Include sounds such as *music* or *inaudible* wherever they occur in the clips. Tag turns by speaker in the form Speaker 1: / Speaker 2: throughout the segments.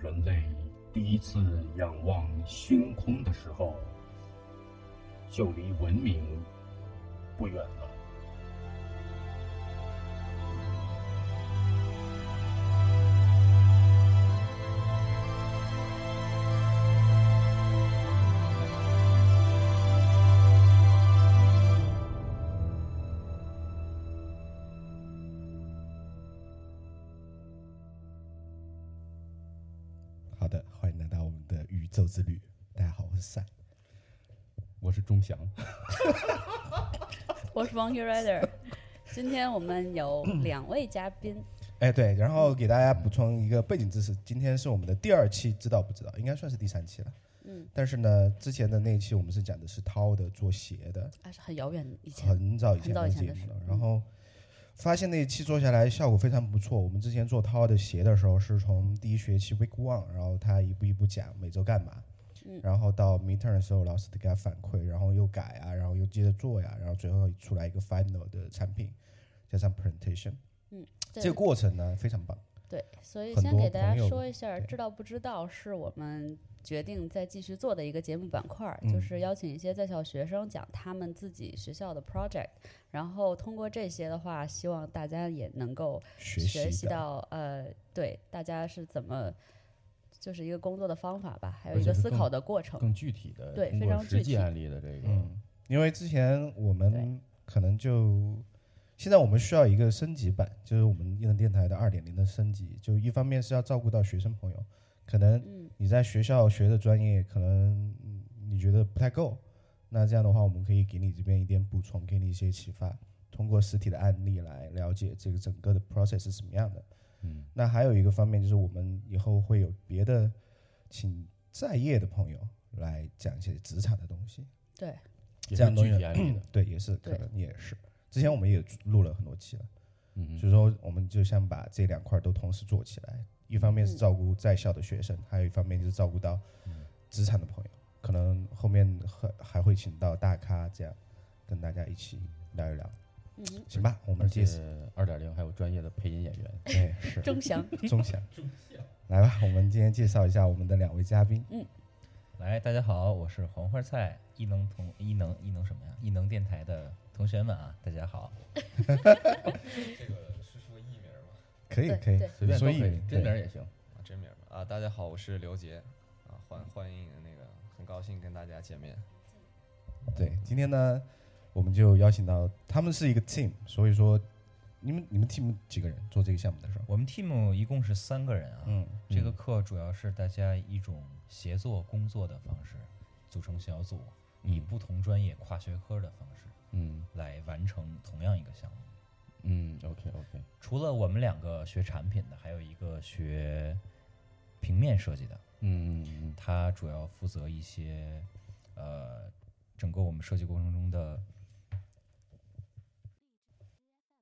Speaker 1: 人类第一次仰望星空的时候，就离文明不远了。
Speaker 2: 好的，欢迎来到我们的宇宙之旅。大家好，我是赛，
Speaker 3: 我是钟祥，
Speaker 4: 我是 Monkey Rider。今天我们有两位嘉宾，
Speaker 2: 哎，对，然后给大家补充一个背景知识，今天是我们的第二期，知道不知道？应该算是第三期了。嗯，但是呢，之前的那一期我们是讲的是涛的做鞋的，
Speaker 4: 还啊是很遥远以前，
Speaker 2: 很早以前
Speaker 4: 很早
Speaker 2: 的
Speaker 4: 以前
Speaker 2: 节
Speaker 4: 的
Speaker 2: 目
Speaker 4: 事嗯
Speaker 2: 了。然后发现那一期做下来效果非常不错。我们之前做涛的鞋的时候，是从第一学期 Week One，然后他一步一步讲每周干嘛，
Speaker 4: 嗯
Speaker 2: 然后到 Midterm 的时候，老师给他反馈，然后又改啊，然后又接着做呀，然后最后出来一个 Final 的产品，加上 Presentation，这个过程呢非常棒。
Speaker 4: 对，所以
Speaker 2: 很
Speaker 4: 先
Speaker 2: 多
Speaker 4: 给大家
Speaker 2: 朋友
Speaker 4: 说一下，
Speaker 2: 对
Speaker 4: 知道不知道是我们决定再继续做的一个节目板块儿，
Speaker 2: 嗯
Speaker 4: 就是邀请一些在校学生讲他们自己学校的 project，然后通过这些的话，希望大家也能够
Speaker 2: 学
Speaker 4: 学
Speaker 2: 习的，
Speaker 4: 到呃，对，大家是怎么就是一个工作的方法吧，还有
Speaker 3: 而
Speaker 4: 一
Speaker 3: 且
Speaker 4: 个
Speaker 3: 是
Speaker 4: 思
Speaker 3: 更
Speaker 4: 考的过程。
Speaker 3: 更具体的，
Speaker 4: 对
Speaker 3: 通
Speaker 4: 非
Speaker 3: 过
Speaker 4: 常具
Speaker 3: 实际
Speaker 4: 体
Speaker 3: 案例的这个，
Speaker 2: 嗯，因为之前我们
Speaker 4: 对
Speaker 2: 可能就现在我们需要一个升级版，就是我们艺能电台的二点零的升级，就一方面是要照顾到学生朋友，可能
Speaker 4: 嗯
Speaker 2: 你在学校学的专业可能嗯你觉得不太够，那这样的话，我们可以给你这边一点补充，给你一些启发，通过实体的案例来了解这个整个的 process 是什么样的。
Speaker 3: 嗯，
Speaker 2: 那还有一个方面就是，我们以后会有别的请在业的朋友来讲一些职场的东西，
Speaker 4: 对，
Speaker 3: 也
Speaker 2: 这
Speaker 3: 是
Speaker 2: 样东西
Speaker 3: 具体案例的，
Speaker 2: 对，也是可
Speaker 4: 对
Speaker 2: 能也是。之前我们也录了很多期了，
Speaker 3: 嗯
Speaker 2: 所以说我们就想把这两块都同时做起来，一方面是
Speaker 4: 嗯
Speaker 2: 照顾在校的学生，还有一方面就是照顾到
Speaker 3: 嗯
Speaker 2: 职场的朋友。可能后面还还会请到大咖，这样跟大家一起聊一聊，
Speaker 4: 嗯哼，
Speaker 2: 行吧？我
Speaker 3: 而
Speaker 2: 们
Speaker 3: 且
Speaker 2: 这次
Speaker 3: 二点零还有专业的配音演员，
Speaker 2: 哎
Speaker 3: *laughs*
Speaker 2: 是
Speaker 4: 钟祥。
Speaker 2: 钟响，来吧，我们今天介绍一下我们的两位嘉
Speaker 4: 嗯
Speaker 2: 宾。
Speaker 5: 来，大家好，我是黄花菜，艺能同艺能艺能什么呀？艺能电台的同学们啊，大家好。
Speaker 2: 可以
Speaker 4: 对
Speaker 2: 可以
Speaker 4: 对，
Speaker 3: 随便都
Speaker 2: 所
Speaker 3: 可
Speaker 2: 以
Speaker 3: 以，真名儿也行。
Speaker 6: 啊，真名儿吧啊！大家好，我是刘杰啊，欢欢迎那个，很高兴跟大家见面。
Speaker 2: 对，今天呢，我们就邀请到他们是一个 team，所以说你们你们 team 几个人做这个项目的时候，
Speaker 5: 我们 team 一共是三个人啊。
Speaker 2: 嗯，
Speaker 5: 这个课主要是大家一种协作工作的方式，组成小组，以
Speaker 3: 嗯
Speaker 5: 不同专业跨学科的方式
Speaker 3: 嗯
Speaker 5: 来完成同样一个项目。
Speaker 3: 嗯，OK OK，
Speaker 5: 除了我们两个学产品的，还有一个学平面设计的，
Speaker 3: 嗯嗯
Speaker 5: 他主要负责一些呃整个我们设计过程中的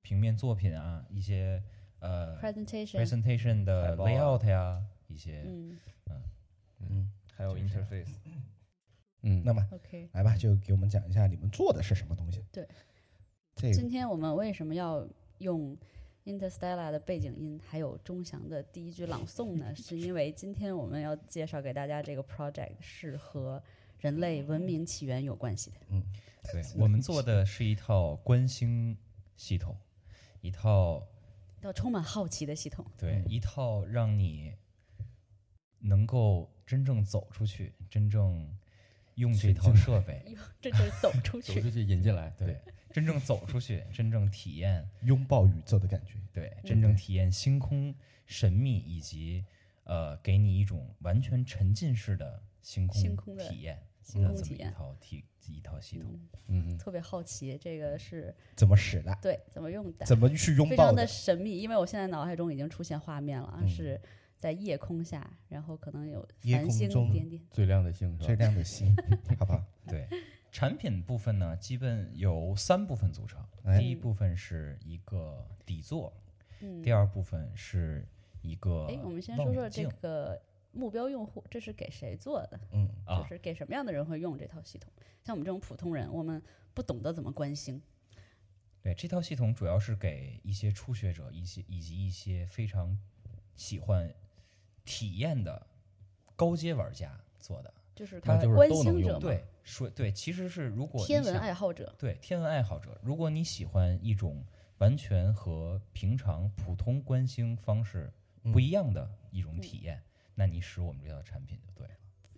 Speaker 5: 平面作品啊，一些呃
Speaker 4: presentation，
Speaker 5: presentation 的
Speaker 6: 海报啊
Speaker 5: layout 呀、一些、
Speaker 4: 嗯
Speaker 2: 嗯，
Speaker 6: 还有
Speaker 5: 就是这样
Speaker 6: interface，
Speaker 3: 嗯，
Speaker 2: 那么
Speaker 4: ，OK。
Speaker 2: 来吧，就给我们讲一下你们做的是什么东西。
Speaker 4: 对，
Speaker 2: 这个
Speaker 4: 今天我们为什么要用 Interstellar 的背景音，还有钟祥的第一句朗诵呢？是因为今天我们要介绍给大家这个 project 是和人类文明起源有关系的。
Speaker 6: *laughs*
Speaker 5: 对我们做的是一套观星系统，一套
Speaker 4: 要充满好奇的系统，
Speaker 5: 对
Speaker 2: 嗯
Speaker 5: 一套让你能够真正走出去，真正用这套设备。
Speaker 4: 这就走出
Speaker 3: 走出
Speaker 4: 去。
Speaker 3: 去引进来，
Speaker 5: 对，真正走出去，真正体验，
Speaker 2: 拥抱宇宙的感觉，
Speaker 5: 对，
Speaker 4: 嗯
Speaker 5: 真正体验星空神秘，以及呃，给你一种完全沉浸式的星空
Speaker 4: 星空的
Speaker 5: 体验，
Speaker 4: 星空
Speaker 5: 那这
Speaker 4: 体
Speaker 5: 么一
Speaker 4: 验
Speaker 5: 套体一套系统。
Speaker 4: 嗯，
Speaker 3: 嗯
Speaker 4: 特别好奇这个是
Speaker 2: 怎么使的，
Speaker 4: 对怎么用的，
Speaker 2: 怎么去拥
Speaker 4: 非
Speaker 2: 抱
Speaker 4: 常的神秘，因为我现在脑海中已经出现画面了，啊，
Speaker 2: 嗯
Speaker 4: 是在夜空下，然后可能有
Speaker 2: 夜
Speaker 4: 繁
Speaker 2: 空
Speaker 4: 星
Speaker 2: 中
Speaker 4: 点点。
Speaker 3: 最亮的星是
Speaker 2: 最
Speaker 3: 吧？
Speaker 2: 亮的星，好不好？
Speaker 4: 嗯
Speaker 5: 对，产品部分呢，基本由三部分组成。
Speaker 2: 哎
Speaker 5: 第一部分是一个底座，
Speaker 4: 嗯，
Speaker 5: 第二部分是一个
Speaker 4: 哎，我们先
Speaker 5: 望
Speaker 4: 说
Speaker 5: 远
Speaker 4: 说这
Speaker 5: 镜
Speaker 4: 个目标用户，这是给谁做的？
Speaker 2: 嗯，
Speaker 5: 啊
Speaker 4: 就，是给什么样的人会用这套系统？像我们这种普通人，我们不懂得怎么关心。
Speaker 5: 对，这套系统主要是给一些初学者，一些以及一些非常喜欢体验的高阶玩家做的，
Speaker 4: 就是
Speaker 5: 那
Speaker 4: 关
Speaker 5: 就是
Speaker 4: 关
Speaker 5: 都能
Speaker 4: 心
Speaker 5: 用
Speaker 4: 者
Speaker 5: 嘛。
Speaker 4: 嘛，
Speaker 5: 对，说对，其实是如果你
Speaker 4: 天文
Speaker 5: 想
Speaker 4: 爱好者，
Speaker 5: 对天文爱好者，如果你喜欢一种完全和平常普通观星方式不一样的一种体验，那你使我们这套产品就对了。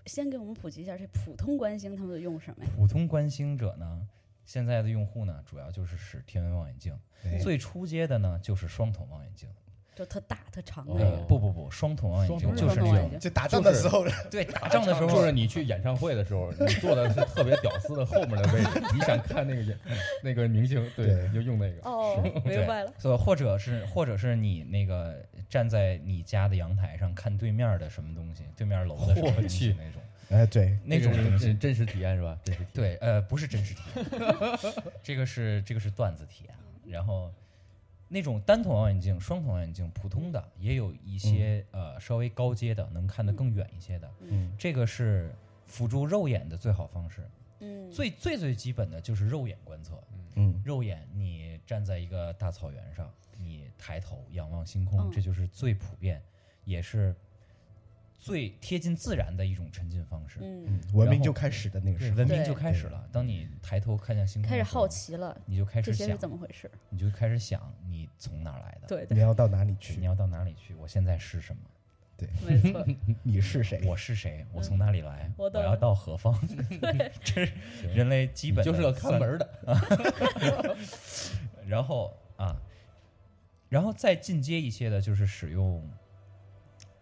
Speaker 4: 先给我们普及一下这普通观星他们都用什么呀？
Speaker 5: 普通观星者呢，现在的用户呢，主要就是使天文望远镜，
Speaker 2: 对
Speaker 5: 最初阶的呢就是双筒望远镜。哎
Speaker 4: 就特大特长
Speaker 3: 哦
Speaker 4: 那个，
Speaker 5: 不不不，双筒望远镜
Speaker 3: 双
Speaker 5: 嗯就
Speaker 3: 筒
Speaker 5: 是
Speaker 4: 望
Speaker 5: 那
Speaker 4: 远
Speaker 5: 种
Speaker 4: 镜
Speaker 2: 就打仗的时候，
Speaker 5: 对打
Speaker 7: *laughs*
Speaker 5: 仗的时
Speaker 3: 就
Speaker 5: 候
Speaker 3: 是你去演唱会的时候，你坐的是特别屌丝的后面的位置，你想看那个 *laughs* 演那个明星，对，
Speaker 2: 对
Speaker 3: 你就用那个。
Speaker 4: 哦，明白了，
Speaker 5: 所以或者是或者是你那个站在你家的阳台上看对面的什么东西，对面楼的什么
Speaker 3: 我
Speaker 5: 东西
Speaker 3: 去
Speaker 5: 那种
Speaker 2: 哎，对，
Speaker 5: 那
Speaker 3: 这
Speaker 5: 种
Speaker 3: 个
Speaker 5: 东
Speaker 3: 是
Speaker 5: 西。
Speaker 3: 真实体验是吧？真实体验。
Speaker 5: 对，呃，不是真实体
Speaker 3: *laughs*
Speaker 5: 验， *laughs* 这个是这个是段子体验。然后那种单筒望远镜、双筒望远镜，普通的也有一些、
Speaker 3: 嗯
Speaker 5: 呃稍微高阶的，能看得更远一些的。
Speaker 2: 嗯，
Speaker 5: 这个是辅助肉眼的最好方式。
Speaker 4: 嗯，
Speaker 5: 最最最基本的就是肉眼观测。
Speaker 2: 嗯，
Speaker 5: 肉眼，你站在一个大草原上，你抬头仰望星空，
Speaker 4: 嗯
Speaker 5: 这就是最普遍，也是最贴近自然的一种沉浸方式。
Speaker 4: 嗯，
Speaker 2: 文明就开始的那个
Speaker 5: 对，
Speaker 2: 时候
Speaker 5: 文，明
Speaker 4: 对
Speaker 5: 就开始了。当你抬头看向星空，
Speaker 4: 开始好，奇了，
Speaker 5: 你嗯就开
Speaker 4: 这
Speaker 5: 始
Speaker 4: 些是
Speaker 5: 想，
Speaker 4: 怎么回事？
Speaker 5: 你就开始想你从哪儿来的， *laughs*
Speaker 4: 对
Speaker 2: 你
Speaker 4: 对，
Speaker 2: 要到哪里
Speaker 5: 你
Speaker 2: 去？
Speaker 5: 要到哪里去，我现在是什么，
Speaker 4: 没
Speaker 5: *laughs*
Speaker 4: 错，
Speaker 2: 你是谁？
Speaker 5: 我是谁，我从哪里来，
Speaker 4: 嗯我懂
Speaker 5: 要到何方， *laughs* 这是人类基本
Speaker 3: 你就是
Speaker 5: 的
Speaker 3: 个看
Speaker 5: 三
Speaker 3: 门儿的，
Speaker 5: 然后啊，然后再进阶一些的，就是使用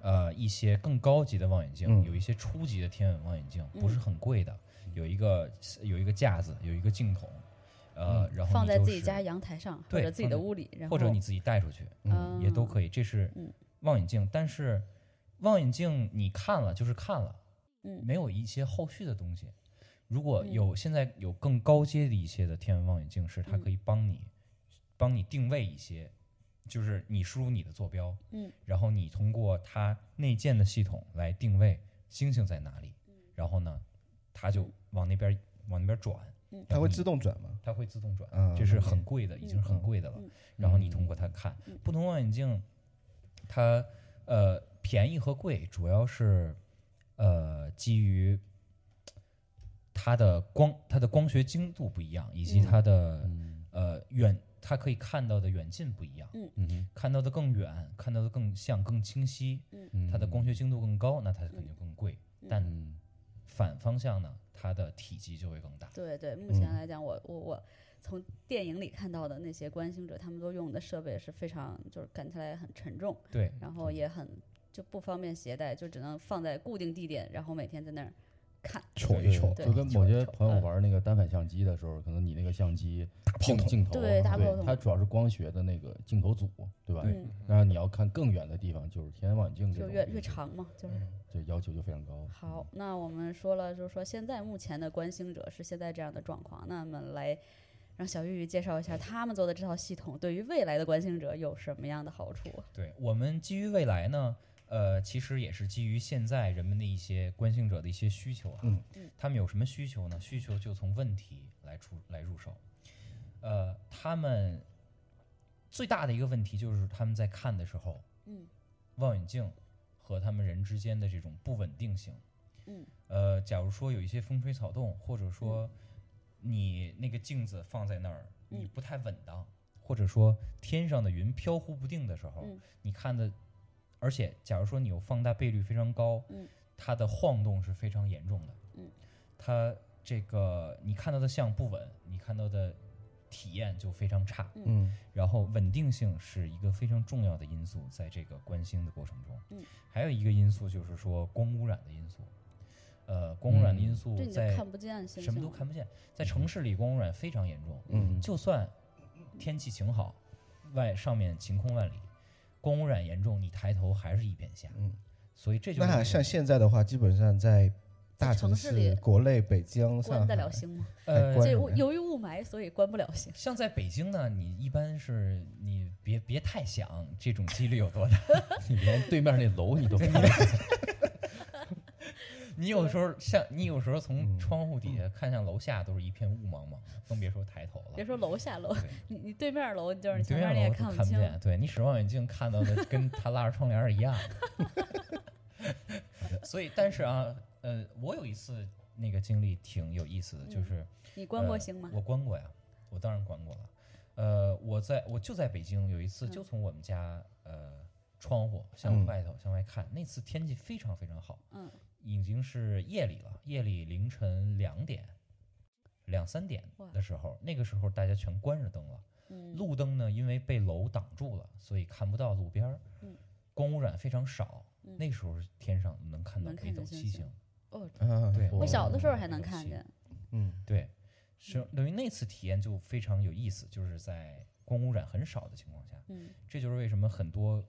Speaker 5: 呃一些更高级的望远镜，
Speaker 2: 嗯
Speaker 5: 有一些初级的天文望远镜，
Speaker 4: 嗯
Speaker 5: 不是很贵的，有一个有一个架子，有一个镜筒，呃，然后你
Speaker 4: 嗯放在
Speaker 5: 就
Speaker 4: 自己
Speaker 5: 是
Speaker 4: 家阳台上或
Speaker 5: 对
Speaker 4: 者自己的
Speaker 5: 放在
Speaker 4: 屋里，然后
Speaker 5: 或者你自己带出去、
Speaker 4: 嗯
Speaker 5: 也都可以，这是
Speaker 4: 嗯
Speaker 5: 望远镜，但是望远镜你看了就是看了，
Speaker 4: 嗯
Speaker 5: 没有一些后续的东西。如果有、现在有更高阶的一些的天文望远镜，是它
Speaker 4: 嗯
Speaker 5: 可以帮你、帮你定位一些，就是你输入你的坐标，
Speaker 4: 嗯，
Speaker 5: 然后你通过它内建的系统来定位星星在哪里，
Speaker 4: 嗯
Speaker 5: 然后呢，它就往那边往那边转，
Speaker 4: 嗯
Speaker 5: 然
Speaker 2: 它
Speaker 5: 后
Speaker 2: 会
Speaker 5: 你
Speaker 2: 自动转吗？
Speaker 5: 它会自动转，
Speaker 2: 啊
Speaker 5: 这是
Speaker 2: OK
Speaker 5: 很贵的，已经是很贵的了。
Speaker 4: 嗯
Speaker 5: 然后你通过它看，不同望远镜，它呃便宜和贵主要是呃基于它的光它的光学精度不一样，以及
Speaker 4: 嗯
Speaker 5: 它的、呃远它可以看到的远近不一样，
Speaker 3: 嗯哼，
Speaker 5: 看到的更远，看到的更像更清晰，
Speaker 3: 嗯
Speaker 5: 它的光学精度更高，那它肯
Speaker 4: 嗯
Speaker 5: 定更贵。但
Speaker 3: 嗯
Speaker 5: 反方向呢，它的体积就会更大。
Speaker 4: 对对，目
Speaker 5: 嗯
Speaker 4: 前来讲，我我我从电影里看到的那些观星者，他们都用的设备是非常，就是看起来很沉重，
Speaker 5: 对，
Speaker 4: 然后也很就不方便携带，就只能放在固定地点，然后每天在那儿看。
Speaker 2: 瞅一瞅，
Speaker 4: 对
Speaker 3: 就跟某些朋友
Speaker 4: 嗯
Speaker 3: 玩那个单反相机的时候，可能你那个相机镜镜头，啊
Speaker 4: 对大炮筒
Speaker 3: 它主要是光学的那个镜头组，对吧？
Speaker 4: 嗯，
Speaker 3: 然后你要看更远的地方，就是天文望远镜这
Speaker 4: 就
Speaker 3: 种，
Speaker 4: 越越，长嘛，就是。
Speaker 5: 嗯
Speaker 3: 这要求就非常高。
Speaker 4: 好，那我们说了，就是说现在目前的观星者是现在这样的状况，那么来让小玉玉介绍一下他们做的这套系统对于未来的观星者有什么样的好处？
Speaker 5: 对我们基于未来呢，呃，其实也是基于现在人们的一些观星者的一些需求啊。
Speaker 2: 嗯
Speaker 5: 他们有什么需求呢？需求就从问题来出来入手。呃，他们最大的一个问题就是他们在看的时候，
Speaker 4: 嗯，
Speaker 5: 望远镜和他们人之间的这种不稳定性。
Speaker 4: 嗯，
Speaker 5: 呃，假如说有一些风吹草动，或者说你那个镜子放在那儿，你
Speaker 4: 嗯
Speaker 5: 不太稳当，或者说天上的云飘忽不定的时候，
Speaker 4: 嗯
Speaker 5: 你看的，而且假如说你有放大倍率非常高，
Speaker 4: 嗯
Speaker 5: 它的晃动是非常严重的，
Speaker 4: 嗯，
Speaker 5: 它这个你看到的像不稳，你看到的体验就非常差，
Speaker 2: 嗯
Speaker 5: 然后稳定性是一个非常重要的因素，在这个观星的过程中，
Speaker 4: 嗯，
Speaker 5: 还有一个因素就是说光污染的因素，呃，光污染的因素
Speaker 4: 嗯这你就
Speaker 5: 在
Speaker 4: 看不见星星，
Speaker 5: 什么都看不见，在城市里光污染非常严重，
Speaker 2: 嗯
Speaker 5: 就算天气晴好，外上面晴空万里，光污染严重，你抬头还是一片瞎，
Speaker 2: 嗯，
Speaker 5: 所以这就是
Speaker 2: 那
Speaker 5: 一
Speaker 2: 像
Speaker 5: 种
Speaker 2: 现在的话，基本上在大
Speaker 4: 城市里
Speaker 2: 市，国内北京、上
Speaker 4: 观得
Speaker 2: 海
Speaker 4: 了星吗？
Speaker 2: 还
Speaker 5: 呃
Speaker 2: 关
Speaker 4: 这
Speaker 2: 着
Speaker 4: 雾
Speaker 2: 呢
Speaker 4: 由于雾霾，所以关不了星。
Speaker 5: 像在北京呢，你一般是你别别太想这种几率有多大， *laughs*
Speaker 3: 你连对面那楼你都不能
Speaker 5: 你有时候像你有时候
Speaker 2: 嗯
Speaker 5: 从窗户底下看向楼下都是一片雾茫茫，更别说抬头了。
Speaker 4: 嗯别说楼下楼
Speaker 5: 对，
Speaker 4: 你你对面楼，你就是
Speaker 5: 你
Speaker 4: 前
Speaker 5: 对
Speaker 4: 面
Speaker 5: 面
Speaker 4: 你也
Speaker 5: 楼
Speaker 4: 看
Speaker 5: 都
Speaker 4: 不
Speaker 5: 看
Speaker 4: 清。 *laughs*
Speaker 5: 见，对你使望远镜看到的跟他拉着窗帘儿一样。所以，但是啊，呃，我有一次那个经历挺有意思的，
Speaker 4: 嗯
Speaker 5: 就是
Speaker 4: 你关过星吗
Speaker 5: 呃？我关过呀，我当然关过了。呃，我在我就在北京有一次，
Speaker 4: 嗯
Speaker 5: 就从我们家呃窗户向外头、向外看，那次天气非常非常好，
Speaker 4: 嗯，
Speaker 5: 已经是夜里了，夜里凌晨两点。两三点
Speaker 4: 哇
Speaker 5: 的时候，那个时候大家全关着灯了，
Speaker 4: 嗯，
Speaker 5: 路灯呢，因为被楼挡住了，所以看不到路边儿，
Speaker 4: 嗯
Speaker 5: 光污染非常少。
Speaker 4: 嗯
Speaker 5: 那时候天上能看到
Speaker 4: 能看
Speaker 5: 北
Speaker 4: 到
Speaker 5: 斗
Speaker 4: 星
Speaker 5: 七
Speaker 4: 星
Speaker 5: 星，
Speaker 4: 哦，
Speaker 2: 啊，
Speaker 5: 对
Speaker 4: 我
Speaker 3: 哦
Speaker 4: 小的时候还能看
Speaker 5: 有戏
Speaker 4: 见，
Speaker 2: 嗯，
Speaker 5: 对，是等于那次体验就非常有意思，就是在光污染很少的情况下，
Speaker 4: 嗯，
Speaker 5: 这就是为什么很多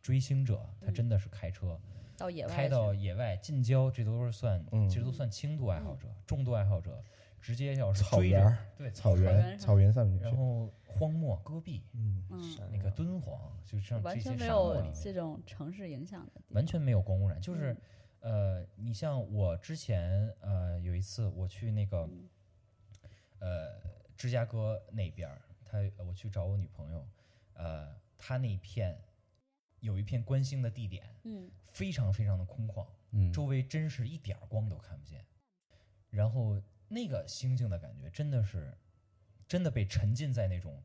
Speaker 5: 追星者他
Speaker 4: 嗯
Speaker 5: 真的是开车、
Speaker 4: 到野外
Speaker 5: 开到
Speaker 4: 去，
Speaker 5: 野外近郊，这都是算、
Speaker 2: 嗯
Speaker 5: 这都算轻度爱好
Speaker 4: 嗯
Speaker 5: 者、重度爱好者，直接要是
Speaker 2: 草
Speaker 5: 追
Speaker 2: 原
Speaker 5: 着
Speaker 2: 儿，
Speaker 5: 对，
Speaker 2: 草
Speaker 4: 原
Speaker 2: 原，草原上面
Speaker 5: 然
Speaker 2: 去，
Speaker 5: 后荒漠戈壁
Speaker 2: 嗯，
Speaker 4: 嗯，
Speaker 5: 那个敦煌，就像这
Speaker 4: 完
Speaker 5: 些
Speaker 4: 全没
Speaker 5: 沙漠里
Speaker 4: 有嗯
Speaker 5: 面，
Speaker 4: 这种城市影响的地方，
Speaker 5: 完全没有光污染，就是。呃，你像我之前呃有一次我去那个、
Speaker 4: 嗯
Speaker 5: 呃芝加哥那边儿，他我去找我女朋友，呃，他那片有一片观星的地点，
Speaker 4: 嗯，
Speaker 5: 非常非常的空旷，
Speaker 3: 嗯，
Speaker 5: 周围真是一点儿光都看不见，然后那个星星的感觉真的是。真的被沉浸在那种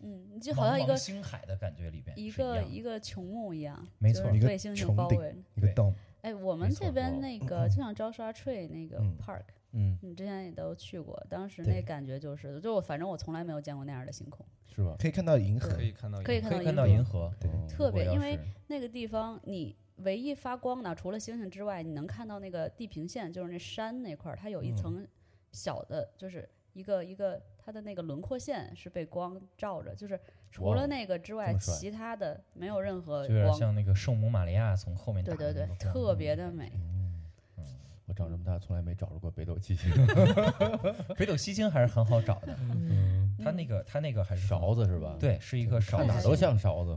Speaker 4: 嗯嗯，你就好
Speaker 5: 茫
Speaker 4: 像一
Speaker 5: 茫
Speaker 4: 个
Speaker 5: 星海的感觉里边是
Speaker 4: 一
Speaker 5: 一
Speaker 4: 个
Speaker 5: 样
Speaker 4: 一
Speaker 5: 的，
Speaker 4: 个穹幕一样，
Speaker 5: 没
Speaker 4: 就是
Speaker 5: 错
Speaker 2: 一个
Speaker 4: 被星星
Speaker 2: 穹
Speaker 4: 包
Speaker 2: 顶
Speaker 4: 围。
Speaker 2: 一个
Speaker 5: 对
Speaker 2: 洞，
Speaker 4: 哎，我们
Speaker 5: 没
Speaker 4: 这
Speaker 5: 错
Speaker 4: 边
Speaker 3: 哦
Speaker 4: 那个就像昭沙 tree 那个
Speaker 2: 嗯
Speaker 4: park，
Speaker 3: 嗯
Speaker 4: 你之前也都去过，当时
Speaker 5: 对
Speaker 4: 那感觉就是，就我反正我从来没有见过那样的星空，
Speaker 3: 是吧？
Speaker 2: 可以看到银河
Speaker 6: 可，以看到
Speaker 4: 可以
Speaker 5: 可以
Speaker 4: 看
Speaker 5: 看
Speaker 4: 到
Speaker 5: 到
Speaker 4: 银
Speaker 5: 银河。
Speaker 2: 对
Speaker 3: 哦
Speaker 4: 特别
Speaker 5: 如果要
Speaker 4: 因为
Speaker 5: 是
Speaker 4: 那个地方你唯一发光的，除了星星之外，你能看到那个地平线，就是那山那块儿，它有一
Speaker 2: 嗯
Speaker 4: 层小的，就是一个一个它的那个轮廓线是被光照着，就是除
Speaker 3: 哇
Speaker 5: 哦
Speaker 4: 了那个之外，
Speaker 3: 么帅
Speaker 4: 其他的没有任何
Speaker 5: 嗯就有点
Speaker 4: 光。
Speaker 5: 像那个圣母玛利亚从后面打
Speaker 4: 呃对对
Speaker 5: 的那
Speaker 4: 对
Speaker 5: 个，光
Speaker 4: 特别的美。
Speaker 5: 嗯
Speaker 3: 我长这么大从来没找着过北斗七
Speaker 5: *laughs*
Speaker 3: 星，
Speaker 5: 北斗七星还是很好找的，
Speaker 4: 嗯
Speaker 5: 它那个它那个还是
Speaker 3: 嗯勺子是吧？，
Speaker 5: 对，是一颗勺
Speaker 3: 看
Speaker 5: 子
Speaker 3: 哪儿，都像勺子。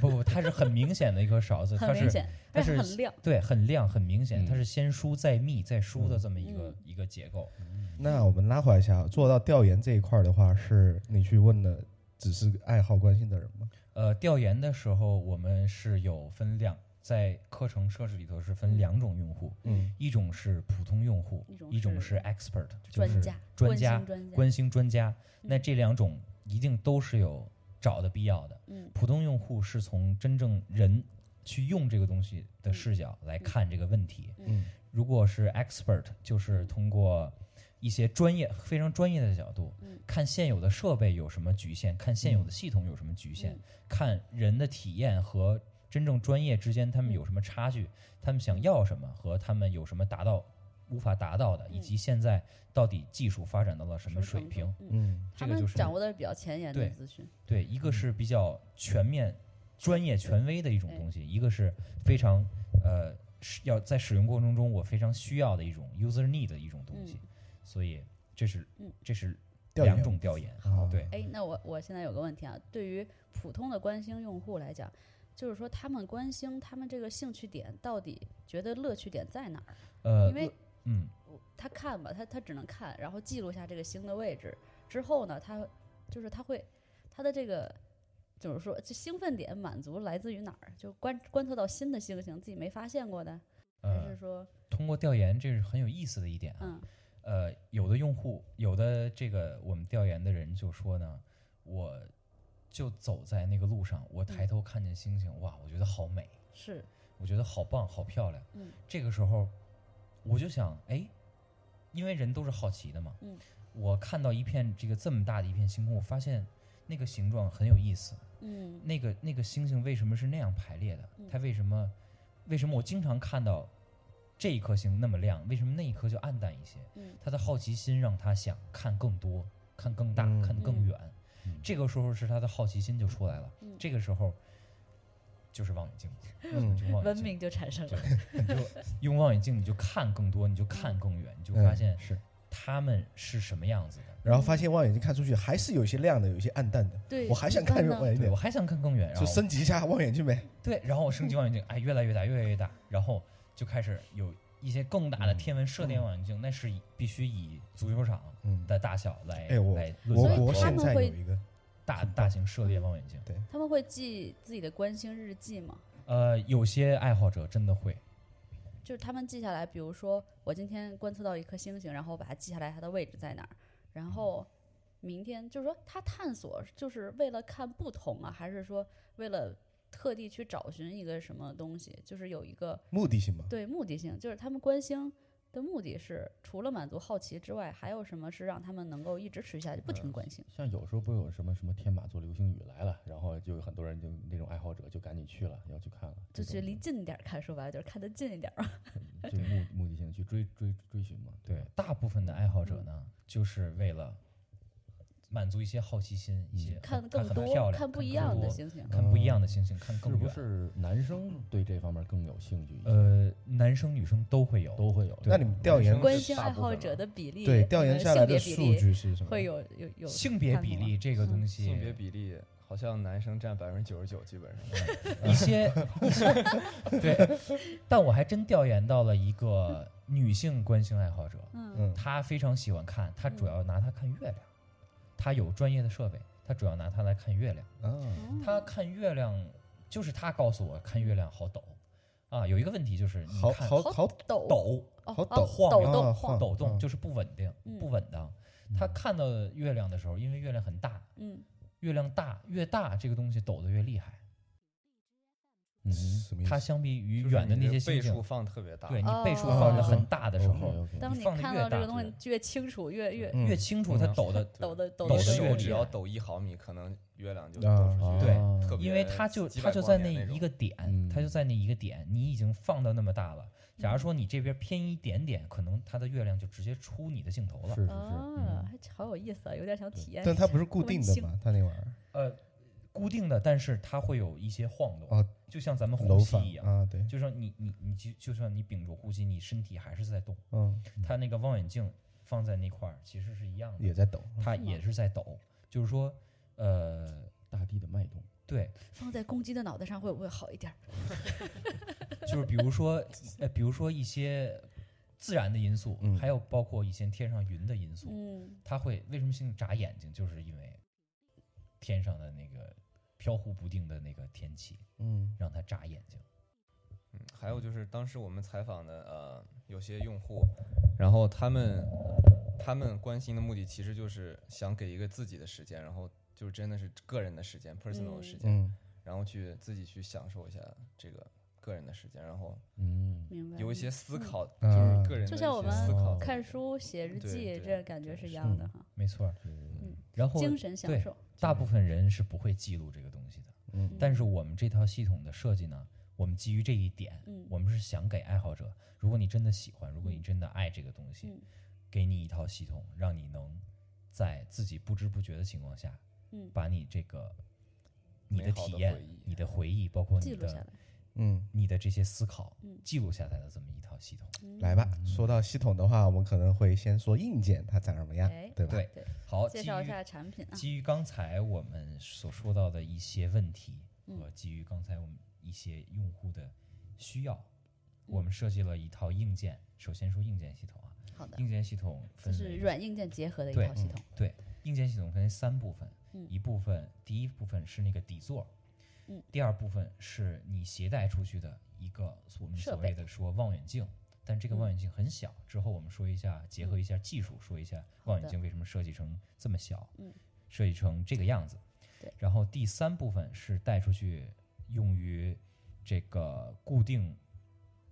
Speaker 5: 不不，它是很明显的一颗勺子，
Speaker 4: 很
Speaker 5: 它
Speaker 4: 明
Speaker 5: 是
Speaker 4: 显，
Speaker 5: 它
Speaker 4: 而且
Speaker 5: 是
Speaker 4: 很亮。
Speaker 5: 对很亮很明显，
Speaker 3: 嗯
Speaker 5: 它是先疏再密再疏的这么一个
Speaker 4: 嗯
Speaker 5: 一个结构。
Speaker 2: 那我们拉回来一下，啊做到调研这一块儿的话，是你去问的，只是爱好关心的人吗？
Speaker 5: 呃，调研的时候我们是有分两，在课程设置里头是分两种用户，
Speaker 2: 嗯，
Speaker 5: 一种是普通用户
Speaker 4: 一种，
Speaker 5: 一种
Speaker 4: 是
Speaker 5: 是 expert，就
Speaker 4: 专
Speaker 5: 是
Speaker 4: 家
Speaker 5: 专
Speaker 4: 观
Speaker 5: 家
Speaker 4: 星专家
Speaker 5: 关心专家。那
Speaker 4: 嗯
Speaker 5: 这两种一定都是有找的必要的。
Speaker 4: 嗯
Speaker 5: 普通用户是从真正人去用这个东西的视角来看这个问题。
Speaker 2: 嗯，
Speaker 5: 如果是 expert，就是通过一些专业、非常专业的角度，
Speaker 4: 嗯
Speaker 5: 看现有的设备有什么局限，看现有的系统有什么局限，
Speaker 4: 嗯
Speaker 5: 看人的体验和真正专业之间他们有什么差距，他们想要什么和他们有什么达到。无法达到的，以及现在到底技术发展到了什么水平？？
Speaker 4: 嗯
Speaker 2: 嗯，
Speaker 4: 他
Speaker 5: 这个
Speaker 4: 们
Speaker 5: 就是
Speaker 4: 掌握的是比较前沿的
Speaker 5: 对
Speaker 4: 资讯。
Speaker 5: 对，一个是比较全面、专业、权威的一种东
Speaker 4: 嗯
Speaker 5: 西，一个是非常呃是要在使用过程中我非常需要的一种 user need 的一种东西，所以这是
Speaker 4: 嗯
Speaker 5: 这是
Speaker 2: 调研啊
Speaker 5: 两种调研。
Speaker 2: 好
Speaker 5: 对，
Speaker 4: 哎，那我我现在有个问题啊，对于普通的观星用户来讲，就是说他们观星，他们这个兴趣点到底觉得乐趣点在哪儿？
Speaker 5: 呃，
Speaker 4: 因为
Speaker 5: 嗯，
Speaker 4: 他看吧，他他只能看，然后记录下这个星的位置。之后呢，他就是他会他的这个就是说，这兴奋点满足来自于哪儿？就观观测到新的星星，自己没发现过的，还
Speaker 2: 嗯
Speaker 4: 是
Speaker 5: 呃，
Speaker 4: 说，
Speaker 5: 通过调研，这是很有意思的一点啊。
Speaker 4: 嗯
Speaker 5: 呃，有的用户，有的这个我们调研的人就说呢，我就走在那个路上，我抬头看见星
Speaker 4: 嗯
Speaker 5: 星，哇，我觉得好美。
Speaker 4: 是
Speaker 5: 我觉得好棒，好漂亮。
Speaker 4: 嗯，
Speaker 5: 这个时候我就想，哎，因为人都是好奇的嘛。
Speaker 4: 嗯，
Speaker 5: 我看到一片这个这么大的一片星空，我发现那个形状很有意思。
Speaker 4: 嗯
Speaker 5: 那个那个星星为什么是那样排列的？
Speaker 4: 嗯
Speaker 5: 它为什么为什么我经常看到这一颗星那么亮，为什么那一颗就暗淡一些？
Speaker 4: 嗯
Speaker 5: 他的好奇心让他想看更多、看更大、
Speaker 2: 嗯
Speaker 5: 看更远。
Speaker 3: 嗯
Speaker 5: 这个时候是他的好奇心就出来了。
Speaker 4: 嗯
Speaker 5: 这个时候就是望远镜了，
Speaker 2: 嗯
Speaker 5: 就望远
Speaker 4: 文
Speaker 5: 镜。
Speaker 4: 明就产生了。
Speaker 5: 你就用望远镜，你就看更多，你就看更远，你就发现
Speaker 2: 嗯是，
Speaker 5: 他们是什么样子的。
Speaker 2: 然后发现望远镜看出去还是有一些亮的，有一些暗淡的，
Speaker 4: 对，
Speaker 2: 我还想看
Speaker 4: 一般
Speaker 2: 望
Speaker 4: 呢
Speaker 2: 远
Speaker 5: 对
Speaker 2: 镜
Speaker 5: 我，还想看更远，然
Speaker 2: 哎就
Speaker 5: 后
Speaker 2: 升级一下望远镜呗。
Speaker 5: 对，然后我升级望远镜，哎，越来越大，越来越大，然后就开始有一些更大的天文射电望远镜，那是以必须以足球场
Speaker 2: 嗯，
Speaker 5: 的大小来
Speaker 2: 哎我
Speaker 5: 来
Speaker 2: 我
Speaker 5: 论
Speaker 2: 国
Speaker 4: 所以他
Speaker 2: 现
Speaker 5: 断
Speaker 4: 们
Speaker 2: 在有
Speaker 4: 会
Speaker 2: 一个，
Speaker 5: 大大型射电望远镜。
Speaker 4: 他们会记自己的观星日记吗？
Speaker 5: 呃，有些爱好者真的会，
Speaker 4: 就是他们记下来，比如说我今天观测到一颗星星，然后我把它记下来，它的位置在哪儿，然后明天就是说他探索就是为了看不同啊，还是说为了特地去找寻一个什么东西？就是有一个
Speaker 2: 目的性嘛。
Speaker 4: 对目的性，就是他们观星的目的是除了满足好奇之外，还有什么是让他们能够一直持续下去，不停地观星？
Speaker 3: 像有时候不是有什么什么天马座流星雨来了，然后就有很多人就那种爱好者就赶紧去了，要去看了，
Speaker 4: 就
Speaker 3: 这
Speaker 4: 去
Speaker 3: 种
Speaker 4: 离近一点儿看，说白了就是看得近一点儿。 *laughs*
Speaker 3: 就目目的性去追追追寻嘛，
Speaker 5: 对，大部分的爱好者呢，就是为了满足一些好奇心，一些
Speaker 4: 看
Speaker 5: 看
Speaker 4: 更
Speaker 5: 很
Speaker 4: 多，
Speaker 5: 漂亮，
Speaker 4: 看不
Speaker 5: 更
Speaker 4: 一样的
Speaker 5: 多
Speaker 4: 星星。
Speaker 5: 看不一样的星星，
Speaker 7: 哦
Speaker 5: 看
Speaker 3: 是
Speaker 5: 更
Speaker 3: 不
Speaker 5: 远。
Speaker 3: 是男生对这方面更有兴趣一些？
Speaker 5: 呃，男生女生都会有，
Speaker 3: 都会有。
Speaker 2: 那你们调研
Speaker 3: 男生
Speaker 4: 观
Speaker 3: 是
Speaker 4: 星
Speaker 3: 大
Speaker 4: 爱
Speaker 3: 部
Speaker 4: 好
Speaker 3: 分
Speaker 4: 者
Speaker 3: 了
Speaker 4: 的比例，
Speaker 2: 对调研下来的
Speaker 4: 性
Speaker 2: 数
Speaker 4: 别比例
Speaker 2: 据是什么？
Speaker 4: 会有有有
Speaker 5: 性别比例这个东西，
Speaker 6: 嗯性别比例好像男生占百分之九十九，基本上。
Speaker 5: 一些 *laughs* 一些对，但我还真调研到了一个女性观星爱好者，
Speaker 4: 嗯
Speaker 2: 嗯，
Speaker 5: 她非常喜欢看，她主要拿它看月亮，她有专业的设备，她主要拿它来看月亮。
Speaker 2: 啊，
Speaker 4: 嗯
Speaker 5: 她看月亮，就是她告诉我看月亮好抖啊，有一个问题就是你
Speaker 2: 好
Speaker 5: 看
Speaker 2: 好
Speaker 4: 好
Speaker 2: 好
Speaker 4: 抖
Speaker 5: 抖
Speaker 4: 哦
Speaker 2: 好
Speaker 4: 哦
Speaker 2: 抖
Speaker 5: 晃
Speaker 4: 抖
Speaker 5: 啊
Speaker 4: 动
Speaker 2: 晃
Speaker 5: 抖
Speaker 2: 嗯
Speaker 5: 动就是不稳定、
Speaker 4: 嗯
Speaker 5: 不稳当。她看到月亮的时候，因为月亮很大，
Speaker 4: 嗯，
Speaker 5: 月亮大越大，这个东西抖得越厉害。
Speaker 3: 嗯
Speaker 2: 什么意
Speaker 5: 它
Speaker 2: 思？
Speaker 5: 相比于
Speaker 6: 就是
Speaker 5: 远的
Speaker 6: 你
Speaker 5: 那些星
Speaker 6: 倍
Speaker 5: 星
Speaker 6: 数，放特别大，
Speaker 5: 对你
Speaker 4: 哦
Speaker 5: 倍数放的很大的时候，
Speaker 3: OK，OK
Speaker 4: 当
Speaker 5: 你
Speaker 4: 你
Speaker 5: 放得
Speaker 4: 看
Speaker 5: 越
Speaker 4: 到这个
Speaker 5: 大
Speaker 4: 东
Speaker 5: 这
Speaker 4: 西
Speaker 5: 个
Speaker 4: 越清楚，越越
Speaker 2: 嗯
Speaker 5: 越清楚它抖的，
Speaker 4: 抖的抖
Speaker 5: 抖
Speaker 4: 的
Speaker 6: 你
Speaker 5: 得
Speaker 6: 手
Speaker 5: 越
Speaker 6: 只
Speaker 5: 厉
Speaker 6: 要
Speaker 5: 害
Speaker 6: 抖一毫米，可能月亮就
Speaker 2: 啊
Speaker 6: 抖出去。
Speaker 5: 对
Speaker 6: 特别
Speaker 5: 因为它就
Speaker 6: 几
Speaker 5: 它
Speaker 6: 百
Speaker 5: 就
Speaker 6: 光
Speaker 5: 在
Speaker 6: 年
Speaker 5: 那
Speaker 6: 种
Speaker 5: 一个点
Speaker 3: 嗯，
Speaker 5: 它就在那一个点，你已经放到那么大了。假如说你这边偏一点点，可能它的月亮就直接出你的镜头了
Speaker 3: 是。是是，
Speaker 7: 嗯
Speaker 4: 啊，还好有意思啊，有点想体验一下。
Speaker 2: 但它不是固定的
Speaker 4: 观
Speaker 2: 嘛，它那玩意儿
Speaker 5: 呃，固定的，但是它会有一些晃
Speaker 2: 哦
Speaker 5: 动，就像咱们呼
Speaker 2: 楼
Speaker 5: 吸
Speaker 2: 房
Speaker 5: 一样。
Speaker 2: 啊，对，
Speaker 5: 就像你你你就就算你屏住呼吸，你身体还是在动。
Speaker 2: 嗯，
Speaker 5: 它那个望远镜放在那块儿其实是一样的，
Speaker 2: 也在抖。
Speaker 5: 它
Speaker 4: 是吗
Speaker 5: 也是在抖。就是说，呃，
Speaker 3: 大地的脉动，
Speaker 5: 对，
Speaker 4: 放在公鸡的脑袋上会不会好一点儿？
Speaker 5: 就是比如说，呃，比如说一些自然的因素，
Speaker 2: 嗯
Speaker 5: 还有包括一些天上云的因素，
Speaker 4: 嗯，
Speaker 5: 它会为什么星星眨眼睛，就是因为天上的那个飘忽不定的那个天气
Speaker 2: 嗯，
Speaker 5: 让它眨眼睛。
Speaker 6: 嗯，还有就是当时我们采访的呃有些用户，然后他们他们关心的目的其实就是想给一个自己的时间，然后就是真的是个人的时间，personal 的时间，
Speaker 2: 嗯，
Speaker 6: 然后去自己去享受一下这个个人的时间，然后
Speaker 3: 嗯，
Speaker 4: 明白。
Speaker 6: 有
Speaker 4: 嗯
Speaker 6: 一些思
Speaker 4: 嗯
Speaker 6: 考，
Speaker 2: 嗯
Speaker 6: 就是个人的一
Speaker 4: 就
Speaker 6: 些
Speaker 4: 像我们
Speaker 6: 思考，
Speaker 4: 看书、写日
Speaker 6: 对
Speaker 4: 记，
Speaker 6: 对
Speaker 4: 这感觉
Speaker 6: 对
Speaker 4: 是一
Speaker 6: 是
Speaker 4: 样的哈，
Speaker 5: 没错儿，
Speaker 4: 嗯
Speaker 5: 然后
Speaker 4: 精神享
Speaker 5: 对
Speaker 4: 受。
Speaker 5: 大部分人是不会记录这个东西的。
Speaker 2: 嗯
Speaker 5: 但是我们这套系统的设计呢，我们基于这一点，
Speaker 4: 嗯
Speaker 5: 我们是想给爱好者，如果你真的喜欢，如果你真的爱这个东西，
Speaker 4: 嗯
Speaker 5: 给你一套系统，让你能在自己不知不觉的情况下，
Speaker 4: 嗯
Speaker 5: 把你这个你
Speaker 6: 美
Speaker 5: 的
Speaker 6: 好
Speaker 5: 体
Speaker 6: 的
Speaker 5: 验、
Speaker 6: 回忆
Speaker 5: 你的回忆，包括
Speaker 4: 记
Speaker 5: 你
Speaker 4: 录下来
Speaker 5: 的。
Speaker 2: 嗯，
Speaker 5: 你的这些思考，
Speaker 4: 嗯
Speaker 5: 记录下来的这么一套系统。
Speaker 4: 嗯
Speaker 2: 来吧。说到系统的话，我们可能会先说硬件它长什么样
Speaker 4: 哎，
Speaker 2: 对吧？
Speaker 5: 对
Speaker 4: 对，
Speaker 5: 好，
Speaker 4: 介
Speaker 5: 基
Speaker 4: 绍一
Speaker 5: 于
Speaker 4: 下产品啊。
Speaker 5: 基于刚才我们所说到的一些问题
Speaker 4: 嗯
Speaker 5: 和基于刚才我们一些用户的需要，
Speaker 4: 嗯
Speaker 5: 我们设计了一套硬件。首先说硬件系统啊，
Speaker 4: 好的，
Speaker 5: 硬件系统
Speaker 4: 就
Speaker 5: 分
Speaker 4: 是
Speaker 5: 为
Speaker 4: 软硬件结合的一
Speaker 5: 对
Speaker 4: 套系统。
Speaker 5: 对硬件系统分为三部分，
Speaker 4: 嗯
Speaker 5: 一部分第一部分是那个底座，
Speaker 4: 嗯
Speaker 5: 第二部分是你携带出去的一个我们
Speaker 4: 设
Speaker 5: 所
Speaker 4: 备
Speaker 5: 谓的说望远镜。但这个
Speaker 4: 嗯
Speaker 5: 望远镜很小，之后我们说一下，结合一下技术，说一下望远镜为什么设计成这么小，
Speaker 4: 嗯
Speaker 5: 设计成这个样子。
Speaker 4: 对
Speaker 5: 然后第三部分是带出去，用于这个固定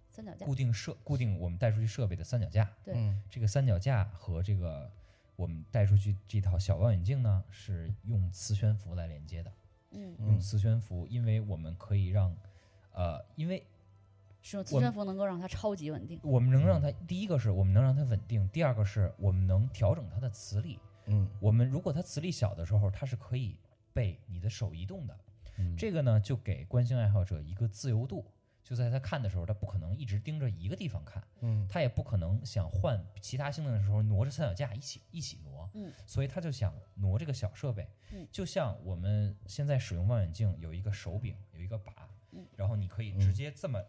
Speaker 4: 三脚架，
Speaker 5: 固定设固定我们带出去设备的三脚架。
Speaker 4: 对
Speaker 2: 嗯
Speaker 5: 这个三脚架和这个我们带出去这套小望远镜呢，是用磁悬浮来连接的。
Speaker 4: 嗯，
Speaker 5: 用磁悬浮，因为我们可以让，呃，因为
Speaker 4: 使用磁
Speaker 5: 我们
Speaker 4: 悬浮能够让它超级稳定。
Speaker 5: 我们能让它，第一个是我们能让它稳定，第二个是我们能调整它的磁力。
Speaker 2: 嗯
Speaker 5: 我们如果它磁力小的时候，它是可以被你的手移动的。
Speaker 3: 嗯
Speaker 5: 这个呢，就给观星爱好者一个自由度，就在他看的时候，他不可能一直盯着一个地方看。
Speaker 2: 嗯
Speaker 5: 他也不可能想换其他星星的时候挪着三脚架一起一起挪，
Speaker 4: 嗯，
Speaker 5: 所以他就想挪这个小设备，
Speaker 4: 嗯
Speaker 5: 就像我们现在使用望远镜有一个手柄，有一个把，
Speaker 4: 嗯，
Speaker 5: 然后你可以直接这么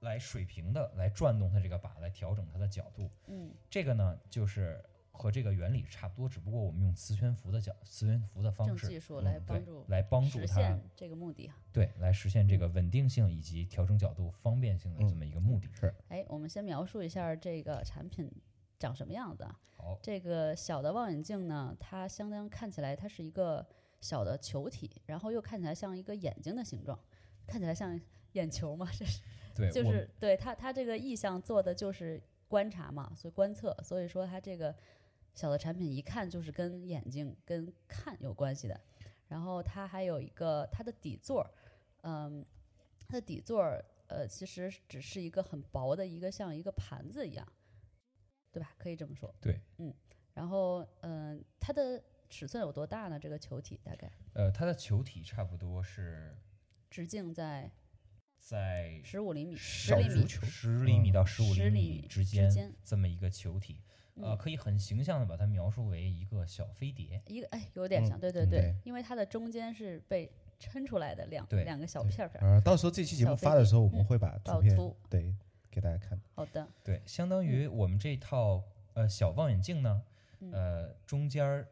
Speaker 5: 来水平的来转动它这个把，来调整它的角度，
Speaker 4: 嗯
Speaker 5: 这个呢就是和这个原理差不多，只不过我们用磁悬浮的角磁悬浮的方
Speaker 4: 正
Speaker 5: 式
Speaker 4: 技术来
Speaker 5: 嗯对
Speaker 4: 帮助
Speaker 5: 来帮助
Speaker 4: 实
Speaker 5: 它
Speaker 4: 现嗯这个目的。
Speaker 5: 对来实现这个稳定性以及调整角度方便性的这么一个目的。
Speaker 2: 是
Speaker 4: 哎，我们先描述一下这个产品长什么样子啊？
Speaker 5: 好，
Speaker 4: 这个小的望远镜呢，它相当看起来它是一个小的球体，然后又看起来像一个眼睛的形状，看起来像眼球嘛，这是
Speaker 5: 对，
Speaker 4: 就
Speaker 5: 我
Speaker 4: 是对它它这个意向做的就是观察嘛，所以观测，所以说它这个小的产品一看就是跟眼睛跟看有关系的。然后它还有一个它的底座儿，嗯，它的底座儿呃其实只是一个很薄的一个像一个盘子一样，对吧？可以这么说。
Speaker 5: 对，
Speaker 4: 嗯，然后嗯、它的尺寸有多大呢？这个球体大概
Speaker 5: 呃，它的球体差不多是
Speaker 4: 直径在
Speaker 5: 在
Speaker 4: 十五厘米、十
Speaker 5: 小
Speaker 4: 厘米
Speaker 5: 足球十厘
Speaker 2: 嗯
Speaker 5: 米到十五
Speaker 4: 10厘
Speaker 5: 米
Speaker 4: 米之
Speaker 5: 之
Speaker 4: 间
Speaker 5: 间这么一个球体，呃，
Speaker 4: 嗯
Speaker 5: 可以很形象的把它描述为一个小飞碟。
Speaker 4: 一个哎，有点
Speaker 2: 嗯
Speaker 4: 像，对对
Speaker 2: 嗯
Speaker 4: 对，
Speaker 2: 对
Speaker 4: 因为它的中间是被抻出来的两
Speaker 5: 对
Speaker 4: 两个小
Speaker 2: 对
Speaker 4: 片儿片儿。
Speaker 2: 呃，到时候这期节目
Speaker 4: 小飞
Speaker 2: 发的时候，我
Speaker 4: 嗯
Speaker 2: 们会把
Speaker 4: 导
Speaker 2: 图片
Speaker 4: 图
Speaker 2: 对给大家看。
Speaker 4: 好的，
Speaker 5: 对，相当于我们这套呃小望远镜呢，
Speaker 4: 嗯
Speaker 5: 呃中间儿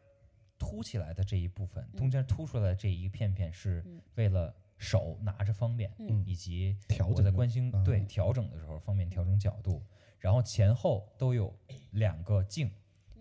Speaker 5: 凸起来的这一部分，
Speaker 4: 嗯
Speaker 5: 中间凸出来的这一片片是
Speaker 4: 嗯
Speaker 5: 为了手拿着方便，
Speaker 4: 嗯
Speaker 5: 以及
Speaker 2: 调
Speaker 5: 我
Speaker 2: 整
Speaker 5: 在观星
Speaker 2: 啊
Speaker 5: 对调整的时候方便调整角度，然后前后都有两个镜，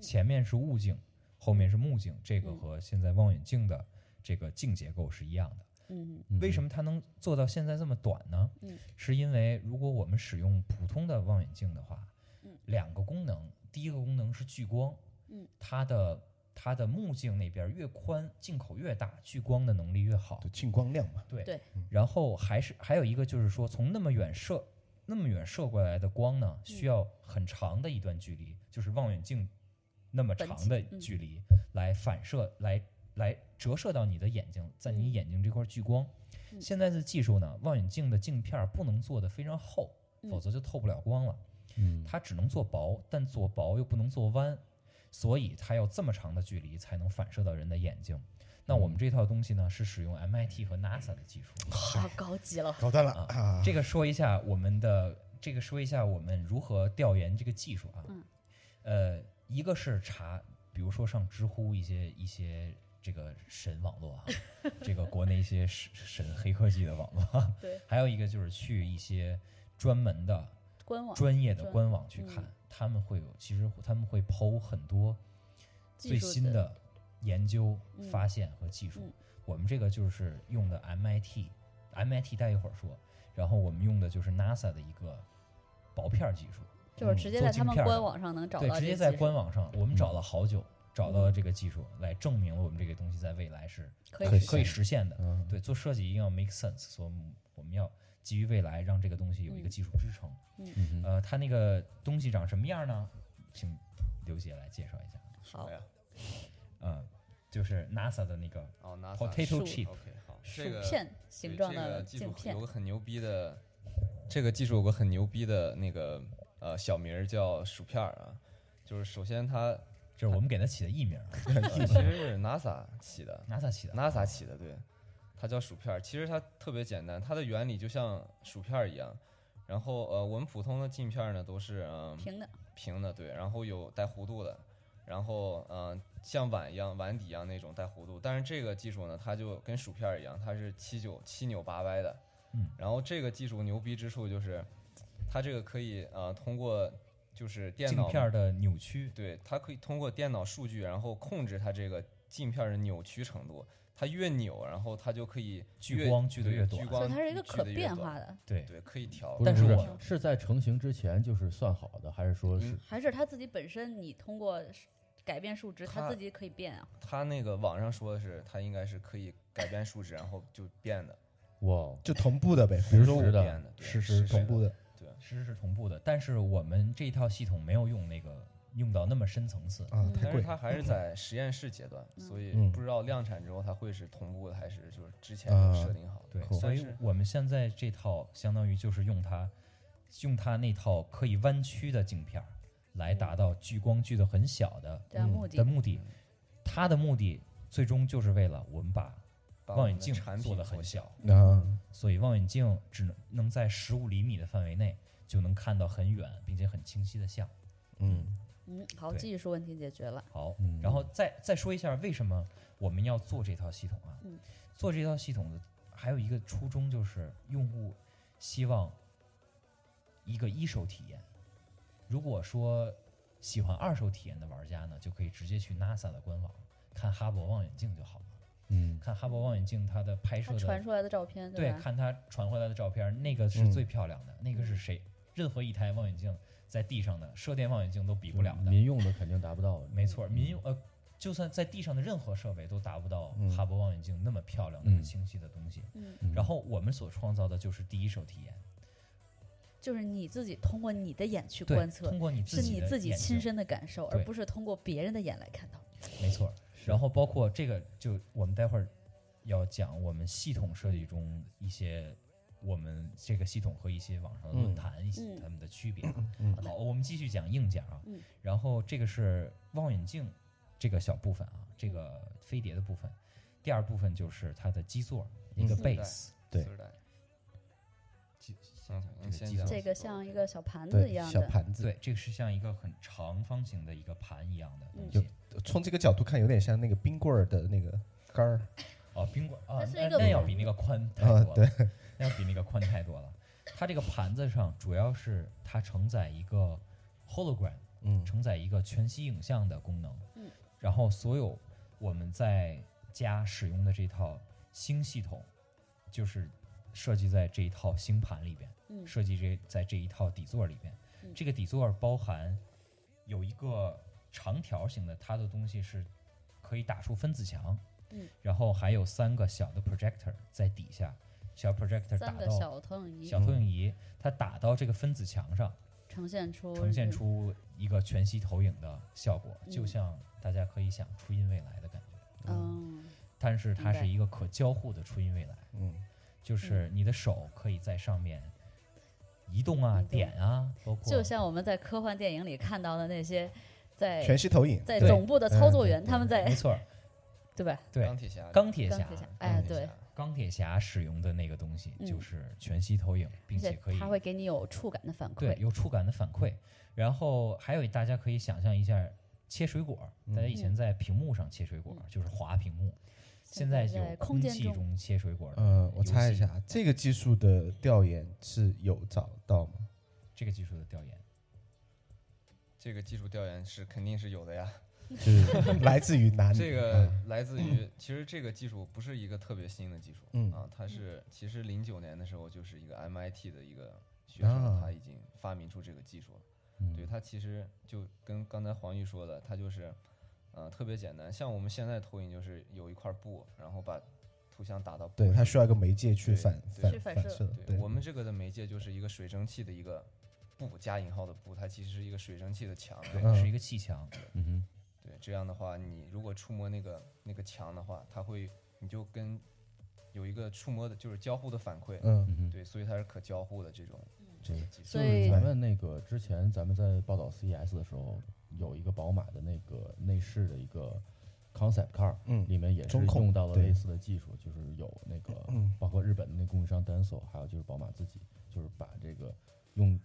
Speaker 5: 前面是物镜，后面是目镜，这个
Speaker 4: 嗯
Speaker 5: 和现在望远镜的这个镜结构是一样的。
Speaker 4: 嗯，
Speaker 5: 为什么它能做到现在这么短呢？
Speaker 4: 嗯
Speaker 5: 是因为如果我们使用普通的望远镜的话，
Speaker 4: 嗯
Speaker 5: 两个功能，第一个功能是聚光，
Speaker 4: 嗯
Speaker 5: 它的它的目镜那边越宽，进口越大，聚光的能力越好
Speaker 2: 对，进光量嘛，
Speaker 5: 对
Speaker 4: 对
Speaker 5: 然后还是还有一个就是说，从那么远射那么远射过来的光呢，
Speaker 4: 嗯
Speaker 5: 需要很长的一段距离，就是望远镜那么
Speaker 4: 本
Speaker 5: 长
Speaker 4: 体
Speaker 5: 的
Speaker 4: 嗯
Speaker 5: 距离来反射，来来折射到你的眼睛，在你
Speaker 4: 嗯
Speaker 5: 眼睛这块聚光。
Speaker 4: 嗯
Speaker 5: 现在的技术呢，望远镜的镜片儿不能做得非常厚，否
Speaker 4: 嗯
Speaker 5: 则就透不了光了。
Speaker 2: 嗯，
Speaker 5: 它只能做薄，但做薄又不能做弯，所以它要这么长的距离才能反射到人的眼睛。那我们这套东西呢，是使用 MIT 和 NASA 的技术。
Speaker 4: 好高级了。
Speaker 2: 高端了
Speaker 5: 啊
Speaker 2: 啊！
Speaker 5: 这个说一下我们的，这个说一下我们如何调研这个技术啊。
Speaker 4: 嗯
Speaker 5: 呃，一个是查，比如说上知乎一些一些这个神网络
Speaker 4: *laughs*
Speaker 5: 啊，这个国内一些神神黑科技的网络啊。
Speaker 4: 对
Speaker 5: 还有一个就是去一些专门的
Speaker 4: 官网
Speaker 5: 专业的
Speaker 4: 专
Speaker 5: 官网去看，
Speaker 4: 嗯
Speaker 5: 他们会有，其实他们会剖很多
Speaker 4: 技
Speaker 5: 最
Speaker 4: 术
Speaker 5: 新的研究
Speaker 4: 嗯
Speaker 5: 发现和技术。
Speaker 4: 嗯
Speaker 5: 我们这个就是用的 MIT，MIT 待一会儿说，然后我们用的就是 NASA 的一个薄片儿技术，
Speaker 4: 就是直接
Speaker 5: 嗯
Speaker 4: 在
Speaker 5: 做
Speaker 4: 他
Speaker 5: 镜
Speaker 4: 们
Speaker 5: 片儿
Speaker 4: 官
Speaker 5: 的
Speaker 4: 网上能找
Speaker 5: 对，
Speaker 4: 到这个技术，嗯
Speaker 5: 直接在官网上，我们找了好久，找到了这个技术，来证明了我们这个东西在未来是
Speaker 4: 可
Speaker 2: 可
Speaker 4: 以
Speaker 2: 以
Speaker 4: 试
Speaker 5: 可以实现的。
Speaker 2: 嗯，
Speaker 5: 对，做设计一定要 make sense，所以我们要基于未来让这个东西有一个
Speaker 4: 嗯
Speaker 5: 技术支撑。
Speaker 2: 嗯哼
Speaker 5: 呃，它那个东西长什么样呢？请刘姐来介绍一下。
Speaker 4: 好
Speaker 6: 哎呀，
Speaker 5: 嗯，就是 NASA 的那个
Speaker 6: 哦，NASA
Speaker 5: potato
Speaker 4: 树
Speaker 5: chip，
Speaker 6: OK，好，
Speaker 4: 薯
Speaker 6: 这个
Speaker 4: 片
Speaker 6: 对
Speaker 4: 形状
Speaker 6: 这个
Speaker 4: 的
Speaker 6: 技术
Speaker 4: 镜片
Speaker 6: 有，个很牛逼的，这个技术有个很牛逼的那个呃小名儿叫薯片儿啊，就是首先它呃
Speaker 5: 这是我们给它起的艺
Speaker 6: *laughs*
Speaker 5: 名儿
Speaker 6: 其实是 NASA 起的
Speaker 5: ，NASA 起的。
Speaker 6: ，NASA 起的，对，它叫薯片儿。其实它特别简单，它的原理就像薯片儿一样。然后呃，我们普通的镜片儿呢都是嗯、
Speaker 4: 平的，
Speaker 6: 平的，对，然后有带弧度的，然后嗯、呃像碗一样碗底一样那种带弧度，但是这个技术呢，它就跟薯片儿一样，它是七九七扭八歪的，
Speaker 5: 嗯，
Speaker 6: 然后这个技术牛逼之处就是，它这个可以呃通过就是电
Speaker 5: 镜
Speaker 6: 脑
Speaker 5: 片儿的扭曲，
Speaker 6: 对，它可以通过电脑数据，然后控制它这个镜片儿的扭曲程度。它越扭，然后它就可以
Speaker 5: 聚
Speaker 6: 越
Speaker 5: 光聚得
Speaker 6: 对
Speaker 5: 越
Speaker 6: 聚
Speaker 5: 短
Speaker 4: 所
Speaker 6: 光
Speaker 4: 以它是一个
Speaker 6: 聚
Speaker 4: 可
Speaker 6: 得越
Speaker 4: 变
Speaker 6: 短
Speaker 4: 化，的，
Speaker 5: 对，
Speaker 6: 对，可以调。
Speaker 5: 但是
Speaker 4: 是
Speaker 5: 我
Speaker 7: 是在成型之前就是算好的，还是说是
Speaker 6: 嗯
Speaker 4: 还是它自己本身你通过改变数值，它
Speaker 6: 它
Speaker 4: 自己可以变啊。
Speaker 6: 它那个网上说的是，它应该是可以改变数值，然后就变的，
Speaker 7: 哇？哦
Speaker 2: 就同步的呗，比如说
Speaker 7: 实
Speaker 2: 我
Speaker 7: 时的
Speaker 6: 变的，对
Speaker 2: 实
Speaker 6: 实
Speaker 2: 时
Speaker 6: 时
Speaker 2: 同步
Speaker 6: 的。
Speaker 2: 的，
Speaker 5: 其实是同步的，但是我们这一套系统没有用那个用到那么深层次。
Speaker 2: 啊，太
Speaker 6: 但是
Speaker 2: 贵
Speaker 6: 它还是在实验室阶段，所以
Speaker 2: 嗯
Speaker 6: 不知道量产之后它会是同步的，还是就是之前
Speaker 2: 啊
Speaker 6: 就设定好的。
Speaker 5: 对，
Speaker 2: Cool
Speaker 5: 所以
Speaker 6: 但是
Speaker 5: 我们现在这套相当于就是用它，用它那套可以弯曲的镜片儿来达到聚光聚得很小的
Speaker 4: 这样啊目的
Speaker 5: 的嗯目的。它的目的最终就是为了我们把
Speaker 6: 把我
Speaker 5: 望
Speaker 6: 们
Speaker 5: 远
Speaker 6: 的
Speaker 5: 镜
Speaker 6: 产品
Speaker 5: 做得很
Speaker 6: 做
Speaker 5: 小，
Speaker 2: 啊，
Speaker 5: 所以望远镜只能能在十五厘米的范围内就能看到很远并且很清晰的像。
Speaker 2: 嗯，
Speaker 4: 嗯，好，
Speaker 5: 对
Speaker 4: 技术问题解决了。
Speaker 5: 好，
Speaker 7: 嗯
Speaker 5: 然后再再说一下为什么我们要做这套系统啊？
Speaker 4: 嗯
Speaker 5: 做这套系统的还有一个初衷就是用户希望一个一手体验。如果说喜欢二手体验的玩家呢，就可以直接去 NASA 的官网看哈勃望远镜就好了。
Speaker 7: 嗯，
Speaker 5: 看哈勃望远镜它的拍摄
Speaker 4: 他
Speaker 5: 的
Speaker 4: 传出来的照片，
Speaker 5: 对，
Speaker 4: 吧？
Speaker 5: 看它传回来的照片儿，那个是
Speaker 7: 嗯
Speaker 5: 最漂亮的，那个是谁？任何一台望远镜在地上的射电望远镜都比不了的。
Speaker 7: 嗯民用的肯定达不到。
Speaker 5: 没错，民用呃，就算在地上的任何设备都达不到
Speaker 7: 嗯
Speaker 5: 哈勃望远镜那么漂亮、
Speaker 7: 嗯
Speaker 5: 那么清晰的东西。
Speaker 4: 嗯，
Speaker 7: 嗯
Speaker 5: 然后我们所创造的就是第一手体验，
Speaker 4: 就是你自己通过你的眼去
Speaker 5: 对
Speaker 4: 观，测，
Speaker 5: 通过你
Speaker 4: 是
Speaker 5: 自己
Speaker 4: 你
Speaker 5: 的
Speaker 4: 自己
Speaker 5: 眼
Speaker 4: 亲
Speaker 5: 睛，
Speaker 4: 身的感受，
Speaker 5: 对嗯
Speaker 4: 而不是通过别人的眼来看到。
Speaker 5: 没错。然后包括这个，就我们待会儿要讲我们系统设计中一些我们这个系统和一些网上的
Speaker 2: 嗯
Speaker 5: 论坛一些
Speaker 4: 嗯
Speaker 5: 它们的区别啊。
Speaker 2: 嗯
Speaker 4: 好的
Speaker 5: 好，我们继续讲硬件啊。
Speaker 4: 嗯
Speaker 5: 然后这个是望远镜这个小部分啊，这个飞碟的部分。第二部分就是它的基座，一个
Speaker 4: 嗯
Speaker 5: base，、
Speaker 2: 对
Speaker 6: 四十代，
Speaker 5: 基
Speaker 6: 嗯，
Speaker 5: 这个
Speaker 6: 先
Speaker 5: 基
Speaker 6: 讲
Speaker 5: 座
Speaker 4: 这个像一个小盘子一
Speaker 2: 对，
Speaker 4: 样
Speaker 2: 小
Speaker 4: 的，
Speaker 2: 盘子，
Speaker 5: 对，这个是像一个很长方形的一个盘一样的东
Speaker 2: 嗯
Speaker 5: 西。
Speaker 2: 从这个角度看有点像那个冰棍儿的那个杆儿，
Speaker 5: 哦，宾馆啊
Speaker 4: 它，是
Speaker 5: 那
Speaker 4: 一个
Speaker 5: 那要
Speaker 4: 盘
Speaker 5: 比那个宽太
Speaker 2: 啊
Speaker 5: 多了，那要比那个宽太多了。它这个盘子上主要是它承载一个 hologram，
Speaker 2: 嗯
Speaker 5: 承载一个全息影像的功能。
Speaker 4: 嗯，
Speaker 5: 然后所有我们在家使用的这套星系统，就是设计在这一套星盘里边，
Speaker 4: 嗯
Speaker 5: 设计这在这一套底座里边。
Speaker 4: 嗯
Speaker 5: 这个底座包含有一个长条形的，它的东西是可以打出分子墙。
Speaker 4: 嗯，
Speaker 5: 然后还有三个小的 projector 在底下，小 projector 打
Speaker 4: 三个
Speaker 5: 到
Speaker 4: 小投影仪
Speaker 5: 小投影仪，它打到这个分子墙上。
Speaker 4: 呈现出
Speaker 5: 呈现
Speaker 4: 人
Speaker 5: 出一个全息投影的效果，
Speaker 4: 嗯
Speaker 5: 就像大家可以想初音未来的感觉，
Speaker 4: 嗯
Speaker 5: 但是它
Speaker 4: 明白
Speaker 5: 是一个可交互的初音未来，
Speaker 2: 嗯，
Speaker 5: 就是你的手可以在上面移动
Speaker 4: 移、
Speaker 5: 啊
Speaker 4: 动
Speaker 5: 点啊，包括
Speaker 4: 就像我们在科幻电影里看到的那些在
Speaker 2: 全息投影，
Speaker 4: 在
Speaker 5: 对
Speaker 4: 总部的操作员，
Speaker 2: 嗯
Speaker 4: 他们
Speaker 5: 没
Speaker 4: 在
Speaker 5: 错，
Speaker 4: 对吧？
Speaker 5: 对
Speaker 6: 钢铁侠，
Speaker 5: 钢铁
Speaker 4: 钢
Speaker 5: 侠
Speaker 4: 铁侠，
Speaker 6: 钢
Speaker 4: 哎
Speaker 6: 铁
Speaker 4: 对
Speaker 6: 侠，
Speaker 5: 钢铁侠使用的那个东西
Speaker 4: 嗯
Speaker 5: 就是全息投影，并
Speaker 4: 而
Speaker 5: 且
Speaker 4: 且
Speaker 5: 可以
Speaker 4: 它会给你有触感的反
Speaker 5: 对
Speaker 4: 馈，
Speaker 5: 有触感的反馈。然后还有大家可以想象一下切水果，大家以前在屏幕上切水果
Speaker 4: 嗯
Speaker 5: 就是滑屏幕，现
Speaker 4: 现在在
Speaker 5: 有
Speaker 4: 空
Speaker 5: 空
Speaker 4: 间
Speaker 5: 气
Speaker 4: 中
Speaker 5: 中切水果的
Speaker 2: 呃，我
Speaker 5: 游
Speaker 2: 猜一
Speaker 5: 戏
Speaker 2: 下，这个技术的调研是有找到吗？ *laughs*
Speaker 5: 这个技术的调研。
Speaker 6: 这个技术调研是肯定是有的呀。
Speaker 2: 就是来自于哪里？
Speaker 6: 这个来自于，其实这个技术不是一个特别新的技术，
Speaker 2: 嗯
Speaker 6: 啊，它是其实零九年的时候就是一个 MIT 的一个学
Speaker 2: 啊
Speaker 6: 生，他已经发明出这个技术了。对，它其实就跟刚才黄玉说的，它就是，呃，特别简单。像我们现在投影就是有一块布，然后把图像打到布
Speaker 2: 对，它
Speaker 6: 上
Speaker 2: 需要一个媒介去
Speaker 6: 对
Speaker 2: 反
Speaker 6: 对
Speaker 2: 反
Speaker 4: 去反
Speaker 2: 反
Speaker 4: 射
Speaker 2: 射。
Speaker 6: 对
Speaker 2: 对，
Speaker 6: 我们这个的媒介就是一个水蒸气的一个布加引号的布，它其实是一个水蒸气的墙。
Speaker 5: 对，
Speaker 2: 嗯
Speaker 5: 是一个气墙。
Speaker 7: 嗯哼，
Speaker 6: 对，这样的话，你如果触摸那个那个墙的话，它会你就跟有一个触摸的，就是交互的反馈。
Speaker 2: 嗯
Speaker 7: 嗯哼，
Speaker 6: 对，所以它是可交互的这种这个技术。
Speaker 4: 所
Speaker 7: 就是
Speaker 4: 以
Speaker 7: 咱们那个之前咱们在报道 CES 的时候，有一个宝马的那个内饰的一个 concept car，
Speaker 2: 嗯
Speaker 7: 里面也是
Speaker 2: 中控
Speaker 7: 用到了
Speaker 2: 对
Speaker 7: 类似的技术，就是有那个
Speaker 2: 嗯
Speaker 7: 包括日本的那供应商 Denso，还有就是宝马自己，就是把这个用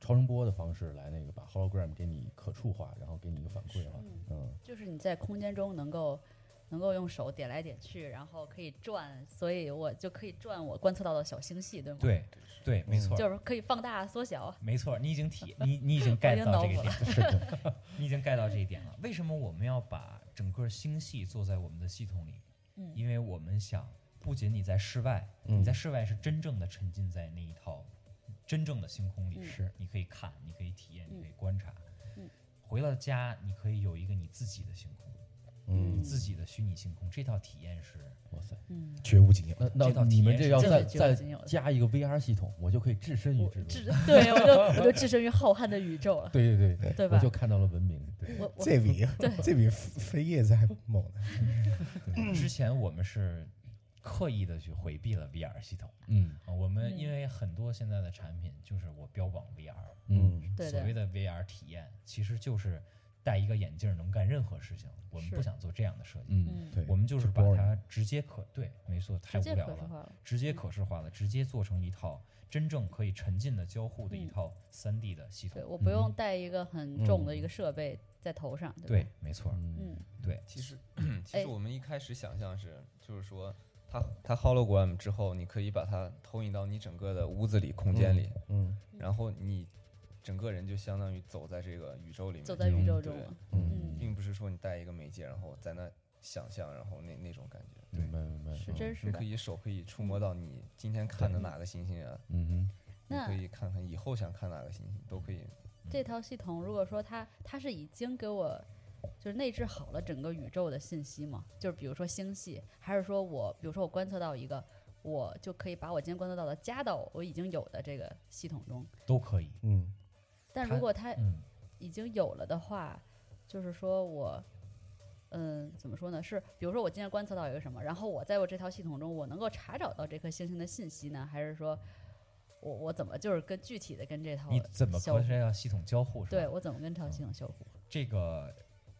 Speaker 7: 超声波的方式来那个把 hologram 给你可触化，然后给你一个反馈哈，嗯，
Speaker 4: 就是你在空间中能够能够用手点来点去，然后可以转，所以我就可以转我观测到的小星系，对吗？，
Speaker 5: 对对，没错，
Speaker 4: 就是可以放大缩小。
Speaker 5: 没错，你已经
Speaker 4: *laughs*
Speaker 5: 体你你已经
Speaker 4: 我已
Speaker 5: get
Speaker 4: 经
Speaker 5: 到
Speaker 4: 脑
Speaker 5: 这个
Speaker 4: 补了
Speaker 5: 点了， *laughs*
Speaker 2: 是的， *laughs*
Speaker 5: 你已经 get 到这一点了。为什么我们要把整个星系做在我们的系统里？
Speaker 4: 嗯
Speaker 5: 因为我们想，不仅你在室外，
Speaker 2: 嗯
Speaker 5: 你在室外是真正的沉浸在那一套真正的星空里，
Speaker 4: 嗯
Speaker 5: 是你可以看，你可以体验，
Speaker 4: 嗯
Speaker 5: 你可以观察。
Speaker 4: 嗯
Speaker 5: 回到家，你可以有一个你自己的星空，
Speaker 2: 嗯，
Speaker 5: 你自己的虚拟星空，这套体验是
Speaker 7: 哇塞，
Speaker 4: 嗯，
Speaker 2: 绝无仅有。
Speaker 7: 那
Speaker 5: 这套
Speaker 7: 那
Speaker 5: 体
Speaker 7: 你们
Speaker 5: 验
Speaker 7: 这
Speaker 5: 是
Speaker 7: 要
Speaker 4: 真
Speaker 7: 再
Speaker 4: 的绝无
Speaker 7: 再
Speaker 4: 仅有的
Speaker 7: 加一个 VR 系统，我就可以置身于
Speaker 4: 我
Speaker 7: 之中，
Speaker 4: *laughs* 置对我就我就置身于浩瀚的宇宙了，
Speaker 7: 对对对，
Speaker 4: 对
Speaker 7: 我
Speaker 4: 吧
Speaker 7: 就？看到了文明，对。
Speaker 4: 我
Speaker 2: *laughs*
Speaker 4: 我
Speaker 2: 这
Speaker 4: *laughs*
Speaker 2: 比这比飞叶子还猛呢。
Speaker 5: 之前我们是刻意的去回避了 VR 系统
Speaker 7: 嗯
Speaker 5: 啊，我们
Speaker 4: 嗯
Speaker 5: 因为很多现在的产品就是我标榜 VR，
Speaker 7: 嗯
Speaker 4: 对
Speaker 5: 所谓
Speaker 4: 对
Speaker 5: 的 VR 体验其实就是戴一个眼镜儿能干任何事情，我们
Speaker 4: 是
Speaker 5: 不想做这样的设计。
Speaker 7: 嗯，
Speaker 4: 嗯，
Speaker 2: 对，
Speaker 5: 我们就是
Speaker 2: ，too
Speaker 5: 把
Speaker 2: boring
Speaker 5: 它直接可对，没错，太
Speaker 4: 直接
Speaker 5: 无聊
Speaker 4: 可视
Speaker 5: 了。
Speaker 4: 化嗯了，
Speaker 5: 直接可视化了，直接做成一套真正可以沉浸的交互的一
Speaker 4: 嗯
Speaker 5: 套三 D 的系统
Speaker 4: 对，。我不用带一个很重的一个设备在头上，对
Speaker 5: 对
Speaker 4: 吧？，
Speaker 5: 没错，
Speaker 4: 嗯，
Speaker 5: 对，
Speaker 4: *clears throat*
Speaker 6: 其实，其
Speaker 4: 哎
Speaker 6: 实我们一开始想象是，就是说，它它
Speaker 5: 嗯
Speaker 6: hologram 之后，你可以把它投影到你整个的屋子里、空间里，
Speaker 2: 嗯
Speaker 6: 然后你整个人就相当于走在这个宇宙里面，
Speaker 4: 走在宇宙
Speaker 6: 这
Speaker 4: 中
Speaker 6: 种
Speaker 4: 了，
Speaker 2: 嗯，
Speaker 6: 对，
Speaker 4: 嗯，
Speaker 6: 并不是说你带一个媒介，然后在那想象，然后那那种感觉，
Speaker 7: 明白明白，
Speaker 4: 是
Speaker 7: 嗯
Speaker 4: 真实
Speaker 6: 你
Speaker 4: 的
Speaker 6: 可。以手可以触摸到你今天看的哪个星星啊，
Speaker 7: 嗯哼，
Speaker 6: 你
Speaker 4: 那
Speaker 6: 可以看看以后想看哪个星星都可以，
Speaker 4: 这套系统如果说它它是已经给我就是内置好了整个宇宙的信息嘛，就是比如说星系，还是说我比如说我观测到一个，我就可以把我今天观测到的加到我已经有的这个系统中。
Speaker 5: 都可以。
Speaker 2: 嗯，
Speaker 4: 但
Speaker 5: 它
Speaker 4: 如果它
Speaker 5: 嗯，
Speaker 4: 已经有了的话，就是说我，嗯，怎么说呢？是比如说我今天观测到一个什么，然后我在我这套系统中，我能够查找到这颗星星的信息呢，还是说我我怎么就是跟具体的跟这套
Speaker 5: 你怎么
Speaker 4: 交
Speaker 5: 和嗯
Speaker 4: 互？
Speaker 5: 这套系统交互？是吧
Speaker 4: 对我怎么跟这套系统交互
Speaker 5: 这个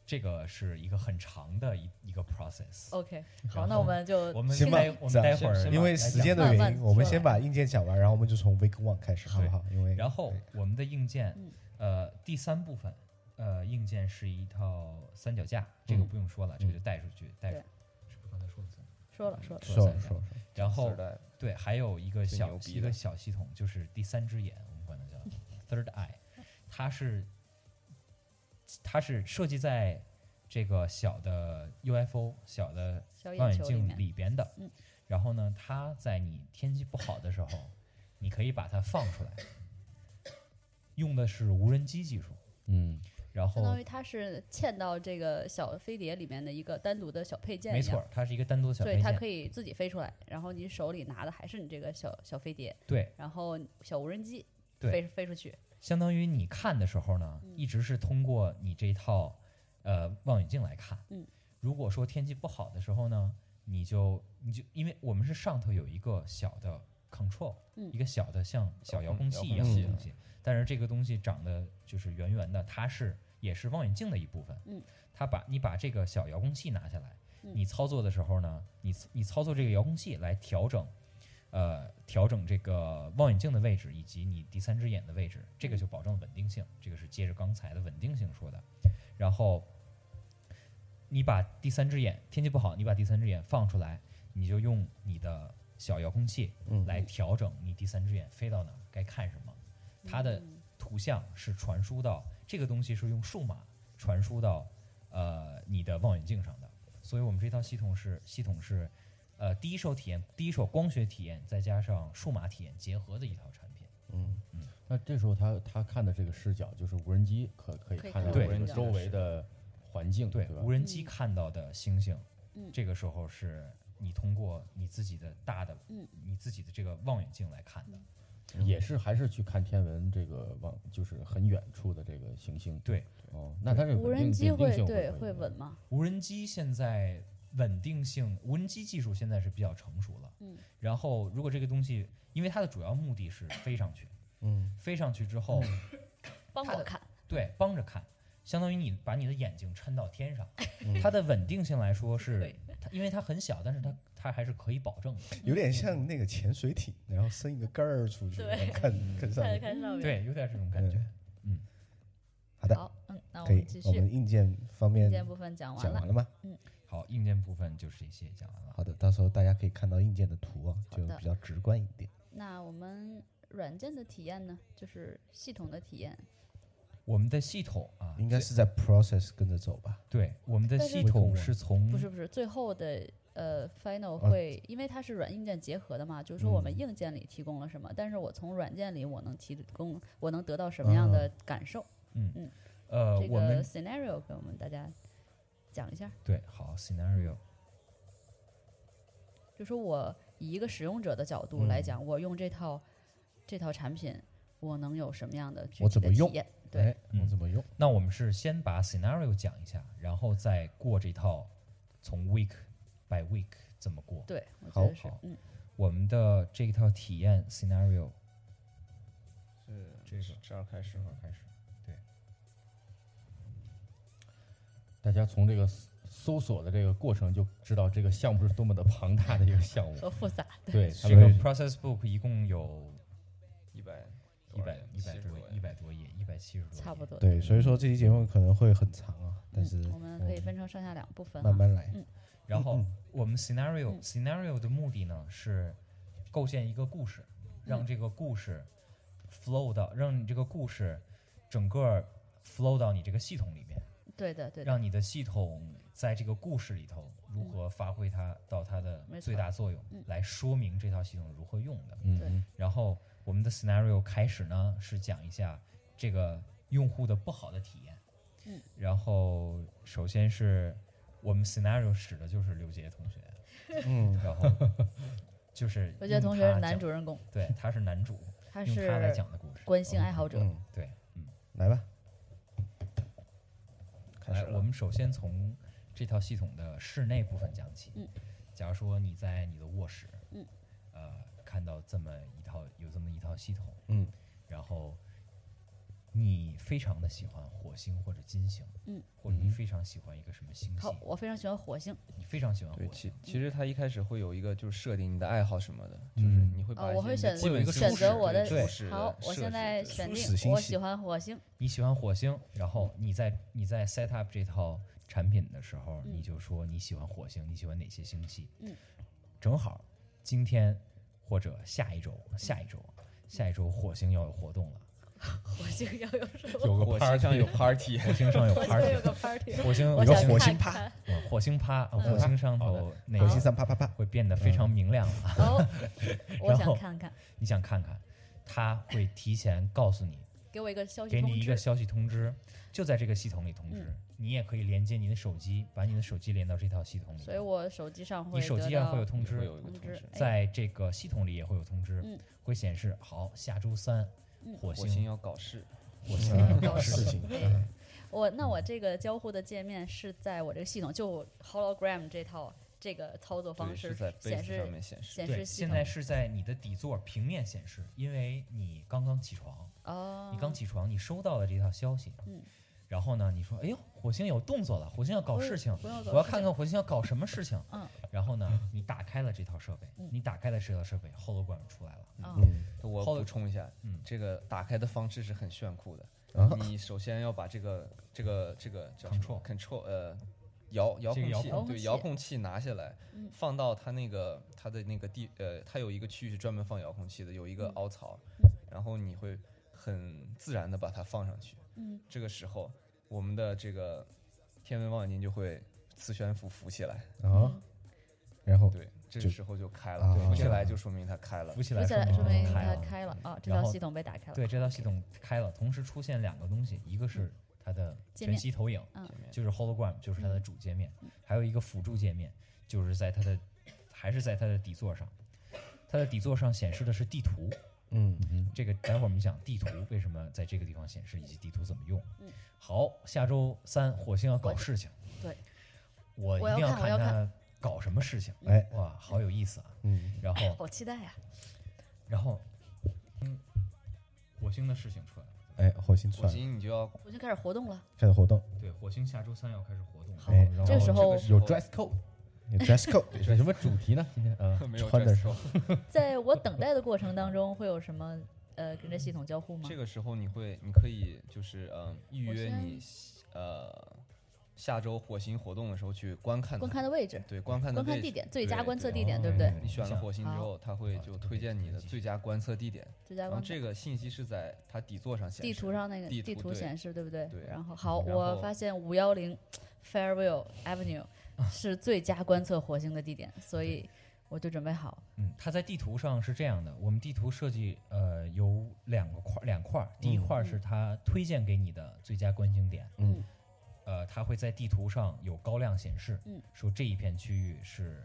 Speaker 5: 这个是一个很长的一一个 process。
Speaker 4: ？OK，
Speaker 5: 然
Speaker 4: 好，
Speaker 5: 后
Speaker 4: 那我们就
Speaker 5: 我们
Speaker 2: 行吧
Speaker 5: 待我们待会儿，
Speaker 2: 因为时间的
Speaker 4: 慢
Speaker 2: 原
Speaker 4: 慢
Speaker 2: 因，我们
Speaker 4: 说
Speaker 2: 先把硬件讲完，然后我们就从 Week One 开始，好不好？因为
Speaker 5: 然后我们的硬件
Speaker 4: 嗯，
Speaker 5: 呃，第三部分，呃，硬件是一套三脚架，这
Speaker 2: 嗯
Speaker 5: 个不用说了，这个就带出去，带出
Speaker 4: 对。
Speaker 5: 是不是刚才说了三
Speaker 4: 说了说了，
Speaker 5: 说
Speaker 2: 说
Speaker 5: 了三
Speaker 2: 说
Speaker 5: 脚，然后
Speaker 6: 磁带
Speaker 5: 对，还有一个
Speaker 6: 最
Speaker 5: 小
Speaker 6: 牛
Speaker 5: 一
Speaker 6: 逼
Speaker 5: 个
Speaker 6: 的
Speaker 5: 小系统，就是第三只眼，我们管它
Speaker 4: *laughs*
Speaker 5: 叫 third eye，它是它是设计在这个小的 UFO 小的
Speaker 4: 小
Speaker 5: 望
Speaker 4: 眼
Speaker 5: 远
Speaker 4: 球里
Speaker 5: 镜
Speaker 4: 面，
Speaker 5: 里边的
Speaker 4: 嗯。
Speaker 5: 然后呢，它在你天气不好的时候，你可以把它放出来，用的是无人机技术。
Speaker 7: 嗯，
Speaker 5: 然
Speaker 4: 相当
Speaker 5: 后
Speaker 4: 于它是嵌到这个小飞碟里面的一个单独的小配件一
Speaker 5: 没
Speaker 4: 样，
Speaker 5: 错，它是一个单独的小
Speaker 4: 所
Speaker 5: 配
Speaker 4: 以它
Speaker 5: 件
Speaker 4: 可。以自己飞出来，然后你手里拿的还是你这个小小飞碟，
Speaker 5: 对，
Speaker 4: 然后小无人机
Speaker 5: 对
Speaker 4: 飞飞出去，
Speaker 5: 相当于你看的时候呢，
Speaker 4: 嗯
Speaker 5: 一直是通过你这一套呃望远镜来看。
Speaker 4: 嗯，
Speaker 5: 如果说天气不好的时候呢，你就你就因为我们是上头有一个小的 control，、
Speaker 4: 嗯
Speaker 5: 一个小的像小遥
Speaker 6: 遥控
Speaker 5: 控器一样
Speaker 6: 遥控
Speaker 5: 的
Speaker 6: 器
Speaker 5: 东西，但是这个东西长得就是圆圆的，它是也是望远镜的一部分。
Speaker 4: 嗯，
Speaker 5: 它把你把这个小遥控器拿下来，
Speaker 4: 嗯
Speaker 5: 你操作的时候呢，你你操作这个遥控器来调整。呃调整这个望远镜的位置以及你第三只眼的位置，这
Speaker 4: 嗯
Speaker 5: 个就保证了稳定性。这个是接着刚才的稳定性说的。然后你把第三只眼，天气不好，你把第三只眼放出来，你就用你的小遥控器
Speaker 2: 嗯
Speaker 5: 来调整你第三只眼飞到哪儿该看什么。它的
Speaker 4: 嗯
Speaker 5: 图像是传输到这个东西是用数码传输到呃你的望远镜上的，所以我们这套系统是系统是呃第一手体验、第一手光学体验再加上数码体验结合的一套产品。
Speaker 2: 嗯，
Speaker 7: 那这时候他他看的这个视角就是无人机可可以
Speaker 4: 可以
Speaker 7: 看到
Speaker 5: 看到
Speaker 7: 这个
Speaker 4: 对
Speaker 7: 周围的环境，
Speaker 5: 对，
Speaker 7: 吧
Speaker 5: 无？人机看到的星星，
Speaker 4: 嗯
Speaker 5: 这个时候是你通过你自己的大的，
Speaker 4: 嗯
Speaker 5: 你自己的这个望远镜来看的。
Speaker 7: 也是还是去看天文这个望，就是很远处的这个行星。
Speaker 5: 对，
Speaker 7: 哦，那它这个
Speaker 4: 无
Speaker 7: 稳定
Speaker 4: 人机
Speaker 7: 稳定
Speaker 4: 会
Speaker 7: 性
Speaker 4: 对
Speaker 7: 不
Speaker 4: 会稳吗？
Speaker 5: 无人机现在稳定性，无人机技术现在是比较成熟了。
Speaker 4: 嗯，
Speaker 5: 然后如果这个东西，因为它的主要目的是飞
Speaker 4: *laughs*
Speaker 5: 上去，
Speaker 2: 嗯，
Speaker 5: 飞上去之后，
Speaker 4: 嗯帮
Speaker 5: 它
Speaker 4: 我
Speaker 5: 的
Speaker 4: 看，
Speaker 5: 对，帮着看，相当于你把你的眼睛撑到天上。它的稳定性来说
Speaker 4: 可
Speaker 5: 是
Speaker 4: 以，
Speaker 5: 它因为它很小，但是它它还是可以保证的。
Speaker 2: 有点像那个潜水艇，然后伸一个杆儿出去，
Speaker 4: 对
Speaker 2: 然后看看上
Speaker 4: 看
Speaker 2: 面。
Speaker 4: 看上面。，
Speaker 5: 对，有点这种感觉。
Speaker 2: 嗯好的，
Speaker 4: 好，嗯，那我
Speaker 2: 可以
Speaker 4: 们继，
Speaker 2: 我们
Speaker 4: 续，
Speaker 2: 硬件方面
Speaker 4: 硬件部分讲完
Speaker 2: 讲
Speaker 4: 了
Speaker 2: 完。了吗？
Speaker 5: 好，硬件部分就是这些讲完了。
Speaker 2: 好的，到时候大家可以看到硬件的图啊，
Speaker 4: 好
Speaker 2: 就
Speaker 4: 的
Speaker 2: 比较直观一点。
Speaker 4: 那我们软件的体验呢，就是系统的体验，
Speaker 5: 我们的系统啊，
Speaker 2: 应该是在 process 跟着走吧？
Speaker 5: 对我们的
Speaker 4: 但是
Speaker 5: 系统是从
Speaker 4: 不是不是，最后的呃 final
Speaker 2: 啊
Speaker 4: 会，因为它是软硬件结合的嘛，就是说我们
Speaker 2: 嗯
Speaker 4: 硬件里提供了什么，但是我从软件里我能提供，我能得到什么样的感受？
Speaker 5: 呃，
Speaker 4: 这
Speaker 5: 我
Speaker 4: 个
Speaker 5: 们
Speaker 4: scenario 给我们大家讲一下，
Speaker 5: 对好 scenario
Speaker 4: 就说我以一个使用者的角度来讲，我用这套这套产品，我能有什么样的具
Speaker 2: 我
Speaker 4: 体
Speaker 2: 怎
Speaker 4: 的
Speaker 2: 么
Speaker 4: 体
Speaker 2: 用
Speaker 4: 验？对
Speaker 2: 哎，我怎么用？
Speaker 5: 那我们是先把 scenario 讲一下，然后再过这套从 week by week 怎么过。
Speaker 4: 对，我觉
Speaker 2: 好
Speaker 4: 得是
Speaker 5: 好，
Speaker 4: 嗯，
Speaker 5: 我们的这一套体验 scenario
Speaker 6: 是
Speaker 5: 这个
Speaker 6: 这样开始
Speaker 5: 这
Speaker 6: 吗
Speaker 5: 会儿？开始，对，
Speaker 7: 大家从这个搜搜索的这个过程就知道这个项目是多么的庞大的一个项
Speaker 4: *laughs*
Speaker 7: 目。
Speaker 4: 和复杂。
Speaker 7: 对，他
Speaker 5: 这个
Speaker 7: 们
Speaker 5: process book 一共有
Speaker 6: 一百
Speaker 5: 一百一百
Speaker 6: 多
Speaker 5: 多
Speaker 6: 页
Speaker 5: 一百多页，一百七十多页，
Speaker 4: 差不多。
Speaker 2: 对，所以说这期节目可能会很长啊，但是
Speaker 4: 嗯、我们可以分成上下两部分、啊。
Speaker 2: 慢慢来。
Speaker 5: 然后我们 scenario、
Speaker 4: 嗯
Speaker 5: scenario 的目的呢是构建一个故事，
Speaker 4: 嗯
Speaker 5: 让这个故事 flow 到，让你这个故事整个 flow 到你这个系统里面，
Speaker 4: 对的，对的，
Speaker 5: 让你的系统在这个故事里头如何发挥它到它的
Speaker 4: 没错
Speaker 5: 最大作用
Speaker 4: 嗯，
Speaker 5: 来说明这套系统如何用的。
Speaker 4: 对
Speaker 7: 嗯，
Speaker 5: 然后我们的 scenario 开始呢是讲一下这个用户的不好的体验。
Speaker 4: 嗯，
Speaker 5: 然后首先是我们 scenario 使的就是刘杰同学，
Speaker 2: 嗯，
Speaker 5: 然后就是
Speaker 4: 我觉得同学
Speaker 5: 用
Speaker 4: 是
Speaker 5: 他
Speaker 4: 男
Speaker 5: 讲，
Speaker 4: 主人公，
Speaker 5: 对，他是男主，
Speaker 4: 他
Speaker 5: 用他来
Speaker 4: 是
Speaker 5: 讲的故事。
Speaker 4: 关心爱好者。
Speaker 2: 嗯，
Speaker 5: 对，
Speaker 2: 来吧，
Speaker 5: 开始我们首先从这套系统的室内部分讲起。
Speaker 4: 嗯，
Speaker 5: 假如说你在你的卧室，
Speaker 4: 嗯，
Speaker 5: 呃，看到这么一套有这么一套系统，
Speaker 2: 嗯，
Speaker 5: 然后你非常的喜欢火星或者金星，
Speaker 4: 嗯，
Speaker 5: 或者你非常喜欢一个什么星系
Speaker 4: 好，，我非常喜欢火星。
Speaker 5: 你非常喜欢
Speaker 6: 对，
Speaker 5: 火
Speaker 6: 其
Speaker 5: 星，
Speaker 6: 其实它一开始会有一个就是设定你的爱好什么的，
Speaker 5: 嗯
Speaker 6: 就是你会
Speaker 4: 哦
Speaker 6: 把一
Speaker 4: 我
Speaker 6: 些
Speaker 4: 会
Speaker 6: 你的
Speaker 4: 选
Speaker 6: 基本
Speaker 5: 我有一个
Speaker 4: 选择我的
Speaker 5: 初始
Speaker 6: 知识对初始
Speaker 4: 好，
Speaker 6: 设
Speaker 4: 我现
Speaker 6: 置
Speaker 4: 在
Speaker 6: 对
Speaker 4: 选
Speaker 2: 初
Speaker 4: 定
Speaker 2: 始信
Speaker 4: 我
Speaker 2: 息
Speaker 4: 喜欢火星。
Speaker 5: 你喜欢火星，然后你在你在 set up 这套产品的时候，
Speaker 4: 嗯
Speaker 5: 你就说你喜欢火星，你喜欢哪些星系？
Speaker 4: 嗯，
Speaker 5: 正好今天或者下一周，
Speaker 4: 嗯
Speaker 5: 下一周，下一周火星要有活动了，
Speaker 4: 火星要有什么？
Speaker 7: 有个
Speaker 6: 火星
Speaker 7: party
Speaker 6: 上 *laughs* 有 party，
Speaker 5: 火星上有
Speaker 4: 火星有
Speaker 5: party，
Speaker 4: 个 party，
Speaker 5: 火星
Speaker 4: 嗯我
Speaker 5: 火
Speaker 4: 想
Speaker 5: 星
Speaker 4: 看
Speaker 2: 星趴
Speaker 4: 看。
Speaker 5: 嗯火星趴，呃
Speaker 4: 嗯
Speaker 5: 火星上头那
Speaker 2: 火星
Speaker 5: 个
Speaker 2: 上啪啪啪，
Speaker 5: 会变得非常明亮了。
Speaker 4: 哦，我
Speaker 5: 然后
Speaker 4: 想看看，
Speaker 5: 你想看看，他会提前告诉你，
Speaker 4: 给我一个消息
Speaker 5: 给
Speaker 4: 通
Speaker 5: 你一个
Speaker 4: 知。嗯
Speaker 5: 消息通知，就在这个系统里通知。你也可以连接你的手机，把你的手机连到这套系统里。
Speaker 4: 所以我手机上会
Speaker 5: 你手
Speaker 4: 得
Speaker 5: 机上
Speaker 4: 到
Speaker 5: 会有通
Speaker 6: 会 *laughs*
Speaker 5: 知，
Speaker 6: 有一个
Speaker 4: 通
Speaker 6: 通
Speaker 4: 知
Speaker 6: 知。
Speaker 4: 哎
Speaker 5: 在这个系统里也会有通知，
Speaker 4: 嗯
Speaker 5: 会显示好下周三
Speaker 4: 嗯
Speaker 5: 火
Speaker 6: 火星
Speaker 5: 星
Speaker 6: 要搞事，
Speaker 5: 火星
Speaker 2: 嗯
Speaker 4: *laughs*
Speaker 5: 要
Speaker 2: 事情，
Speaker 6: 嗯
Speaker 4: 我那我这个交互的界面是在我这个系统就 hologram 这套这个操作
Speaker 6: 对，
Speaker 4: 方
Speaker 6: 是
Speaker 4: 式
Speaker 6: 在杯
Speaker 4: 显
Speaker 6: 子上
Speaker 4: 示
Speaker 6: 面显示。
Speaker 4: 显
Speaker 5: 对，
Speaker 4: 示系
Speaker 5: 现
Speaker 4: 统
Speaker 5: 在是在你的底座平面显示，因为你刚刚起床，
Speaker 4: 哦，
Speaker 5: 你刚起床，你收到了这条消息，
Speaker 4: 嗯
Speaker 5: 然后呢，你说哎呦，火星有动作了，火星要搞事情，
Speaker 4: 不哦要
Speaker 5: 我要看看火星要搞什么事情。
Speaker 4: 嗯，
Speaker 5: 然后呢，你打开了这套设备，
Speaker 4: 嗯
Speaker 5: 你打开了这套设备，hologram 出来了。
Speaker 4: 啊，哦
Speaker 2: 嗯，
Speaker 6: 我
Speaker 5: 后
Speaker 6: 补充一下，
Speaker 5: 嗯
Speaker 6: 这个打开的方式是很炫酷的。
Speaker 2: 啊
Speaker 6: 你首先要把这个这个这个叫什么
Speaker 5: Control
Speaker 6: control 呃遥遥
Speaker 5: 这个
Speaker 6: 控
Speaker 5: 遥
Speaker 6: 器
Speaker 4: 控
Speaker 6: 对
Speaker 4: 器
Speaker 6: 遥控器拿下来
Speaker 4: 嗯，
Speaker 6: 放到它那个它的那个地呃，它有一个区域是专门放遥控器的，有一个
Speaker 4: 嗯
Speaker 6: 凹槽，然后你会很自然的把它放上去。
Speaker 4: 嗯，
Speaker 6: 这个时候我们的这个天文望远镜就会磁悬浮浮起来，哦
Speaker 2: 啊，然后
Speaker 6: 对，这
Speaker 2: 就
Speaker 6: 个时候就开
Speaker 2: 啊
Speaker 6: 了，对浮起
Speaker 5: 对
Speaker 6: 来就说明它开了
Speaker 5: 浮。起
Speaker 4: 浮
Speaker 5: 来
Speaker 4: 起来
Speaker 5: 说
Speaker 4: 嗯说明
Speaker 5: 明它开
Speaker 4: 它
Speaker 5: 了。
Speaker 4: 开了啊，这
Speaker 5: 然
Speaker 4: 套
Speaker 5: 后
Speaker 4: 系统被打开了。
Speaker 5: 对，这套系
Speaker 4: OK
Speaker 5: 统开了，同时出现两个东西，一个是它的
Speaker 4: 嗯界
Speaker 5: 全
Speaker 4: 面
Speaker 5: 息投影，
Speaker 4: 嗯
Speaker 6: 界面
Speaker 5: 就是 hologram，就是它的
Speaker 4: 嗯
Speaker 5: 主界面，还有一个辅助界面，就是在它的还是在它的底座上，它的底座上显示的是地图。
Speaker 2: 嗯，
Speaker 5: 这个待会儿我们讲地图为什么在这个地方显示，以及地图怎么用
Speaker 4: 嗯。
Speaker 5: 好，下周三火星要搞
Speaker 4: 我
Speaker 5: 事情，
Speaker 4: 对，
Speaker 5: 我
Speaker 4: 我
Speaker 5: 一定
Speaker 4: 要看我
Speaker 5: 看
Speaker 4: 要
Speaker 5: 它搞什么事情。
Speaker 2: 哎，
Speaker 5: 哇，好有意思啊！
Speaker 2: 嗯，
Speaker 5: 然后
Speaker 4: 好期待呀！
Speaker 5: 然后，嗯，火星的事情出来了。
Speaker 2: 哎，火星出
Speaker 6: 火
Speaker 2: 来了，
Speaker 6: 星你就要
Speaker 4: 我已经开始活动了，
Speaker 2: 开始活动，
Speaker 5: 对，火星下周三要开始活动了。
Speaker 4: 好
Speaker 2: 哎
Speaker 5: 然后
Speaker 4: 这个时
Speaker 6: 这
Speaker 4: 候
Speaker 6: 个时
Speaker 7: 有
Speaker 6: 候
Speaker 7: dress code，
Speaker 2: 有 dress
Speaker 7: *laughs*
Speaker 2: code，
Speaker 7: 是什么主题呢？今天啊，
Speaker 6: *laughs* 没有
Speaker 2: 穿的
Speaker 6: dress
Speaker 2: 时候
Speaker 6: code
Speaker 4: 在我等待的过程当中，会有什么呃跟这系统交互吗
Speaker 6: 这？个时候你会，你可以就是嗯预
Speaker 4: 我
Speaker 6: 约
Speaker 4: 先
Speaker 6: 你呃下周火星活动的时候去观看它
Speaker 4: 观看的位置、
Speaker 6: 对观看的
Speaker 4: 观看
Speaker 6: 位
Speaker 4: 地
Speaker 6: 置
Speaker 4: 点、最佳
Speaker 6: 对
Speaker 4: 观测
Speaker 6: 对
Speaker 4: 地点，对不
Speaker 5: 对
Speaker 4: 对？
Speaker 6: 你选了
Speaker 5: 像
Speaker 6: 火星之后，它会就推荐你的最佳观测地点，
Speaker 4: 最佳
Speaker 6: 然后
Speaker 4: 观测
Speaker 6: 啊这个信息是在它底座上显示。
Speaker 4: 地图上那个
Speaker 6: 地
Speaker 4: 地
Speaker 6: 图
Speaker 4: 图
Speaker 6: 对
Speaker 4: 显示，对不对？
Speaker 6: 对
Speaker 4: 然后好，
Speaker 6: 然
Speaker 4: 我
Speaker 6: 后
Speaker 4: 发现五幺零 *laughs* Fairview
Speaker 6: *laughs*
Speaker 4: Avenue 是最佳观测火星的地点，所以我就准备好。
Speaker 5: 嗯，它在地图上是这样的，我们地图设计呃有两个块，两块儿，第一块儿是它推荐给你的最佳观星点，
Speaker 2: 嗯，
Speaker 5: 呃，它会在地图上有高亮显示，
Speaker 4: 嗯，
Speaker 5: 说这一片区域是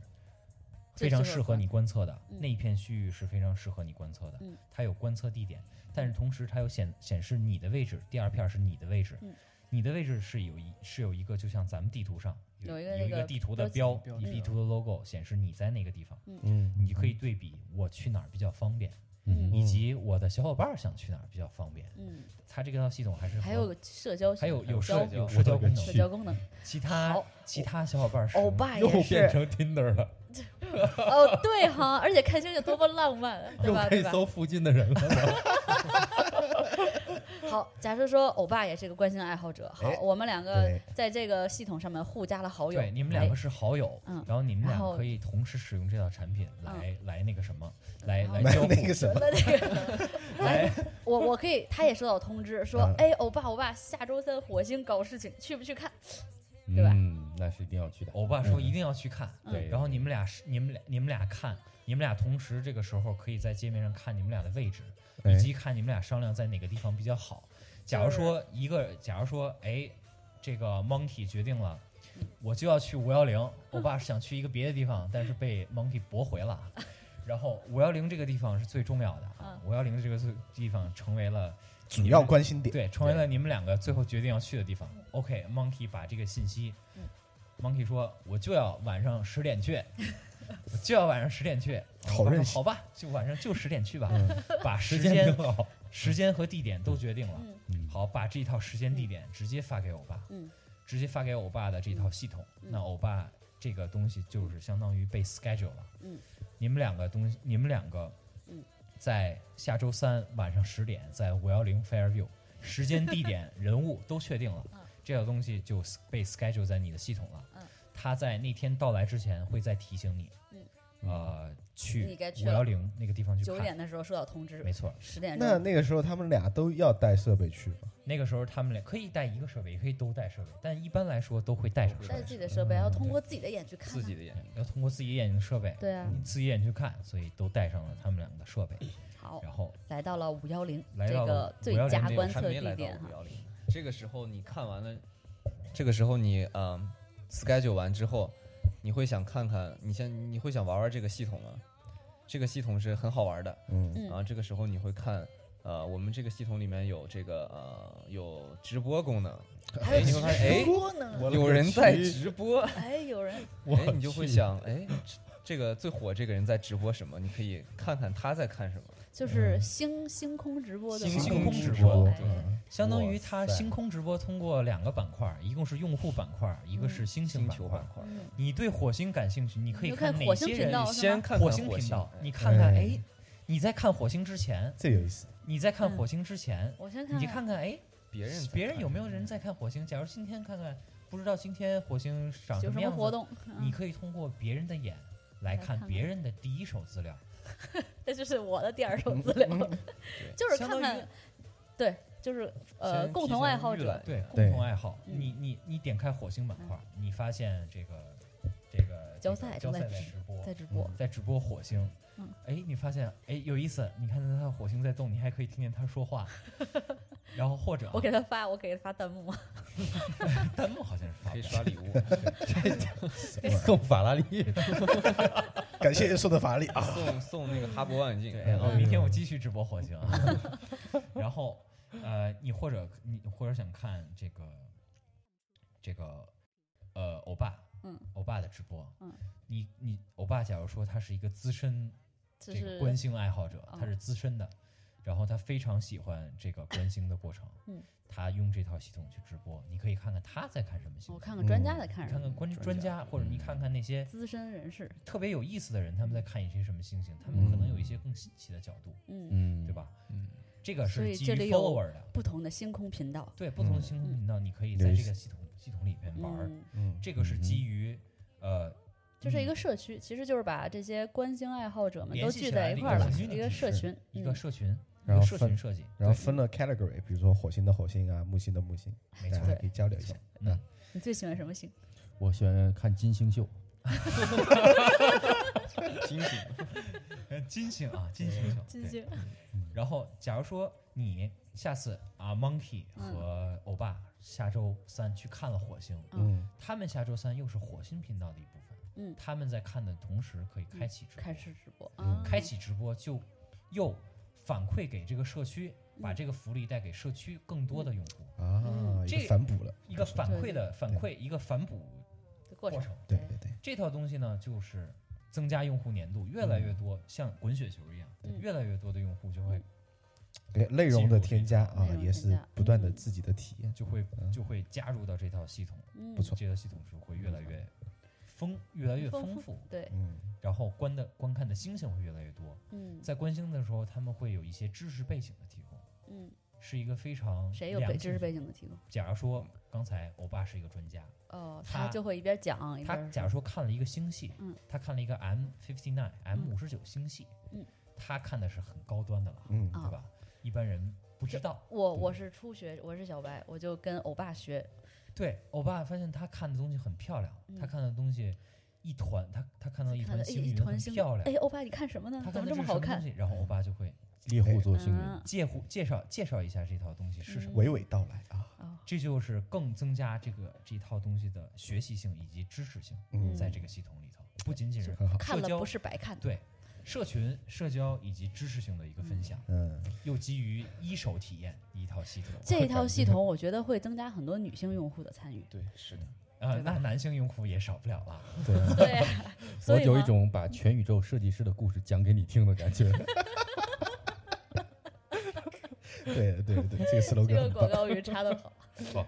Speaker 4: 最
Speaker 5: 非常
Speaker 4: 适合
Speaker 5: 适合
Speaker 4: 观
Speaker 5: 你观测的，
Speaker 4: 嗯
Speaker 5: 那一片区域是非常适合你观测的，
Speaker 4: 嗯
Speaker 5: 它有观测地点，但是同时它有显显示你的位置，第二片儿是你的位置，
Speaker 4: 嗯
Speaker 5: 你的位置是有一是有一个，就像咱们地图上
Speaker 4: 有一个
Speaker 5: 有
Speaker 4: 那
Speaker 5: 一
Speaker 4: 个
Speaker 5: 个地
Speaker 4: 标
Speaker 5: 图的
Speaker 4: 记
Speaker 5: 标，
Speaker 6: 标
Speaker 5: 你
Speaker 6: 志
Speaker 5: 地图的 logo 显示你在那个地方。
Speaker 2: 嗯
Speaker 5: 你可以对比我去哪儿比较方便，
Speaker 4: 嗯
Speaker 5: 以及我的小伙伴儿想去哪儿比较方便。
Speaker 4: 嗯，
Speaker 5: 它这个套系统还是
Speaker 4: 还
Speaker 5: 和
Speaker 4: 有社交，
Speaker 5: 还有有社
Speaker 4: 社交
Speaker 5: 有社交功
Speaker 4: 社
Speaker 5: 能，
Speaker 4: 交
Speaker 5: *laughs*
Speaker 4: 功能，
Speaker 5: 其他
Speaker 4: 好
Speaker 5: 其他小伙伴儿使
Speaker 4: 欧
Speaker 5: 用
Speaker 4: 巴
Speaker 3: 又
Speaker 4: 也
Speaker 3: 变
Speaker 4: 是，
Speaker 3: 成 Tinder 了，
Speaker 4: 哦，对哈，而且看星星多么浪漫啊，对
Speaker 3: 又
Speaker 4: 吧？
Speaker 3: 可以
Speaker 4: 对吧？
Speaker 3: 搜附近的人了。
Speaker 4: 好，假设说欧巴也是个观星爱好者，好
Speaker 2: 哎，
Speaker 4: 我们两个
Speaker 2: 对，
Speaker 4: 在这个系统上面互加了好友，
Speaker 5: 对，你们两
Speaker 4: 哎
Speaker 5: 个是好友，
Speaker 4: 嗯
Speaker 5: 然后你们
Speaker 4: 然
Speaker 5: 俩
Speaker 4: 后嗯
Speaker 5: 可以同时使用这套产品来、来那个什么，来
Speaker 4: 然后
Speaker 5: 来
Speaker 2: 买
Speaker 5: 交
Speaker 2: *laughs* 那
Speaker 5: 互
Speaker 2: 个什
Speaker 4: *laughs*
Speaker 2: 么，
Speaker 4: 那那个，哎，我我可以，他也收到通知说
Speaker 2: 嗯，
Speaker 4: 哎，欧巴欧巴，下周三火星搞事情，去不去看？对吧
Speaker 7: 嗯，那是一定要去的。
Speaker 5: 欧巴说一定要去看，
Speaker 4: 嗯
Speaker 5: 对，然后你们俩是你们俩你们俩看，你们俩同时这个时候可以在界面上看你们俩的位置，
Speaker 2: 哎
Speaker 5: 以及看你们俩商量在哪个地方比较好。假如说一个，假如说哎，这个 Monkey 决定了。我就要去五幺零，欧巴是想去一个别的地方，但是被 Monkey 驳回了。 *laughs* 然后五幺零这个地方是最重要的啊，五幺零这个地方成为了
Speaker 2: 主要关心点，
Speaker 5: 对，成为了你们两个最后决定要去的地方。OK，Monkey、把这个信息、
Speaker 4: 嗯
Speaker 5: m o n k e y 说我就要晚上十点去，我就要晚上十点去。
Speaker 2: 好
Speaker 5: 我爸
Speaker 2: 任
Speaker 5: 说
Speaker 2: 性
Speaker 5: 好吧，就晚上就十点去吧，把时
Speaker 3: 间
Speaker 5: 间
Speaker 3: 定好、
Speaker 5: 时间和地点都决定了。
Speaker 4: 嗯
Speaker 5: 好，把这一套时间地点直接发给欧巴，
Speaker 4: 嗯
Speaker 5: 直接发给欧巴的这套系统，那欧巴这个东西就是相当于被 schedule 了。
Speaker 4: 嗯，
Speaker 5: 你们两个东西，你们两个，
Speaker 4: 嗯，
Speaker 5: 在下周三晚上十点，在五幺零 Fairview，时间、
Speaker 4: *laughs*
Speaker 5: 地点、人物都确定了，
Speaker 4: 嗯
Speaker 5: 这套东西就 s- 被 schedule 在你的系统了。
Speaker 4: 嗯，
Speaker 5: 它在那天到来之前会再提醒你，
Speaker 4: 嗯，
Speaker 5: 呃，去
Speaker 4: 你该去
Speaker 5: 五幺
Speaker 4: 了
Speaker 5: 零那个地方去
Speaker 4: 九
Speaker 5: 看。
Speaker 4: 点嗯的时候收到通知
Speaker 5: 没，错，
Speaker 4: 十点
Speaker 2: 那
Speaker 4: 钟，
Speaker 2: 那个时候他们俩都要带设备去吗？
Speaker 5: 那个时候他们俩可以带一个设备，也可以都带设备，但一般来说都会带上设
Speaker 4: 带
Speaker 5: 备
Speaker 4: 着，自己的设备，要通过自己的眼去看
Speaker 6: 自
Speaker 4: 它
Speaker 6: 己的眼睛。
Speaker 5: 要通过自己眼睛的设备，
Speaker 4: 对啊，
Speaker 5: 你自己眼去看，所以都带上了他们两个的设备，
Speaker 4: 好，
Speaker 5: 然后
Speaker 4: 来到了五幺零
Speaker 5: 来
Speaker 4: 这
Speaker 5: 到
Speaker 4: 个
Speaker 5: 了
Speaker 4: 最
Speaker 5: 510
Speaker 4: 佳
Speaker 6: 没有
Speaker 4: 观
Speaker 6: 还
Speaker 4: 测
Speaker 6: 没
Speaker 4: 地
Speaker 6: 来到
Speaker 4: 点
Speaker 6: 五
Speaker 4: 哈，
Speaker 6: 幺零，这个时候你看完了，这个时候你嗯 schedule 完之后，你会想看看，你先你会想玩玩这个系统吗？这个系统是很好玩的，
Speaker 2: 嗯，
Speaker 6: 然后
Speaker 4: 嗯
Speaker 6: 这个时候你会看，呃，我们这个系统里面有这个呃有直播功能，哎，你会发现哎
Speaker 4: 多呢，
Speaker 2: 嗯
Speaker 6: 有人在直播，
Speaker 4: 哎，有人
Speaker 6: 哎，你就会想，哎，这个最火这个人在直播什么？你可以看看他在看什么。
Speaker 4: 就是星星空直播的
Speaker 5: 星
Speaker 4: 嘛
Speaker 5: 星空直
Speaker 2: 播嗯
Speaker 4: 哎
Speaker 5: 相当于它
Speaker 7: 哇塞
Speaker 5: 星空直播通过两个板块，一共是用户板块，一个是星星
Speaker 6: 星
Speaker 5: 板
Speaker 6: 球
Speaker 5: 块
Speaker 6: 板。块，
Speaker 5: 你对火星感兴趣，你可以
Speaker 4: 嗯你就看
Speaker 5: 哪
Speaker 4: 火星
Speaker 5: 些
Speaker 4: 频
Speaker 5: 人
Speaker 4: 道是
Speaker 6: 先
Speaker 4: 吗
Speaker 6: 看看
Speaker 5: 火
Speaker 6: 火
Speaker 5: 星频道，
Speaker 6: 哎
Speaker 5: 你看看，
Speaker 2: 哎
Speaker 5: 哎，你在看火星之前，
Speaker 2: 这有意思。
Speaker 5: 你在看
Speaker 4: 嗯
Speaker 5: 火星之前，
Speaker 4: 我先看
Speaker 5: 你去看看，哎，
Speaker 6: 别人在
Speaker 5: 别人
Speaker 6: 看
Speaker 5: 有没有
Speaker 6: 什么
Speaker 5: 人在看火星？假如今天看看，不知道今天火星长
Speaker 4: 有什
Speaker 5: 什么
Speaker 4: 么
Speaker 5: 样子
Speaker 4: 活，动，
Speaker 5: 你
Speaker 4: 嗯
Speaker 5: 可以通过别人的眼来
Speaker 4: 来
Speaker 5: 看
Speaker 4: 看
Speaker 5: 别
Speaker 4: 看
Speaker 5: 人的第一手资料，
Speaker 4: 这就是我的第二手资料， *laughs* 就是
Speaker 5: 相
Speaker 4: 看
Speaker 5: 当于
Speaker 4: 看，对，就是呃
Speaker 6: 先
Speaker 4: 共
Speaker 6: 提
Speaker 4: 同
Speaker 6: 前
Speaker 4: 爱好
Speaker 6: 预
Speaker 4: 者
Speaker 6: 览，
Speaker 5: 对共
Speaker 2: 对
Speaker 5: 同爱好。
Speaker 4: 嗯
Speaker 5: 你你你点开火星板块，你发现这个这个
Speaker 4: 交
Speaker 5: 这个
Speaker 4: 赛
Speaker 5: 交
Speaker 4: 正在
Speaker 5: 赛在
Speaker 4: 直
Speaker 5: 直播，
Speaker 4: 在直播，
Speaker 5: 在直播火星
Speaker 4: 嗯。
Speaker 5: 哎，你发现哎有意思，你看他的火星在动，你还可以听见他
Speaker 4: *laughs*
Speaker 5: 说话，然后或者啊
Speaker 4: 我给他发，我给他发弹幕，
Speaker 5: 弹幕好像是发
Speaker 6: 可以
Speaker 5: 不了
Speaker 6: 刷礼
Speaker 5: *laughs*
Speaker 6: 物，
Speaker 7: 送法拉利，
Speaker 2: *laughs* 感谢受的法力啊！
Speaker 6: 送送那个哈勃望远镜。
Speaker 5: 对，哦，明天我继续直播火星啊。 *laughs* 然后，呃，你或者你或者想看这个这个呃欧巴，
Speaker 4: 嗯，
Speaker 5: 欧巴的直播，
Speaker 4: 嗯，
Speaker 5: 你你欧巴，假如说他是一个资深
Speaker 4: 就
Speaker 5: 这个
Speaker 4: 是
Speaker 5: 观星爱好者，他
Speaker 4: 哦
Speaker 5: 是资深的，然后他非常喜欢这个观星的过程，
Speaker 4: 嗯，
Speaker 5: 他用这套系统去直播，你可以看看他在看什么星
Speaker 4: 我
Speaker 5: 座。
Speaker 4: 看看专家在看
Speaker 5: 你
Speaker 4: 什
Speaker 5: 看
Speaker 4: 么，
Speaker 5: 看观专家，或者
Speaker 2: 嗯
Speaker 5: 你看看那些
Speaker 4: 资深人士，
Speaker 5: 特别有意思的人，他们在看一些什么星星，他
Speaker 2: 嗯
Speaker 5: 们可能有一些更新奇的角度。
Speaker 4: 嗯，
Speaker 7: 嗯
Speaker 5: 对？吧？这个
Speaker 4: 所
Speaker 5: 是
Speaker 4: 以
Speaker 5: 基
Speaker 4: 这
Speaker 5: 于
Speaker 4: 里有
Speaker 5: follower 的，
Speaker 4: 不同的星空频道，
Speaker 5: 对不同的星空频道，你可以
Speaker 2: 嗯有
Speaker 5: 在
Speaker 2: 意思
Speaker 5: 这个系统系统里面玩儿。
Speaker 4: 嗯，
Speaker 2: 嗯，
Speaker 5: 这个是基于呃，
Speaker 4: 就是一个
Speaker 5: 嗯
Speaker 4: 社区，其实就是把这些观星爱好者们
Speaker 5: 联
Speaker 4: 都
Speaker 5: 系
Speaker 4: 聚
Speaker 5: 起
Speaker 4: 在
Speaker 5: 来
Speaker 4: 一
Speaker 5: 的
Speaker 4: 块儿
Speaker 5: 一
Speaker 4: 了
Speaker 5: 个，
Speaker 4: 一个
Speaker 5: community
Speaker 4: 社
Speaker 5: 是
Speaker 4: 群，
Speaker 5: 一个
Speaker 4: 嗯
Speaker 5: 社群，一
Speaker 2: 然
Speaker 5: 个
Speaker 2: 后
Speaker 5: 社群
Speaker 2: 分
Speaker 5: 设计，
Speaker 2: 然后
Speaker 5: 对
Speaker 2: 分了 category，比如说火星的火星啊，木星的木星，
Speaker 5: 没
Speaker 2: 大
Speaker 5: 错
Speaker 2: 家，可以交流一下。
Speaker 4: 你最喜欢什么星？
Speaker 7: 我喜欢看金星秀，
Speaker 6: 惊喜，
Speaker 5: 呃金星啊，金星球。
Speaker 4: 金星，
Speaker 5: 然后，假如说你下次啊，Monkey 和欧巴下周三去看了火星，
Speaker 2: 嗯，
Speaker 5: 他们下周三又是火星频道的一部分，
Speaker 4: 嗯
Speaker 5: 他们在看的同时可以开启直播
Speaker 4: 开始直播啊，
Speaker 5: 嗯开启直播就又反馈给这个社区，把这个福利带给社区更多的用户，
Speaker 2: 啊，一
Speaker 5: 这
Speaker 2: 个
Speaker 5: 个
Speaker 2: 反哺了。
Speaker 5: 一个反馈的反馈，一个反哺
Speaker 4: 的过
Speaker 5: 过
Speaker 4: 程，
Speaker 5: 程。
Speaker 2: 对对对，
Speaker 5: 这套东西呢，就是增加用户粘度，越来越多，像滚雪球一样，
Speaker 4: 嗯
Speaker 5: 越来越多的用户就会
Speaker 2: 对内容的添加啊
Speaker 4: 内，容
Speaker 2: 也
Speaker 4: 添
Speaker 2: 是
Speaker 4: 加
Speaker 2: 不断的
Speaker 4: 嗯
Speaker 2: 自己的体验。
Speaker 5: 就会
Speaker 2: 嗯
Speaker 5: 就会加入到这套系统，
Speaker 4: 嗯，
Speaker 2: 不错
Speaker 5: 这套系统就会越来越丰越来越
Speaker 4: 丰
Speaker 5: 丰
Speaker 4: 富
Speaker 5: 富，
Speaker 4: 对，
Speaker 2: 嗯，
Speaker 5: 然后观的观看的星星会越来越多。
Speaker 4: 嗯
Speaker 5: 在观星的时候，他们会有一些知识背景的提供，
Speaker 4: 嗯，
Speaker 5: 是一个非常
Speaker 4: 谁有
Speaker 5: 良
Speaker 4: 背
Speaker 5: 性
Speaker 4: 知识
Speaker 5: 的
Speaker 4: 背景的提供？
Speaker 5: 假如说刚才欧巴是一个专家，
Speaker 4: 哦，
Speaker 5: 他
Speaker 4: 他就会一边讲一
Speaker 5: 他
Speaker 4: 边
Speaker 5: 假如说看了一个星系，
Speaker 4: 嗯
Speaker 5: 他看了一个 M fifty nine M 五十九星系，
Speaker 4: 嗯
Speaker 5: 他看的是很高端的了，
Speaker 2: 嗯
Speaker 5: 对吧？嗯一般人不知道。
Speaker 4: 啊我我是初学，我是小白，我就跟欧巴学，
Speaker 5: 对，欧巴发现他看的东西很漂亮，
Speaker 4: 嗯
Speaker 5: 他看的东西一团，他他看到一
Speaker 4: 看
Speaker 5: 团
Speaker 4: 到
Speaker 5: 星
Speaker 4: 一一
Speaker 5: 云
Speaker 4: 团
Speaker 5: 很
Speaker 4: 星
Speaker 5: 漂亮，
Speaker 4: 哎，欧巴你看什么呢
Speaker 5: 他？
Speaker 4: 怎
Speaker 5: 看
Speaker 4: 么
Speaker 5: 的
Speaker 4: 这么好看
Speaker 5: 东？西，然后欧巴就会
Speaker 7: 猎户座星云，
Speaker 4: 嗯，
Speaker 5: 介乎介绍介绍一下这套东西是什么。
Speaker 2: 娓娓道来啊，
Speaker 4: 哦，
Speaker 5: 这就是更增加这个这套东西的学习性以及知识性，
Speaker 2: 嗯
Speaker 5: 在这个系统里头，不仅仅是 *laughs*
Speaker 2: 很好。
Speaker 4: 啊看
Speaker 5: 社
Speaker 4: 了
Speaker 5: 交
Speaker 4: 不是白看的。
Speaker 5: 对社群、社交以及知识性的一个分享，
Speaker 2: 嗯，
Speaker 5: 又基于一手体验一套系统。
Speaker 4: 这套系统我觉得会增加很多女性用户的
Speaker 5: *laughs*
Speaker 4: 参与。
Speaker 6: 对，是的，
Speaker 5: 啊，
Speaker 4: 对吧
Speaker 5: 那男性用户也少不了
Speaker 4: *laughs*
Speaker 5: 了。
Speaker 7: 对啊，
Speaker 4: 对啊， *laughs* 所
Speaker 7: 我
Speaker 4: 以
Speaker 7: 有一
Speaker 4: 嘛
Speaker 7: 种把全宇宙设计师的故事讲给你听的感
Speaker 4: *laughs*
Speaker 7: 觉。
Speaker 2: 对对对，这个 slogan
Speaker 4: 这个
Speaker 2: 很
Speaker 4: 广
Speaker 2: 棒。
Speaker 4: 告语插的
Speaker 5: *laughs*
Speaker 4: 好。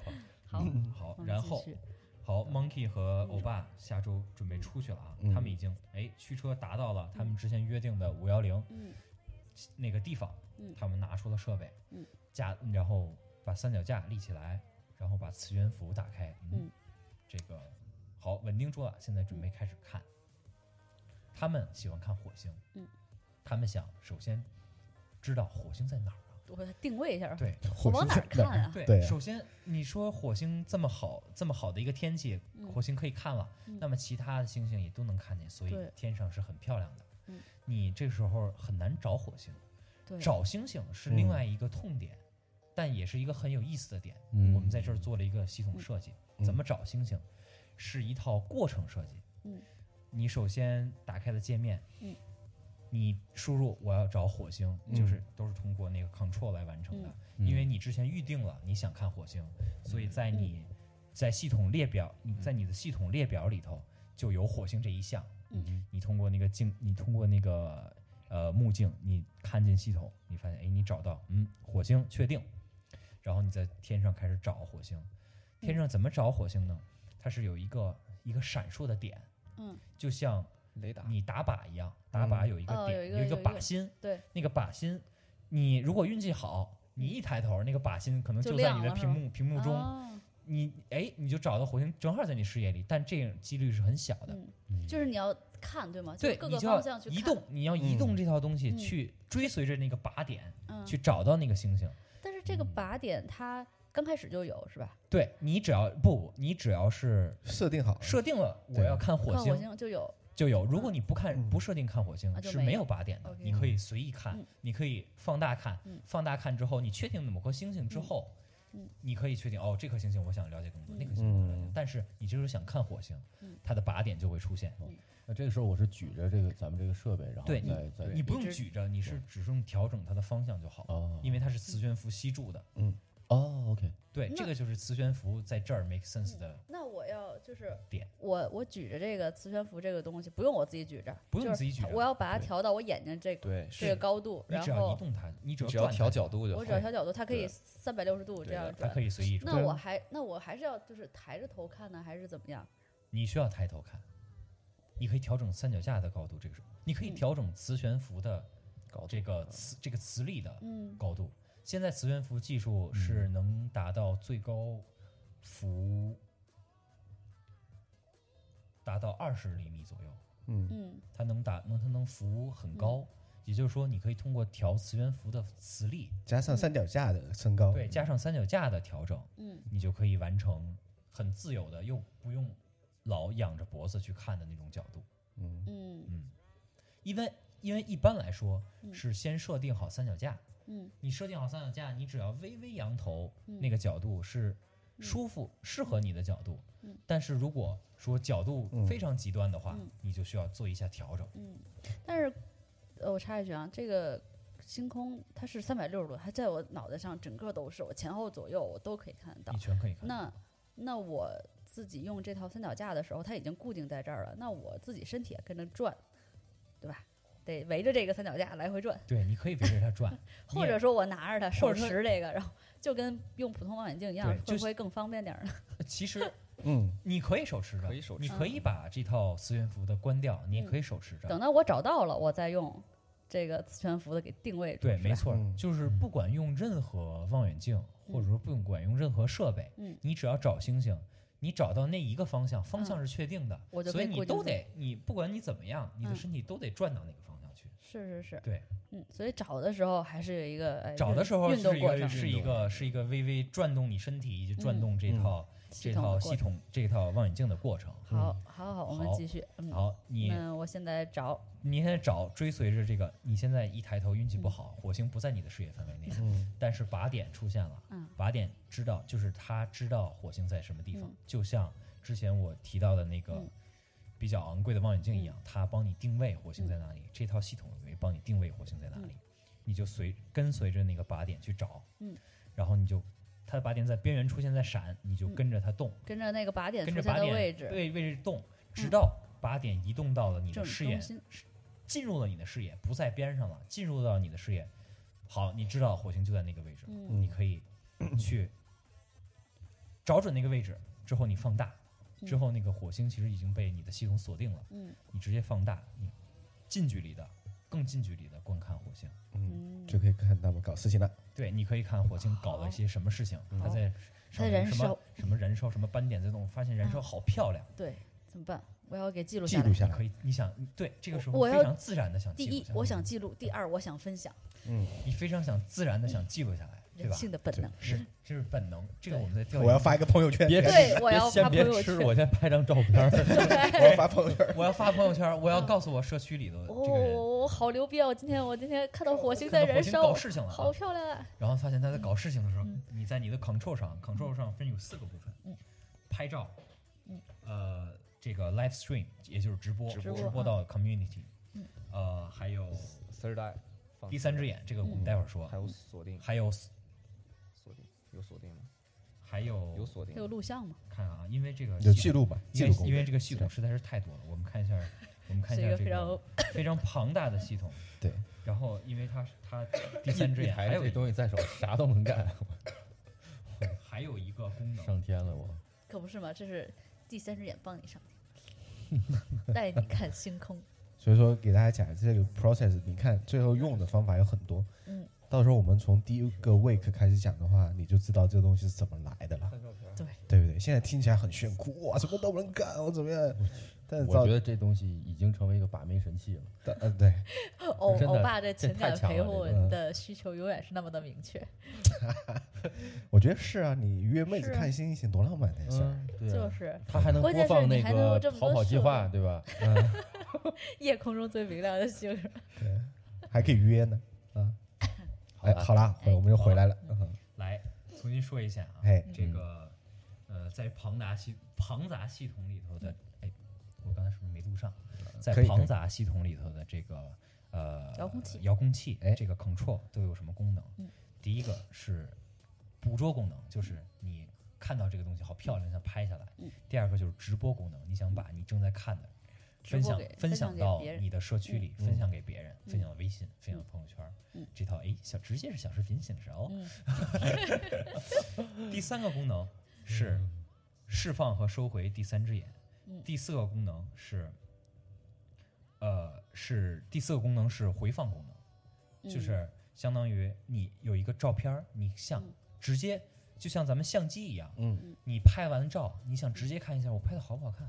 Speaker 5: 好，
Speaker 4: 好，
Speaker 5: 好
Speaker 4: 我，们
Speaker 5: 嗯然
Speaker 4: 继
Speaker 5: 后
Speaker 4: 续
Speaker 5: 好，Monkey 和欧巴下周准备出去了啊，
Speaker 2: 嗯
Speaker 5: 他们已经哎驱车达到了他们之前约定的五幺零
Speaker 4: 嗯
Speaker 5: 那个地方
Speaker 4: 嗯，
Speaker 5: 他们拿出了设备
Speaker 4: 嗯，
Speaker 5: 架，然后把三脚架立起来，然后把磁悬浮打开，
Speaker 4: 嗯，
Speaker 5: 这个好稳定住了，现在准备开始看。他们喜欢看火星，
Speaker 4: 嗯，
Speaker 5: 他们想首先知道火星在哪儿啊？
Speaker 4: 我定位一下，
Speaker 5: 对
Speaker 4: 我
Speaker 2: 火
Speaker 4: 往
Speaker 2: 星
Speaker 4: 哪儿
Speaker 2: 在
Speaker 4: 看
Speaker 2: 哪儿？
Speaker 4: 啊？
Speaker 5: 对
Speaker 2: 对啊
Speaker 5: 首先你说火星这么好，这么好的一个天气，
Speaker 4: 嗯
Speaker 5: 火星可以看了，
Speaker 4: 嗯
Speaker 5: 那么其他的星星也都能看见，所以
Speaker 4: 对
Speaker 5: 天上是很漂亮的。
Speaker 4: 嗯
Speaker 5: 你这时候很难找火星，
Speaker 4: 对，
Speaker 5: 找星星是
Speaker 2: 嗯
Speaker 5: 另外一个痛点，但也是一个很有意思的点。
Speaker 7: 嗯
Speaker 5: 我们在这儿做了一个系统设计，
Speaker 2: 嗯
Speaker 5: 怎么找星星，是一套过程设计。
Speaker 4: 嗯，
Speaker 5: 你首先打开的界面，
Speaker 4: 嗯，
Speaker 5: 你输入我要找火星，
Speaker 2: 嗯
Speaker 5: 就是都是通过那个 Control 来完成的，
Speaker 7: 嗯
Speaker 5: 因为你之前预定了你想看火星，所以在你在系统列表，你在你的系统列表里头就有火星这一项。
Speaker 4: 嗯，
Speaker 5: 你通过那个镜，你通过那个呃目镜，你看见系统，你发现哎，你找到嗯火星确定，然后你在天上开始找火星。天上怎么找火星呢？它是有一个一个闪烁的点，
Speaker 4: 嗯，
Speaker 5: 就像
Speaker 6: 雷达，
Speaker 5: 你打靶一样，打
Speaker 2: 嗯
Speaker 5: 靶有一个
Speaker 4: 哦
Speaker 5: 点，
Speaker 4: 有一个
Speaker 5: 有一个
Speaker 4: 有一个
Speaker 5: 靶心，
Speaker 4: 对，
Speaker 5: 那个靶心，你如果运气好，你一抬头，那个靶心可能
Speaker 4: 就
Speaker 5: 在
Speaker 4: 亮
Speaker 5: 你的
Speaker 4: 了是
Speaker 5: 屏
Speaker 4: 吗
Speaker 5: 幕屏幕中，
Speaker 4: 啊
Speaker 5: 你哎你就找到火星，正好在你视野里，但这种几率是很小的。
Speaker 4: 嗯，就是你要看对吗？就
Speaker 5: 对，
Speaker 4: 各
Speaker 5: 你
Speaker 4: 个
Speaker 5: 就
Speaker 4: 方
Speaker 5: 要
Speaker 4: 向去
Speaker 5: 移
Speaker 4: 看，
Speaker 5: 动，你要移动
Speaker 2: 嗯
Speaker 5: 这套东西
Speaker 4: 嗯
Speaker 5: 去追随着那个靶点
Speaker 4: 嗯，
Speaker 5: 去嗯找到那个星星。
Speaker 4: 但是这个靶点它刚开始就有是吧？
Speaker 5: 对你只要不，你只要是
Speaker 2: 设定好了，
Speaker 5: 设定了我
Speaker 2: 对
Speaker 5: 要看火
Speaker 4: 看火
Speaker 5: 星
Speaker 4: 星就有，
Speaker 5: 就有，如果你不看
Speaker 2: 嗯
Speaker 5: 不设定看火星
Speaker 4: 啊就是没
Speaker 5: 没
Speaker 4: 有
Speaker 5: 有靶点的，
Speaker 4: OK
Speaker 5: 你可以随意看
Speaker 4: 嗯，
Speaker 5: 你可以放大看
Speaker 4: 嗯，
Speaker 5: 放大看之后，你确定某颗星星之后
Speaker 4: 嗯嗯，
Speaker 5: 你可以确定哦，这颗星星我想了解更多，
Speaker 4: 嗯
Speaker 5: 那颗星星我想了解
Speaker 2: 嗯，
Speaker 5: 但是你就是想看火星
Speaker 4: 嗯，
Speaker 5: 它的靶点就会出现。
Speaker 7: 那这个时候我是举着这个咱们这个设备，然后
Speaker 5: 对你
Speaker 7: 再再
Speaker 5: 你不用
Speaker 4: 一直
Speaker 5: 举着，你是只用调整它的方向就好，
Speaker 7: 哦
Speaker 5: 因为它是磁悬浮吸住的。
Speaker 7: 哦，OK，
Speaker 5: 对，这
Speaker 4: 嗯那
Speaker 5: 个就是磁悬浮在这儿 make sense 的，
Speaker 4: 那我要就是
Speaker 5: 点
Speaker 4: 我我举着这个磁悬浮这个东西，不用我自己举着，
Speaker 5: 不用
Speaker 4: 就是
Speaker 5: 自己举着
Speaker 4: 我要把它调到我眼睛这
Speaker 6: 对，
Speaker 4: 这个高度，
Speaker 5: 你
Speaker 4: 然
Speaker 5: 只要
Speaker 4: 后
Speaker 5: 移动它，你只
Speaker 6: 只
Speaker 5: 要
Speaker 6: 要
Speaker 5: 转
Speaker 6: 调
Speaker 5: 它
Speaker 6: 角度就好
Speaker 4: 我只要调角度，它可以三百六十度
Speaker 6: 对
Speaker 4: 这样
Speaker 6: 的
Speaker 5: 它
Speaker 4: 转
Speaker 5: 可。以随意转。
Speaker 4: 那我还那我还是要就是抬着头看呢，还是怎么样？
Speaker 5: 你需要抬头看，你可以调整三脚架的高度，这个时候你可以
Speaker 4: 嗯
Speaker 5: 调整磁悬浮的
Speaker 6: 高
Speaker 5: 这个磁这个磁力的
Speaker 4: 嗯，
Speaker 5: 高度。现在磁悬浮技术是能达到最高幅达到二十厘米左右。
Speaker 2: 嗯
Speaker 4: 嗯
Speaker 5: 它能打能它能浮很高，也就是说你可以通过调磁悬浮的磁力，嗯
Speaker 2: 加上三脚架的身高，
Speaker 5: 对，加上三脚架的调整，
Speaker 4: 嗯
Speaker 5: 你就可以完成很自由的，又不用老仰着脖子去看的那种角度。
Speaker 2: 嗯
Speaker 4: 嗯
Speaker 5: 嗯，因为因为一般来说
Speaker 4: 嗯
Speaker 5: 是先设定好三脚架，
Speaker 4: 嗯
Speaker 5: 你设定好三脚架，你只要微微扬头，
Speaker 4: 嗯
Speaker 5: 那个角度是舒服、适合你的角度。
Speaker 4: 嗯
Speaker 5: 但是如果说角度
Speaker 2: 嗯
Speaker 5: 非常极端的话，
Speaker 4: 嗯
Speaker 5: 你就需要做一下调整。
Speaker 4: 嗯。但是，呃，我插一句啊，这个星空它是三百六十度，它在我脑袋上整个都是，我前后左右我都可以看得到
Speaker 5: 你。全可以看。
Speaker 4: 那那我自己用这套三脚架的时候，它已经固定在这儿了，那我自己身体也跟着转，对吧？得围着这个三脚架来回转，，
Speaker 5: 对，你可以围着它转
Speaker 4: 或者
Speaker 5: 你
Speaker 4: 说我拿着它
Speaker 5: 或
Speaker 4: 手
Speaker 5: 者说
Speaker 4: 持这个，然后就跟用普通望远镜一样，
Speaker 5: 对
Speaker 4: 会
Speaker 5: 就
Speaker 4: 不
Speaker 5: 是
Speaker 4: 会更方便点儿呢？
Speaker 5: 也呃其实
Speaker 2: 嗯，
Speaker 5: 你可以手持着，
Speaker 6: 可以手持
Speaker 5: 你可以把这套磁悬浮的关掉，
Speaker 4: 嗯
Speaker 5: 你也可以手持着。
Speaker 4: 等到我找到了，我再用这个磁悬浮的给定位住。
Speaker 5: 对，
Speaker 4: 是
Speaker 5: 没
Speaker 4: 吧
Speaker 5: 错，
Speaker 2: 嗯
Speaker 5: 就是不管用任何望远镜，或者说不管用任何设备，
Speaker 4: 嗯
Speaker 5: 你只要找星星，你找到那一个方向，方向是确定的，
Speaker 4: 嗯我就
Speaker 5: 所以
Speaker 4: 可以
Speaker 5: 你
Speaker 4: 固定住
Speaker 5: 都得，你不管你怎么样，你的
Speaker 4: 嗯
Speaker 5: 身体都得转到那个方向去。
Speaker 4: 是是是，
Speaker 5: 对，
Speaker 4: 嗯，所以找的时候还是有一个、哎
Speaker 5: 找的
Speaker 4: 运
Speaker 5: 时候
Speaker 4: 运动
Speaker 5: 是一
Speaker 4: 过
Speaker 5: 个
Speaker 4: 程，
Speaker 5: 是一个是一个微微转动你身体以及转
Speaker 4: 嗯
Speaker 5: 动这
Speaker 2: 嗯
Speaker 5: 套、这
Speaker 4: 系统的
Speaker 5: 套
Speaker 4: 过
Speaker 5: 系
Speaker 4: 程。
Speaker 5: 统这套望远镜的过程。
Speaker 4: 好，好好，我们
Speaker 5: 好
Speaker 4: 继续。嗯，
Speaker 5: 好，你
Speaker 4: 那我现在找
Speaker 5: 你现在找追随着这个，你现在一抬头运气
Speaker 4: 嗯
Speaker 5: 不好，火星不在你的视野范围
Speaker 4: *laughs*
Speaker 5: 内，
Speaker 2: 嗯
Speaker 5: 但是靶点出现了，
Speaker 4: 嗯
Speaker 5: 靶点知道就是他知道火星在什么地方，
Speaker 4: 嗯
Speaker 5: 就像之前我提到的那个
Speaker 4: 嗯
Speaker 5: 比较昂贵的望远镜一样，它帮你定位火星在
Speaker 4: 嗯
Speaker 5: 哪里，这套系统也帮你定位火星在哪里，你就随跟随着那个靶点去找，
Speaker 4: 嗯，
Speaker 5: 然后你就它的靶点在边缘出现在闪，你就
Speaker 4: 嗯
Speaker 5: 跟着它动，
Speaker 4: 跟着那个靶点
Speaker 5: 跟
Speaker 4: 出
Speaker 5: 着
Speaker 4: 现
Speaker 5: 靶
Speaker 4: 的
Speaker 5: 点
Speaker 4: 位置，
Speaker 5: 对位置动，直
Speaker 4: 嗯
Speaker 5: 到靶点移动到了你的
Speaker 4: 正
Speaker 5: 视野
Speaker 4: 中心，
Speaker 5: 进入了你的视野，不在边上了，进入到你的视野。好，你知道火星就在那个位置，
Speaker 4: 嗯
Speaker 5: 你可以去找准那个位置之后，你放大，之
Speaker 4: 嗯
Speaker 5: 后那个火星其实已经被你的系统锁定了，
Speaker 4: 嗯
Speaker 5: 你直接放大，你近距离的、更近距离的观看火星。
Speaker 2: 嗯，
Speaker 4: 嗯，
Speaker 2: 就可以看他们搞事情了。
Speaker 5: 对，你可以看火星搞了一些什么事情，它在
Speaker 4: 哦它在燃
Speaker 5: 什么
Speaker 4: 烧嗯
Speaker 5: 什么燃烧，什么斑点在动，发现燃烧好漂亮。
Speaker 4: 对，怎么办？我要给记录
Speaker 2: 记
Speaker 4: 下
Speaker 2: 录
Speaker 4: 来。
Speaker 2: 下
Speaker 5: 你可
Speaker 2: 来，
Speaker 5: 以，你想对这个时候
Speaker 4: 我要
Speaker 5: 非常自然的想
Speaker 4: 第
Speaker 5: 记录
Speaker 4: 一
Speaker 5: 下，来，
Speaker 4: 我想记录；第二，我想分享
Speaker 5: 你非常想自然的想记录下来，对
Speaker 4: 人
Speaker 5: 吧？
Speaker 4: 性的本能。
Speaker 5: 是这是本能，这个
Speaker 4: 对
Speaker 5: 我们在调研
Speaker 2: 我要发一个朋友圈，
Speaker 7: 别
Speaker 5: 哎
Speaker 4: 对，我要
Speaker 7: 先
Speaker 4: 发朋
Speaker 7: 别
Speaker 4: 友
Speaker 7: 吃
Speaker 4: 圈
Speaker 7: 了，。我先拍张照片儿。
Speaker 2: 我要发朋友圈。
Speaker 5: 我要发朋友圈，我要告诉我社区里的
Speaker 4: 哦，
Speaker 5: 这个人，
Speaker 4: 我好牛逼啊！我今天我今天看到火星
Speaker 5: 可
Speaker 4: 在
Speaker 5: 能火
Speaker 4: 燃
Speaker 5: 星
Speaker 4: 烧
Speaker 5: 搞，事情了啊，
Speaker 4: 好漂亮啊！
Speaker 5: 然后发现他在搞事情的时候
Speaker 4: 嗯，
Speaker 5: 你在你的 control 上，control 上分有四个部分
Speaker 4: 嗯，
Speaker 5: 拍照
Speaker 4: 嗯，
Speaker 5: 呃，这个 live stream 也就是直播，
Speaker 4: 直播
Speaker 5: 直播到 community，呃，
Speaker 4: 嗯
Speaker 5: 还有
Speaker 6: third eye 放
Speaker 5: 第三只
Speaker 6: third eye
Speaker 5: 眼，这个
Speaker 4: 嗯
Speaker 5: 我们待会儿说
Speaker 6: 嗯还，有锁定
Speaker 5: 还有
Speaker 6: 锁定有锁定吗？
Speaker 5: 还有
Speaker 6: 有锁定
Speaker 4: 有录像吗？
Speaker 5: 看啊，因为这个
Speaker 2: 有
Speaker 5: 系
Speaker 2: 记录吧，记
Speaker 5: 因
Speaker 2: 录
Speaker 5: 为
Speaker 2: 功
Speaker 5: 因
Speaker 2: 能。
Speaker 5: 为这个系统实在是太多了，我们看一下，我们看一
Speaker 4: 是
Speaker 5: 下
Speaker 4: 一个
Speaker 5: 这
Speaker 4: 非
Speaker 5: 个
Speaker 4: 常
Speaker 5: 非常庞大的系统。
Speaker 2: 对，
Speaker 5: 然后因为它它第三只
Speaker 7: 一
Speaker 5: 眼
Speaker 7: 台
Speaker 5: 还有
Speaker 7: 这
Speaker 5: 一个
Speaker 7: 东西在手，啥都能干，
Speaker 5: 还有一个功能，
Speaker 7: 上天了我。
Speaker 4: 可不是嘛，这是第三只眼帮你上天，带你看星空。
Speaker 2: 所以说，给大家讲这个 process，你看最后用的方法有很多。
Speaker 5: *laughs*
Speaker 4: 嗯，
Speaker 2: 到时候我们从第一个 week 开始讲的话，你就知道这个东西是怎么来的了，
Speaker 4: 对
Speaker 2: 对不对？现在听起来很炫酷，哇，什么都能干，我怎么样？但是
Speaker 7: 我
Speaker 2: 到
Speaker 7: 觉得这东西已经成为一个把妹神器了。
Speaker 2: 到嗯对，
Speaker 4: 欧
Speaker 7: 真的
Speaker 4: 欧巴这情感
Speaker 7: 这太强了
Speaker 4: 陪护
Speaker 2: 这个
Speaker 5: 嗯
Speaker 4: 的需求永远是那么的明确，
Speaker 2: 我觉得是啊，你约妹子
Speaker 4: 是啊
Speaker 2: 看星星多浪漫的事儿。
Speaker 7: 嗯，对啊、
Speaker 4: 就是
Speaker 7: 他还能
Speaker 4: 关键
Speaker 7: 播
Speaker 4: 是
Speaker 7: 放那
Speaker 4: 你还能有
Speaker 7: 个
Speaker 4: 这
Speaker 7: 《
Speaker 4: 么多
Speaker 7: 逃跑计
Speaker 4: 设
Speaker 7: 划》，对吧？嗯，
Speaker 4: 夜空中最明亮的星。 *laughs*
Speaker 2: 还可以约呢，啊，哎，好啦，
Speaker 4: 哎
Speaker 2: 我们又回来了，
Speaker 5: 来重新说一下啊，
Speaker 2: 哎嗯
Speaker 5: 这个呃，在庞杂系庞杂系统里头的，哎，我刚才是不是没录上？在
Speaker 2: 呃可以可
Speaker 5: 庞
Speaker 2: 以
Speaker 5: 杂系统里头的这个呃
Speaker 4: 遥控器
Speaker 5: 遥控器
Speaker 2: 哎
Speaker 5: 这个 control 都有什么功能？
Speaker 4: 嗯
Speaker 5: 第一个是捕捉功能，就是你看到这个东西好漂亮，想拍下来；
Speaker 4: 嗯
Speaker 5: 第二个就是直播功能，你想把你正在看的
Speaker 4: 直
Speaker 5: 分
Speaker 4: 播
Speaker 5: 享
Speaker 4: 给
Speaker 5: 分
Speaker 4: 分
Speaker 5: 享
Speaker 4: 享给
Speaker 5: 到
Speaker 4: 别人
Speaker 5: 你的社区里，分享给别人，分
Speaker 4: 嗯
Speaker 5: 享微信，分享朋友圈儿，
Speaker 4: 嗯
Speaker 5: 这套哎小直接是小视频形式哦。
Speaker 4: 嗯
Speaker 5: 第三个功能是释放和收回第三只眼，
Speaker 4: 嗯
Speaker 5: 第四个功能是，呃，是第四个功能是回放功能，就
Speaker 4: 嗯
Speaker 5: 是相当于你有一个照片儿，你想
Speaker 4: 嗯
Speaker 5: 直接就像咱们相机一样，
Speaker 2: 嗯
Speaker 4: 嗯
Speaker 5: 你拍完照，你想直接看一下我拍的好不好看，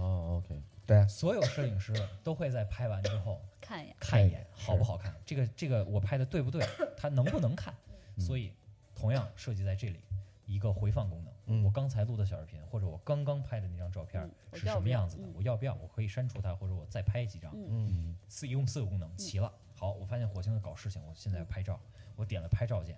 Speaker 7: 哦，OK，
Speaker 2: 对啊，
Speaker 5: 所有摄影师都会在拍完之后
Speaker 4: 看一眼，
Speaker 5: 看一眼好不好看，这个这个我拍的对不对，它能不能看，
Speaker 2: 嗯
Speaker 5: *clears throat* 所以同样设计在这里一个回放功能。
Speaker 2: 嗯
Speaker 5: 我刚才录的小视频，或者我刚刚拍的那张照片
Speaker 4: 嗯我
Speaker 5: 是
Speaker 4: 要
Speaker 5: 什
Speaker 4: 不
Speaker 5: 么
Speaker 4: 要
Speaker 5: 样子的
Speaker 4: 嗯，
Speaker 5: 我要不要？我可以删除它，或者我再拍几张。
Speaker 2: 嗯，
Speaker 5: 四一共四个功能，齐了。好，我发现火星在搞事情，我现在要拍照，我点了拍照键，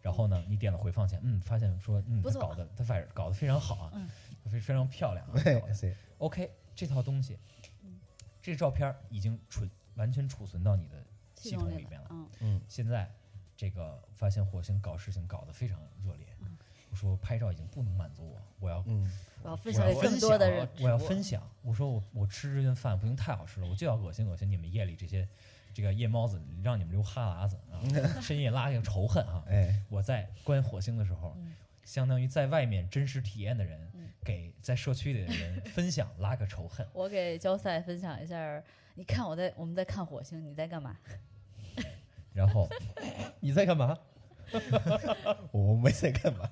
Speaker 5: 然后呢，你点了回放键，嗯，发现说，嗯，
Speaker 4: 不
Speaker 5: 它
Speaker 4: 错
Speaker 5: 搞得它反正搞得非常好啊
Speaker 4: 嗯，
Speaker 5: 非非常漂亮啊，
Speaker 2: *laughs*
Speaker 5: 搞
Speaker 2: 嘿
Speaker 5: 得
Speaker 2: 谁
Speaker 5: OK，这套东西
Speaker 4: 嗯，
Speaker 5: 这照片儿已经储完全储存到你的
Speaker 4: 系
Speaker 5: 系
Speaker 4: 统
Speaker 5: 统
Speaker 4: 里
Speaker 5: 里面了
Speaker 4: 嗯，嗯
Speaker 5: 现在这个发现火星搞事情搞得非常热烈，说拍照已经不能满足我，我要
Speaker 2: 嗯，
Speaker 4: 我要分
Speaker 5: 我
Speaker 4: 享
Speaker 5: 要
Speaker 4: 给
Speaker 5: 分
Speaker 4: 更多的人
Speaker 5: 享。，我要分享。我说我我吃这顿饭不行，太好吃了，我就要恶心恶心你们夜里这些这个夜猫子，让你们流哈喇子
Speaker 4: *laughs*
Speaker 5: 啊，深夜拉个仇恨啊！
Speaker 2: 哎，
Speaker 5: 我在观火星的时候，
Speaker 4: 嗯
Speaker 5: 相当于在外面真实体验的人，
Speaker 4: 嗯
Speaker 5: 给在社区里的人分享拉个仇恨。
Speaker 4: 我给焦赛分享一下儿，你看我在我们在看火星，你在干嘛？
Speaker 5: 然后，
Speaker 7: 你在干嘛？
Speaker 2: *laughs* 我没在干嘛。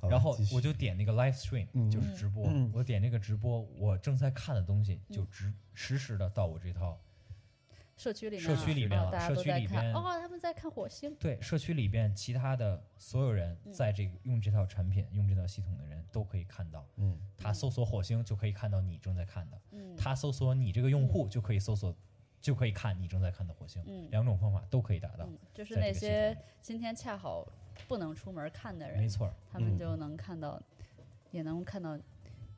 Speaker 2: 好
Speaker 5: 然后
Speaker 2: 继续
Speaker 5: 我就点那个 live stream，、
Speaker 2: 嗯
Speaker 5: 就是直播。
Speaker 2: 嗯
Speaker 5: 我点那个直播，我正在看的东西
Speaker 4: 嗯
Speaker 5: 就直实时的到我这套
Speaker 4: 社区里面
Speaker 5: 社
Speaker 4: 啊，
Speaker 5: 区里面
Speaker 4: 哦
Speaker 5: 了
Speaker 4: 大家
Speaker 5: 社
Speaker 4: 都
Speaker 5: 区
Speaker 4: 在
Speaker 5: 里
Speaker 4: 看。
Speaker 5: 边
Speaker 4: 哦，他们在看火星。
Speaker 5: 对社区里边其他的所有人
Speaker 4: 嗯
Speaker 5: 在这个用这套产品、用这套系统的人都可以看到，
Speaker 2: 嗯，
Speaker 5: 他搜索火星就可以看到你正在看的，
Speaker 4: 嗯
Speaker 5: 他搜索你这个用户就可以搜索，就可以看你正在看的火星，
Speaker 4: 嗯
Speaker 5: 两种方法都可以达到，
Speaker 4: 嗯，就是
Speaker 5: 在这
Speaker 4: 那
Speaker 5: 个系
Speaker 4: 些今天恰好不能出门看的
Speaker 5: 没
Speaker 4: 人，
Speaker 5: 错儿，
Speaker 4: 他们
Speaker 2: 嗯
Speaker 4: 就能看到，也能看到，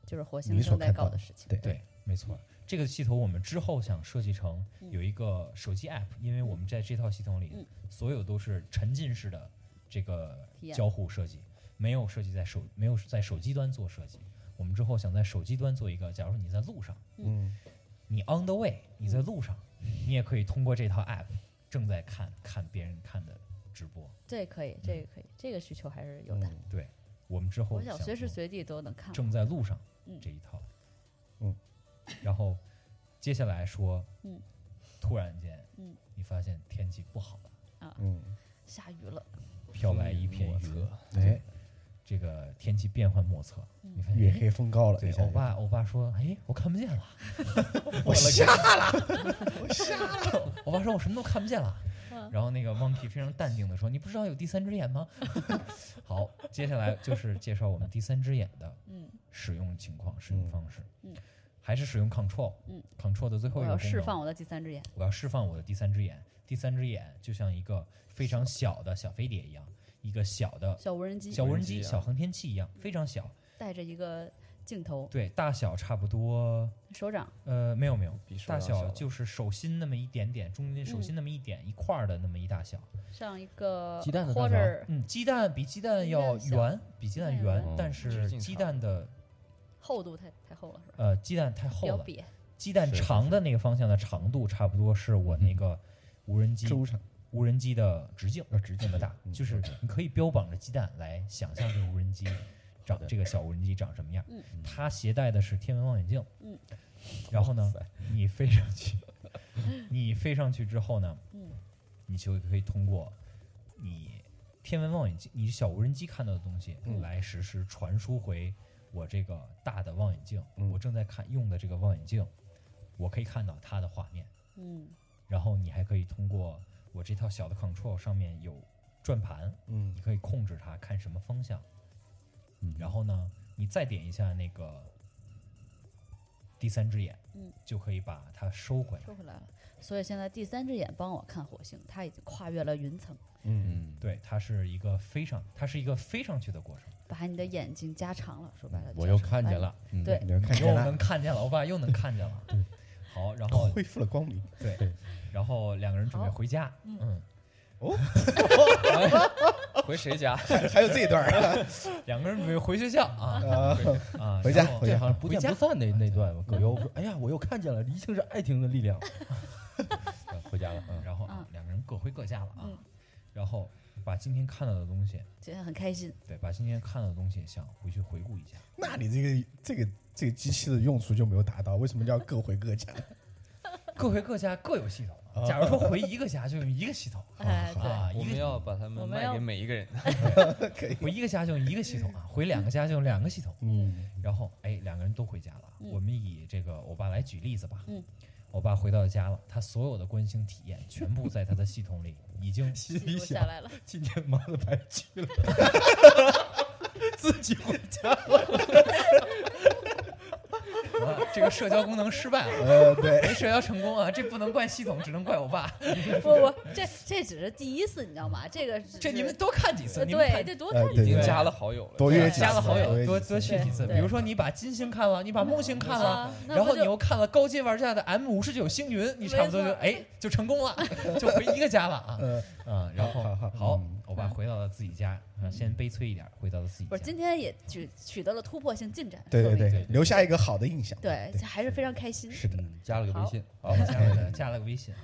Speaker 4: 就是火星
Speaker 2: 你所
Speaker 4: 正在
Speaker 2: 看
Speaker 4: 搞
Speaker 2: 到
Speaker 4: 的事情。
Speaker 2: 对
Speaker 5: 对，没错儿。这个系统我们之后想设计成有一个手机 app，因
Speaker 2: 嗯
Speaker 5: 为我们在这套系统
Speaker 4: 嗯
Speaker 5: 里，所有都是沉浸式的这个
Speaker 4: 体验
Speaker 5: 交互设计，没有设计在手没有在手机端做设计。我们之后想在手机端做一个，假如说你在路上，
Speaker 2: 嗯，
Speaker 5: 你 on the way，你在路上，你也可以通过这套 app 正在看看别人看的直播。
Speaker 4: 这可以，这个可以，这个需求还是有的。
Speaker 5: 嗯我们之后
Speaker 4: 我想随时
Speaker 5: 做
Speaker 4: 随地都能看。
Speaker 5: 正在路上
Speaker 4: 嗯
Speaker 5: 这一套，
Speaker 2: 嗯，
Speaker 5: 然后接下来说，
Speaker 4: 嗯，
Speaker 5: 突然间，
Speaker 4: 嗯，
Speaker 5: 你发现天气不好了，
Speaker 2: 嗯，
Speaker 4: 下雨了，
Speaker 5: 飘来一片云，
Speaker 2: 哎，
Speaker 5: 这个天气变幻莫测，
Speaker 4: 嗯
Speaker 5: 你发现
Speaker 2: 月
Speaker 5: 哎
Speaker 2: 黑风高了，
Speaker 5: 对
Speaker 2: 一，下
Speaker 5: 欧巴，欧巴说：“哎，我看不见了。 *laughs*
Speaker 2: 我瞎了，”
Speaker 5: 欧巴说：“我什么都看不见了。
Speaker 4: *laughs* 嗯”
Speaker 5: 然后那个 Monkey 非常淡定的说：“你不知道有第三只眼吗？” *laughs* 好，接下来就是介绍我们第三只眼的
Speaker 4: 嗯，
Speaker 5: 使用情况、使用方式。
Speaker 4: 嗯
Speaker 5: 还是使用 Control。
Speaker 4: 嗯
Speaker 5: Control 的最后
Speaker 4: 我
Speaker 5: 一个
Speaker 4: 要
Speaker 5: 功
Speaker 4: 释
Speaker 5: 能
Speaker 4: 放我的第三只眼。
Speaker 5: 我要释放我的第三只眼。第三只眼就像一个非常小的小飞碟一样，一个小的
Speaker 4: 小无人机
Speaker 5: 小无人
Speaker 6: 无
Speaker 5: 机、
Speaker 6: 人机啊
Speaker 5: 小航天器一样，非常小。
Speaker 4: 带着一个镜头，
Speaker 5: 对，大小差不多，
Speaker 4: 手掌，
Speaker 5: 呃，没有没有，
Speaker 6: 比手
Speaker 5: 大
Speaker 6: 掌小
Speaker 5: 小
Speaker 6: 了
Speaker 5: 就是手心那么一点点，中间手心那么一点、一块儿的那么一大小。
Speaker 4: 像一个
Speaker 7: 鸡蛋的大小
Speaker 4: quarter
Speaker 5: 嗯，鸡蛋比鸡蛋
Speaker 4: 鸡
Speaker 5: 要
Speaker 4: 蛋小
Speaker 5: 圆，比鸡蛋
Speaker 4: 蛋
Speaker 5: 圆
Speaker 4: 圆，
Speaker 5: 但
Speaker 6: 直
Speaker 5: 是
Speaker 6: 径
Speaker 5: 鸡
Speaker 6: 差
Speaker 5: 蛋的
Speaker 4: 厚度太太厚了，是吧？
Speaker 5: 呃鸡蛋太
Speaker 4: 比
Speaker 5: 厚
Speaker 4: 较
Speaker 5: 了，
Speaker 4: 瘪，
Speaker 5: 鸡蛋
Speaker 6: 是是
Speaker 5: 长的那个方向的长度差不多是我那个无人机
Speaker 2: 周长，
Speaker 5: 无人机的直径
Speaker 2: 要直
Speaker 5: 那
Speaker 2: 径
Speaker 5: 么大，
Speaker 2: 嗯
Speaker 5: 就是你可以标榜着鸡蛋来想象这个无人机长这个小无人机长什么样
Speaker 4: 嗯。
Speaker 5: 它携带的是天文望远镜，
Speaker 4: 嗯，
Speaker 5: 然后呢，你飞上去， *laughs* 你飞上去之后呢，
Speaker 4: 嗯，
Speaker 5: 你就可以通过你天文望远镜，你小无人机看到的东西
Speaker 2: 嗯
Speaker 5: 来实时传输回我这个大的望远镜，
Speaker 2: 嗯
Speaker 5: 我正在看用的这个望远镜，我可以看到它的画面。
Speaker 4: 嗯
Speaker 5: 然后你还可以通过我这套小的 Control 上面有转盘，
Speaker 2: 嗯
Speaker 5: 你可以控制它看什么方向。
Speaker 7: 嗯
Speaker 5: 然后呢，你再点一下那个第三只眼，
Speaker 4: 嗯，
Speaker 5: 就可以把它收回来。
Speaker 4: 收回来了。所以现在第三只眼帮我看火星，它已经跨越了云层，
Speaker 2: 嗯，
Speaker 7: 嗯，
Speaker 5: 对，它是一个飞上，它是一个飞上去的过程。
Speaker 4: 把你的眼睛加长了。说白了，
Speaker 7: 我又看见。了，嗯
Speaker 4: 哎对
Speaker 2: 你要看
Speaker 5: 又
Speaker 2: 见
Speaker 5: 能
Speaker 2: 了，哦
Speaker 5: 看见了，欧巴又能看见了。好，
Speaker 2: *laughs*
Speaker 5: 然后
Speaker 2: 恢复了光明，
Speaker 5: 对，然后两个人准备
Speaker 4: 好
Speaker 5: 回家。
Speaker 4: 嗯
Speaker 5: 嗯，
Speaker 6: *laughs* 回谁家？
Speaker 2: 还有这一段儿，
Speaker 5: 两个人准备回学校啊啊，
Speaker 2: 回家
Speaker 5: 然后
Speaker 2: 回
Speaker 7: 这
Speaker 2: 家
Speaker 7: 好像不见
Speaker 5: 回家
Speaker 7: 不散那那段嘛，葛优说：“哎呀，我又看见了，一定是爱情的力量。
Speaker 5: 呃
Speaker 7: 啊”回家了，嗯
Speaker 5: 然后啊
Speaker 4: 嗯
Speaker 5: 两个人各回各家了啊
Speaker 4: 嗯，
Speaker 5: 然后把今天看到的东西，
Speaker 4: 觉得很开心，
Speaker 5: 对，把今天看到的东西想回去回顾一下，
Speaker 2: *laughs* 那你这个这个这个机器的用处就没有达到，为什么叫各回各家？
Speaker 5: 各回各家各有系统。啊假如说回一个家就用一个系统
Speaker 4: 哎，
Speaker 5: 啊，
Speaker 6: 哦 *laughs* 我
Speaker 5: 一
Speaker 6: 们
Speaker 5: 个
Speaker 6: 要把他
Speaker 4: 我
Speaker 6: 们
Speaker 4: 们
Speaker 6: 卖
Speaker 4: 要
Speaker 6: 给每一个人。
Speaker 2: 可以，
Speaker 5: 回一个家就用一个系统啊，回两个家就用两个系统。
Speaker 2: 嗯
Speaker 5: 然后哎，两个人都回家了。
Speaker 4: 嗯
Speaker 5: 我们以这个欧巴来举例子吧。
Speaker 4: 嗯，
Speaker 5: 欧巴回到家了，他所有的观星体验全部在他的系统里已
Speaker 6: *laughs*
Speaker 5: 经
Speaker 7: 心
Speaker 4: 记录下来了。
Speaker 7: 今天妈的白去了， *laughs* 自己回家了。
Speaker 5: *laughs* 啊这个社交功能失败
Speaker 2: *laughs*
Speaker 5: 了。
Speaker 2: 呃，对，
Speaker 5: 没社交成功啊，这不能怪系统，只能怪欧巴。
Speaker 4: 不不，这这只是第一次，你知道吗？这个只
Speaker 5: 这你们
Speaker 4: 是
Speaker 5: 多看几次，
Speaker 4: 呃
Speaker 5: 你们
Speaker 4: 对，
Speaker 5: 看
Speaker 4: 这多
Speaker 2: 呃
Speaker 4: 看
Speaker 2: 对
Speaker 6: 已经
Speaker 5: 对
Speaker 6: 加了好友了，
Speaker 2: 多约几次
Speaker 5: 加了好
Speaker 2: 多约
Speaker 5: 友，
Speaker 2: 几
Speaker 5: 多
Speaker 2: 次
Speaker 5: 多去几次。
Speaker 4: 对
Speaker 5: 比如说你把金星看了，你把木星看了，
Speaker 4: 啊，那
Speaker 5: 然
Speaker 4: 不
Speaker 5: 后你
Speaker 4: 就
Speaker 5: 又看了高阶玩家的 M 五十九星云，你差不多就
Speaker 4: 没错
Speaker 5: *laughs* 哎就成功了，就回一个家了啊
Speaker 7: 嗯
Speaker 2: 呃，
Speaker 5: 啊！然后
Speaker 2: 好好好
Speaker 5: 好
Speaker 2: 嗯，
Speaker 5: 我爸回到了自己家，啊，先悲催一点，回到了自己
Speaker 8: 不是，
Speaker 5: 家
Speaker 8: 今。天也取取得了突破性进展，
Speaker 2: 对
Speaker 5: 对
Speaker 2: 对
Speaker 5: 对
Speaker 2: 留下一个好的印象。
Speaker 8: 对，这还是非常开心。
Speaker 2: 是的，
Speaker 3: 嗯加了个微信，
Speaker 5: 好，加了个加了个微信啊。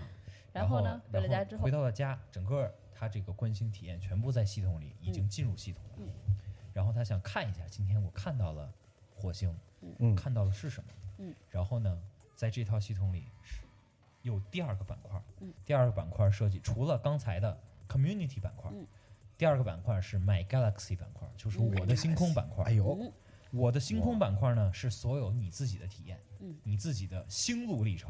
Speaker 8: 然后呢，回了
Speaker 5: 然
Speaker 8: 家之后
Speaker 5: 回，到了家，整个他这个关心体验全部在系统里，已
Speaker 8: 嗯
Speaker 5: 经进入系统了。然后他想看一下，今天我看到了火星，
Speaker 2: 嗯
Speaker 5: 看到了是什么？
Speaker 8: 嗯，
Speaker 5: 然后呢，在这套系统里是有第二个板块，
Speaker 8: 嗯
Speaker 5: 第二个板块设计除了刚才的 community 板块，
Speaker 8: 嗯
Speaker 5: 第二个板块是 My Galaxy 板块，就是
Speaker 8: 嗯
Speaker 5: 我的星空板块。
Speaker 2: 哎呦，
Speaker 8: 嗯
Speaker 5: 我的星空板块呢是所有你自己的体验，
Speaker 8: 嗯
Speaker 5: 你自己的心路历程。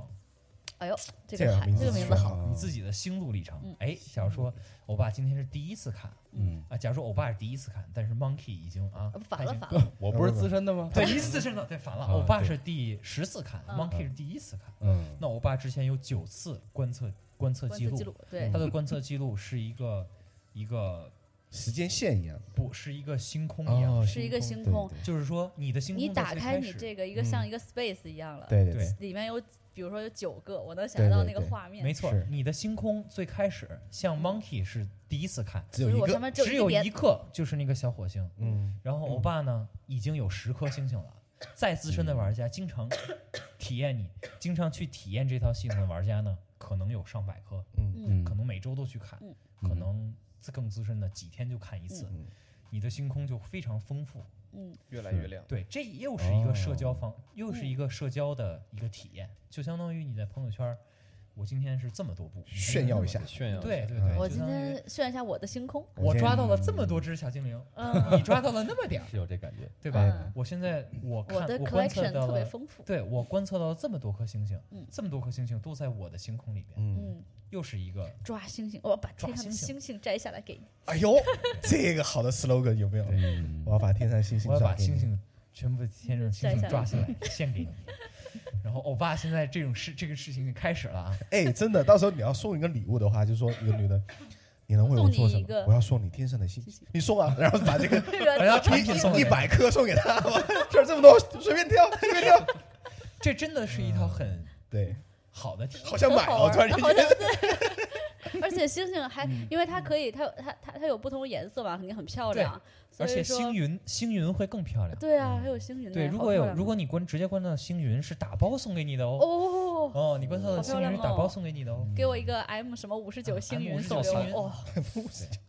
Speaker 8: 哎呦，这
Speaker 2: 这
Speaker 8: 个
Speaker 2: 个
Speaker 8: 好，
Speaker 2: 名
Speaker 8: 这个
Speaker 2: 字
Speaker 8: 名字
Speaker 2: 说
Speaker 8: 好，
Speaker 2: 好啊
Speaker 5: 你自己的心路历程
Speaker 8: 嗯。
Speaker 5: 哎，假如说欧巴今天是第一次看
Speaker 7: 嗯，
Speaker 5: 啊，假如说欧巴是第一次看，但是 Monkey 已经啊
Speaker 8: 呃，
Speaker 5: 他
Speaker 8: 反
Speaker 5: 已
Speaker 8: 了
Speaker 5: 经
Speaker 8: 反了，
Speaker 7: 嗯我不是资深的吗？
Speaker 8: *laughs*
Speaker 5: 对，一次真的对反了。
Speaker 7: 啊
Speaker 5: 欧巴
Speaker 7: 对
Speaker 5: 是第十次看
Speaker 8: 嗯
Speaker 5: ，Monkey 是第一次看。
Speaker 7: 嗯，
Speaker 5: 那欧巴之前有九次观测观测
Speaker 8: 关
Speaker 5: 记
Speaker 8: 键
Speaker 5: 录
Speaker 8: 记，录，对
Speaker 5: 他，的观测记录是一个一个
Speaker 2: 时间线一样，
Speaker 5: 不是一个星空
Speaker 7: 嗯
Speaker 5: 一
Speaker 7: 哦
Speaker 5: 样，
Speaker 8: 是一个
Speaker 4: 嗯
Speaker 8: 星空。
Speaker 2: 对
Speaker 5: 就是说你的星空
Speaker 8: 你
Speaker 5: 在
Speaker 8: 打
Speaker 5: 最
Speaker 8: 开
Speaker 5: 开
Speaker 8: 你
Speaker 5: 始
Speaker 8: 这个一个像一个 space 一样了，
Speaker 2: 对对
Speaker 5: 对
Speaker 8: 里面有比如说有九个，我能想
Speaker 2: 对
Speaker 8: 象到那
Speaker 2: 对
Speaker 8: 个
Speaker 2: 对
Speaker 8: 画面，
Speaker 5: 没错
Speaker 2: 是，
Speaker 5: 你的星空最开始像 Monkey 是第一次看，
Speaker 2: 只
Speaker 8: 所
Speaker 2: 有
Speaker 8: 以
Speaker 2: 一
Speaker 8: 我
Speaker 2: 个
Speaker 8: 上面
Speaker 5: 只有
Speaker 8: 一
Speaker 5: 一
Speaker 8: 点，
Speaker 5: 颗就是那个小火星，
Speaker 2: 嗯，
Speaker 5: 然后欧巴呢，已经有十颗星星了。再资深的玩家，经常体验你，经常去体验这套系统的玩家呢，可能有上百颗，
Speaker 8: 嗯，
Speaker 5: 可能每周都去看
Speaker 8: 嗯，
Speaker 5: 可能自更资深的几天就看一次
Speaker 2: 嗯嗯，
Speaker 5: 你的星空就非常丰富。
Speaker 8: 嗯
Speaker 6: 越来越亮。
Speaker 5: 对，这又是一个社交方，
Speaker 2: 哦
Speaker 5: 又是一个社交的一个体验，就相当于你在朋友圈儿，我今天是这么多步，
Speaker 2: 炫耀一下。
Speaker 6: 炫耀
Speaker 5: 对对对，
Speaker 8: 嗯我
Speaker 5: 就
Speaker 8: 今
Speaker 5: 相当于
Speaker 8: 天炫一下我的星空，
Speaker 5: 我抓到了这么多只小精灵，
Speaker 8: 嗯，
Speaker 5: 你抓到了那么点儿，
Speaker 7: 是有这感觉。
Speaker 5: 对吧？
Speaker 8: 嗯
Speaker 5: 我现在我看
Speaker 8: 我的
Speaker 5: 观测
Speaker 8: collection
Speaker 5: 到
Speaker 8: 特别
Speaker 5: 了，
Speaker 8: 丰富，
Speaker 5: 对我观测到了这么多颗星星，
Speaker 8: 嗯
Speaker 5: 这么多颗星星都在我的星空里边，
Speaker 2: 嗯，
Speaker 8: 嗯，
Speaker 5: 又是一个
Speaker 8: 抓星星，我把
Speaker 5: 抓
Speaker 8: 天上的
Speaker 5: 星星
Speaker 8: 星星摘下来给你，
Speaker 2: 哎呦，这个好的 slogan 有没有？
Speaker 7: 嗯
Speaker 2: 我，要把天上星星
Speaker 5: 我要
Speaker 2: 转
Speaker 5: 把
Speaker 2: 给
Speaker 5: 星
Speaker 2: 你。
Speaker 5: 星全部天上星
Speaker 8: 摘下
Speaker 5: 星
Speaker 8: 来
Speaker 5: 抓起来献给你。然后欧巴现在这种事这个事情就开始了啊，
Speaker 2: 哎，真的，到时候你要送一个礼物的话，就说一个女的，你能为我
Speaker 8: 送你
Speaker 2: 做什
Speaker 8: 一
Speaker 2: 么
Speaker 8: 个？
Speaker 2: 我要送你天上的星星。你送啊，然后把这个
Speaker 5: 把他产品送
Speaker 2: 一
Speaker 5: 给
Speaker 2: 一
Speaker 5: 你
Speaker 2: 百颗送给他，这儿这么多，随便挑，随便挑。
Speaker 5: 这真的是一套很
Speaker 2: 对，
Speaker 5: 好的体验。
Speaker 2: 嗯好像买了，
Speaker 8: 好
Speaker 2: 我突然
Speaker 8: 玩
Speaker 2: 间
Speaker 8: 好
Speaker 2: 觉得，
Speaker 8: 而且星星还，因为它可以，它有它它它有不同颜色嘛，肯定很漂亮。所
Speaker 5: 而且
Speaker 8: 以说，
Speaker 5: 星云星云会更漂亮。
Speaker 8: 对啊，还有星云呢。
Speaker 5: 对，如
Speaker 8: 好
Speaker 5: 果
Speaker 8: 漂
Speaker 5: 有
Speaker 8: 亮
Speaker 5: 如果你观直接观测到星云是打包送给你的
Speaker 8: 哦，
Speaker 5: 哦。哦，你观测到
Speaker 8: 好
Speaker 5: 星
Speaker 8: 漂
Speaker 5: 云
Speaker 8: 亮
Speaker 5: 是打
Speaker 8: 哦
Speaker 5: 包送给你的哦。
Speaker 8: 给我一个 M 什么五十九星云
Speaker 5: M59
Speaker 8: 送给
Speaker 5: 星云
Speaker 8: 我，
Speaker 5: *laughs*
Speaker 8: 哦，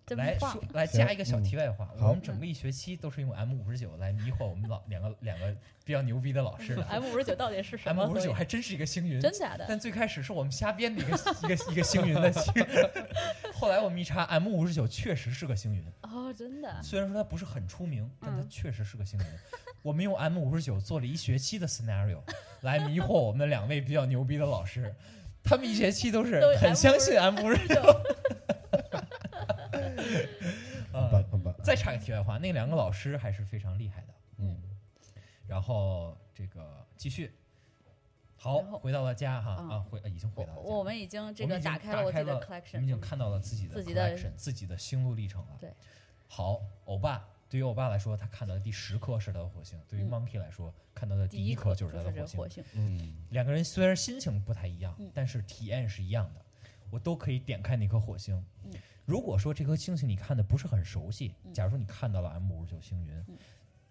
Speaker 8: 真
Speaker 5: 来
Speaker 8: 棒
Speaker 5: 说。来加一个小
Speaker 2: 嗯
Speaker 5: 题外话，
Speaker 2: 好
Speaker 5: 我们整个一学期都是用 M 五十九来迷惑我们老两个两个比较牛逼的老师的。
Speaker 8: M 五十九到底是什么
Speaker 5: M 五
Speaker 8: 所
Speaker 5: 十
Speaker 8: 以
Speaker 5: 九还真是一个星云，
Speaker 8: 真假
Speaker 5: *laughs*
Speaker 8: 的？
Speaker 5: 但最开始是我们瞎编的一个一个一个星云的星， *laughs* 后来我们一查 M 五十九确实是个星云，
Speaker 8: 哦，真的。
Speaker 5: 虽然说它不是很出名，但它
Speaker 8: 嗯
Speaker 5: 确实是个星云。我们用 M 五十九做了一学期的 scenario 来迷惑我们两位比较牛逼的老师，他们一学期都是
Speaker 8: 都是
Speaker 5: 很
Speaker 8: M59
Speaker 5: 相信 M 五十九。
Speaker 2: 很棒很棒。
Speaker 5: 再插个题外话，那两个老师还是非常厉害的。
Speaker 2: 嗯，
Speaker 5: 然后这个继续，好，
Speaker 8: 然后
Speaker 5: 回到了家哈
Speaker 8: 嗯
Speaker 5: 啊，回呃已经回到了家，
Speaker 8: 我们已经这
Speaker 5: 我们
Speaker 8: 个
Speaker 5: 已经
Speaker 8: 打
Speaker 5: 开
Speaker 8: 开了我自己的
Speaker 5: 了我们已
Speaker 8: collection，
Speaker 5: 经看到了自己的
Speaker 8: 自己的
Speaker 5: collection，自己的心路历程了。
Speaker 8: 对，
Speaker 5: 好，欧巴对于欧巴来说，他看到的第十颗是他的火星；对于
Speaker 8: 嗯
Speaker 5: Monkey 来说，看到的第一颗
Speaker 8: 颗
Speaker 5: 就是他的
Speaker 8: 这
Speaker 5: 火
Speaker 8: 个
Speaker 5: 星
Speaker 8: 火。星，
Speaker 7: 嗯
Speaker 5: 两个人虽然心情不太一样
Speaker 8: 嗯，
Speaker 5: 但是体验是一样的。我都可以点开那颗火星
Speaker 8: 嗯。
Speaker 5: 如果说这颗星星你看的不是很熟悉，
Speaker 8: 嗯
Speaker 5: 假如你看到了 M 五十九星云
Speaker 8: 嗯，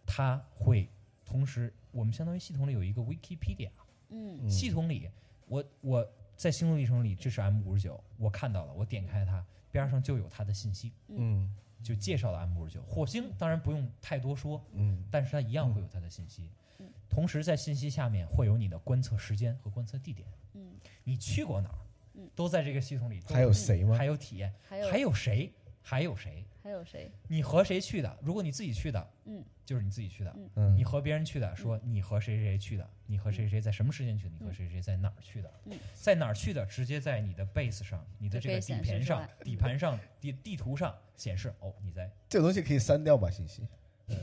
Speaker 5: 它会同时，我们相当于系统里有一个 Wikipedia，
Speaker 8: 嗯
Speaker 2: 嗯
Speaker 5: 系统里，我我在心路历程里，这是 M 五十九，我看到了，我点开它，边上就有它的信息，
Speaker 2: 嗯
Speaker 5: 就介绍了 M 五十九。火星当然不用太多说，
Speaker 2: 嗯
Speaker 5: 但是它一样会有它的信息
Speaker 8: 嗯。
Speaker 5: 同时，在信息下面会有你的观测时间和观测地点，
Speaker 8: 嗯，
Speaker 5: 你去过哪儿
Speaker 8: 嗯，
Speaker 5: 都在这个系统里。都
Speaker 2: 还有谁吗
Speaker 5: 还？有体验，
Speaker 8: 还有
Speaker 5: 还有谁？还有谁？
Speaker 8: 还有谁？
Speaker 5: 你和谁去的？如果你自己去的，
Speaker 8: 嗯，
Speaker 5: 就是你自己去的。
Speaker 8: 嗯
Speaker 2: 嗯
Speaker 5: 你和别人去的，说你和谁谁谁去的，你和谁谁在什么时间去的，你和谁谁在哪儿去的
Speaker 8: 嗯，
Speaker 5: 在哪儿去的，直接在你的 base 上，你的
Speaker 8: 就
Speaker 5: 这
Speaker 8: 可
Speaker 5: 个
Speaker 8: 以显
Speaker 5: 底
Speaker 8: 示
Speaker 5: 盘
Speaker 8: 出
Speaker 5: 上
Speaker 8: 来、
Speaker 5: 底盘上、地地图上显示哦，你在
Speaker 2: 这个东西可以删掉吧？信息
Speaker 5: 呃，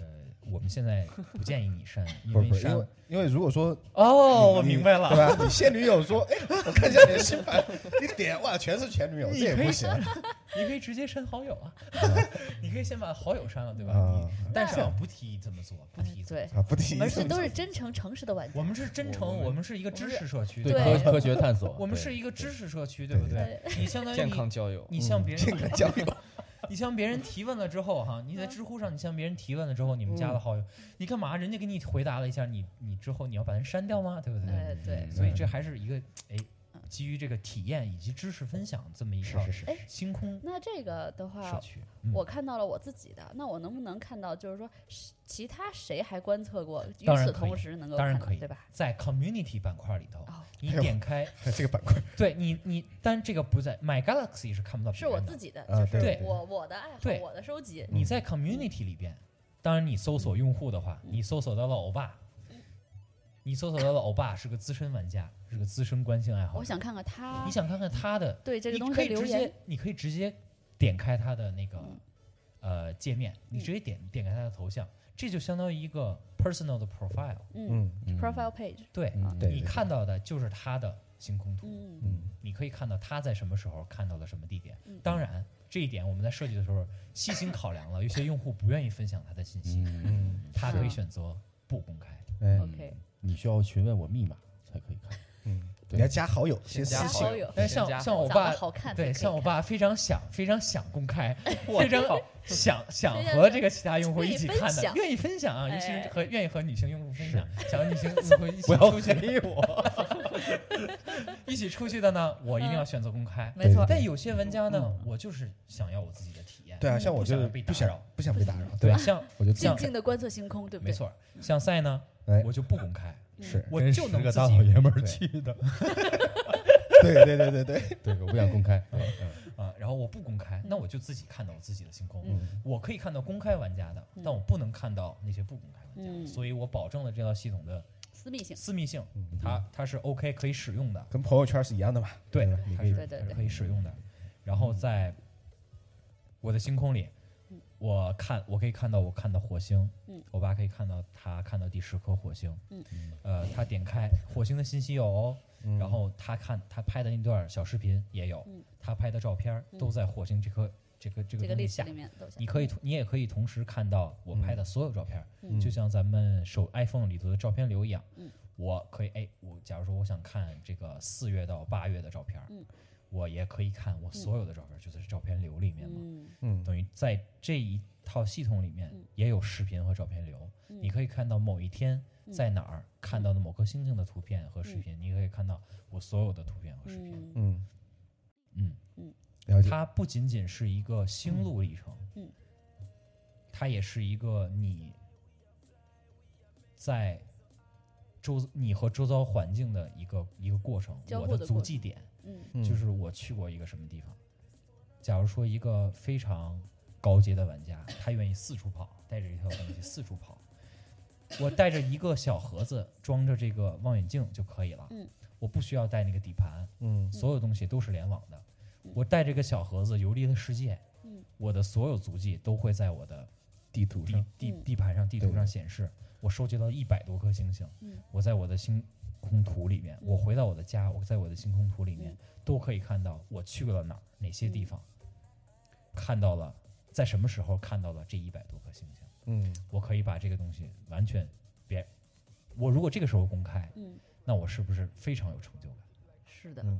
Speaker 5: 我们现在不建议你删，因
Speaker 2: 不是
Speaker 5: 为
Speaker 2: 不是，
Speaker 5: 删
Speaker 2: 因为因为如果说
Speaker 5: 哦，我
Speaker 2: 你
Speaker 5: 明白
Speaker 2: 对
Speaker 5: 了，
Speaker 2: 吧？你现女友说，哎，我看一下你的星盘，一点哇，全是前女友，这
Speaker 5: 你
Speaker 2: 也
Speaker 5: 可以
Speaker 2: 不行
Speaker 5: 你可以直接删好友啊，
Speaker 2: 嗯
Speaker 5: *laughs* 你可以先把好友删了，对吧？
Speaker 2: 啊
Speaker 5: 你但是啊，不提议这么做，不提议这么
Speaker 8: 哎对
Speaker 5: 做。，
Speaker 2: 啊！不提
Speaker 8: 我
Speaker 2: 意
Speaker 8: 们
Speaker 2: 思
Speaker 8: 是都是真诚诚实的玩家，
Speaker 5: 我们是真诚，我们是一个知识社区，
Speaker 7: 对
Speaker 5: 吧？
Speaker 8: 对
Speaker 7: 科科学探索，
Speaker 5: 我们
Speaker 7: 对
Speaker 5: 是一个知识社区，对不
Speaker 2: 对嗯
Speaker 5: 对？你相当于
Speaker 6: 健
Speaker 5: 你
Speaker 6: 康交友，
Speaker 5: 你向别人
Speaker 2: 这个交友，
Speaker 5: 你向别人提问了之后哈，你
Speaker 4: 嗯
Speaker 5: 在知乎上你向别人提问了之后，你们加了好友，你干嘛？人家给你回答了一下，你你之后你要把人删掉吗？对嗯不对？
Speaker 4: 哎，对，
Speaker 5: 所以这还是一个哎，基于这个体验以及知识分享这么一个
Speaker 4: 是啊
Speaker 5: 星空
Speaker 4: 那这个的话
Speaker 5: 社，区。嗯
Speaker 4: 哎我看到了我自己的，那我能不能看到，就是说是其他谁还观测过？与
Speaker 5: 当然
Speaker 4: 此
Speaker 5: 可
Speaker 4: 同
Speaker 5: 以
Speaker 4: 时能够
Speaker 5: 当然
Speaker 4: 看到
Speaker 5: 可以
Speaker 4: 对吧？
Speaker 5: 在 community 板块里头
Speaker 4: 哦，
Speaker 5: 你点开，
Speaker 2: 这个板块
Speaker 5: 对你你，但这个不在 My Galaxy 是看不到别
Speaker 4: 是
Speaker 5: 人的，
Speaker 4: 我自己的，
Speaker 2: 啊
Speaker 4: 就
Speaker 2: 对
Speaker 4: 是
Speaker 5: 对
Speaker 4: 我我的爱好
Speaker 5: 对，
Speaker 4: 我的收
Speaker 2: 嗯
Speaker 4: 集。
Speaker 5: 你在 community 里边，当然你搜索用户的
Speaker 2: 嗯
Speaker 5: 话，你搜索到了欧巴，你搜索到了欧巴是个资深玩家，是个资深关心爱好
Speaker 4: 我
Speaker 5: 者。
Speaker 4: 想看看他
Speaker 5: 你想看看他的，
Speaker 4: 对这个
Speaker 5: 你
Speaker 4: 东西
Speaker 5: 可
Speaker 4: 的
Speaker 5: 以
Speaker 4: 留
Speaker 5: 直
Speaker 4: 言
Speaker 5: 接，你可以直接点开他的那个
Speaker 4: 嗯
Speaker 5: 呃界面，你直接点点开他的头像，这就相当于一个 personal 的 profile。
Speaker 4: 嗯
Speaker 2: 嗯
Speaker 4: ，profile page，
Speaker 5: 对
Speaker 7: 嗯
Speaker 4: 啊
Speaker 2: 对
Speaker 5: 你
Speaker 2: 对
Speaker 5: 看到的就是他的星空图，
Speaker 4: 嗯，
Speaker 2: 嗯
Speaker 5: 你可以看到他在什么时候看到了什么地点
Speaker 4: 嗯。
Speaker 5: 当然，这一点我们在设计的时候细心考量了，有些用户不愿意分享他的信息。
Speaker 2: 嗯，
Speaker 5: 他
Speaker 4: 是
Speaker 5: 可以
Speaker 4: 啊
Speaker 5: 选择不公开。
Speaker 2: 哎
Speaker 4: OK
Speaker 7: 嗯你需要询问我密码才可以看。
Speaker 2: 嗯，
Speaker 7: 对
Speaker 2: 你要加好友，先私
Speaker 6: 加
Speaker 2: 信
Speaker 6: 好友，
Speaker 5: 但是
Speaker 6: 先
Speaker 5: 哎像
Speaker 6: 加好
Speaker 5: 像
Speaker 6: 友
Speaker 5: 我
Speaker 8: 长
Speaker 5: 爸
Speaker 8: 得，好看才可以
Speaker 5: 对，
Speaker 8: 看，
Speaker 5: 像我爸非常想非常想公开，非常想想
Speaker 8: 非常
Speaker 5: 和这个其他用户
Speaker 8: 愿
Speaker 5: 一
Speaker 8: 意
Speaker 5: 起
Speaker 8: 分
Speaker 5: 看的
Speaker 8: 享，
Speaker 5: 愿意分享啊，尤其
Speaker 8: 哎
Speaker 5: 是和愿意和女性用户分享，想女性用户一起
Speaker 7: 不要
Speaker 5: 出去，我一起出去的呢，我一定要选择公开。
Speaker 4: 没错，
Speaker 5: 但有些玩家呢，我就是想要我自己的体验。
Speaker 2: 对啊，像我
Speaker 5: 不
Speaker 2: 就
Speaker 5: 想
Speaker 2: 是
Speaker 5: 被
Speaker 2: 不
Speaker 5: 打
Speaker 2: 想
Speaker 5: 扰。
Speaker 2: 不想被打扰，
Speaker 5: 对，像
Speaker 2: 我就
Speaker 5: 像
Speaker 4: 静静的观测星空，对不嗯
Speaker 5: 没
Speaker 4: 对？
Speaker 5: 错儿，像赛呢
Speaker 2: 哎，
Speaker 5: 我就不公开，
Speaker 2: 是，
Speaker 5: 我
Speaker 7: 跟
Speaker 5: 就
Speaker 7: 十
Speaker 5: 能
Speaker 7: 个
Speaker 5: 自
Speaker 7: 大
Speaker 5: 己
Speaker 7: 老爷们儿
Speaker 5: 对
Speaker 7: 去的，
Speaker 2: 对对对对对，
Speaker 7: 对，我不想公开。嗯嗯
Speaker 5: 啊，然后我不公开，那我就自己看到我自己的星空。
Speaker 2: 嗯
Speaker 5: 我可以看到公开玩家的，
Speaker 4: 嗯
Speaker 5: 但我不能看到那些不公开玩家，
Speaker 4: 嗯，
Speaker 5: 所以我保证了这套系统的
Speaker 4: 私密性，
Speaker 5: 私密性，
Speaker 2: 嗯
Speaker 5: 它它是 OK 可以使用的，
Speaker 2: 跟朋友圈是一样的嘛，
Speaker 5: 对
Speaker 2: 吧，你
Speaker 5: 它
Speaker 2: 可以
Speaker 5: 是
Speaker 4: 对对
Speaker 5: 它是
Speaker 4: 对
Speaker 5: 可以使用的。然后在我的星空里
Speaker 4: 嗯，
Speaker 5: 我看我可以看到我看到火星
Speaker 4: 嗯，
Speaker 5: 我爸可以看到他看到第十颗火星
Speaker 4: 嗯，
Speaker 5: 呃，他点开火星的信息有哦，
Speaker 2: 嗯
Speaker 5: 然后他看他拍的那段小视频也有
Speaker 4: 嗯，
Speaker 5: 他拍的照片儿都在火星这颗这个这个
Speaker 4: 这个
Speaker 5: 东西
Speaker 4: 例子
Speaker 5: 下
Speaker 4: 里。面都
Speaker 5: 你可以同，你也可以同时看到我拍的所有照片儿，
Speaker 4: 嗯
Speaker 5: 就像咱们手 iPhone 里头的照片流一样。
Speaker 4: 嗯
Speaker 5: 我可以，哎，我假如说我想看这个四月到八月的照片儿，
Speaker 4: 嗯
Speaker 5: 我也可以看我所有的照片儿，就在照片流里面嘛。
Speaker 4: 嗯
Speaker 2: 嗯
Speaker 5: 等于在这一套系统里面
Speaker 4: 嗯
Speaker 5: 也有视频和照片流，
Speaker 4: 嗯
Speaker 5: 你可以看到某一天
Speaker 4: 嗯
Speaker 5: 在哪儿看到的某颗星星的图片和视频，你可以看到我所有的图片和视频。
Speaker 4: 嗯
Speaker 2: 嗯
Speaker 5: 嗯，
Speaker 2: 了解，
Speaker 5: 它不仅仅是一个心路历程，
Speaker 4: 嗯嗯，
Speaker 5: 它也是一个你在周你和周遭环境的一个一个过程。
Speaker 4: 交
Speaker 5: 我
Speaker 4: 互的
Speaker 5: 足
Speaker 4: 过
Speaker 5: 迹点
Speaker 4: 嗯
Speaker 2: 嗯
Speaker 5: 就是我去过一个什么地方。假如说一个非常高阶的玩家，他愿意四处跑，带着一套东西四处跑。我带着一个小盒子，装着这个望远镜就可以了。
Speaker 4: 嗯，
Speaker 5: 我不需要带那个底盘，
Speaker 2: 嗯
Speaker 5: 所有东西都是联网的
Speaker 4: 嗯。
Speaker 5: 我带这个小盒子游历了世界
Speaker 4: 嗯，
Speaker 5: 我的所有足迹都会在我的
Speaker 2: 地图
Speaker 5: 地
Speaker 2: 上，
Speaker 5: 地
Speaker 4: 嗯
Speaker 5: 地盘上、地图
Speaker 2: 对
Speaker 5: 上显示。我收集到一百多颗星星
Speaker 4: 嗯，
Speaker 5: 我在我的星空图里面，我回到我的家，我在我的星空图里面
Speaker 4: 嗯
Speaker 5: 都可以看到我去过了哪儿、哪些地
Speaker 4: 嗯
Speaker 5: 方，看到了在什么时候看到了这一百多颗星星。
Speaker 2: 嗯
Speaker 5: 我可以把这个东西完全别，我如果这个时候公开，
Speaker 4: 嗯，
Speaker 5: 那我是不是非常有成就感？
Speaker 4: 是的。
Speaker 2: 嗯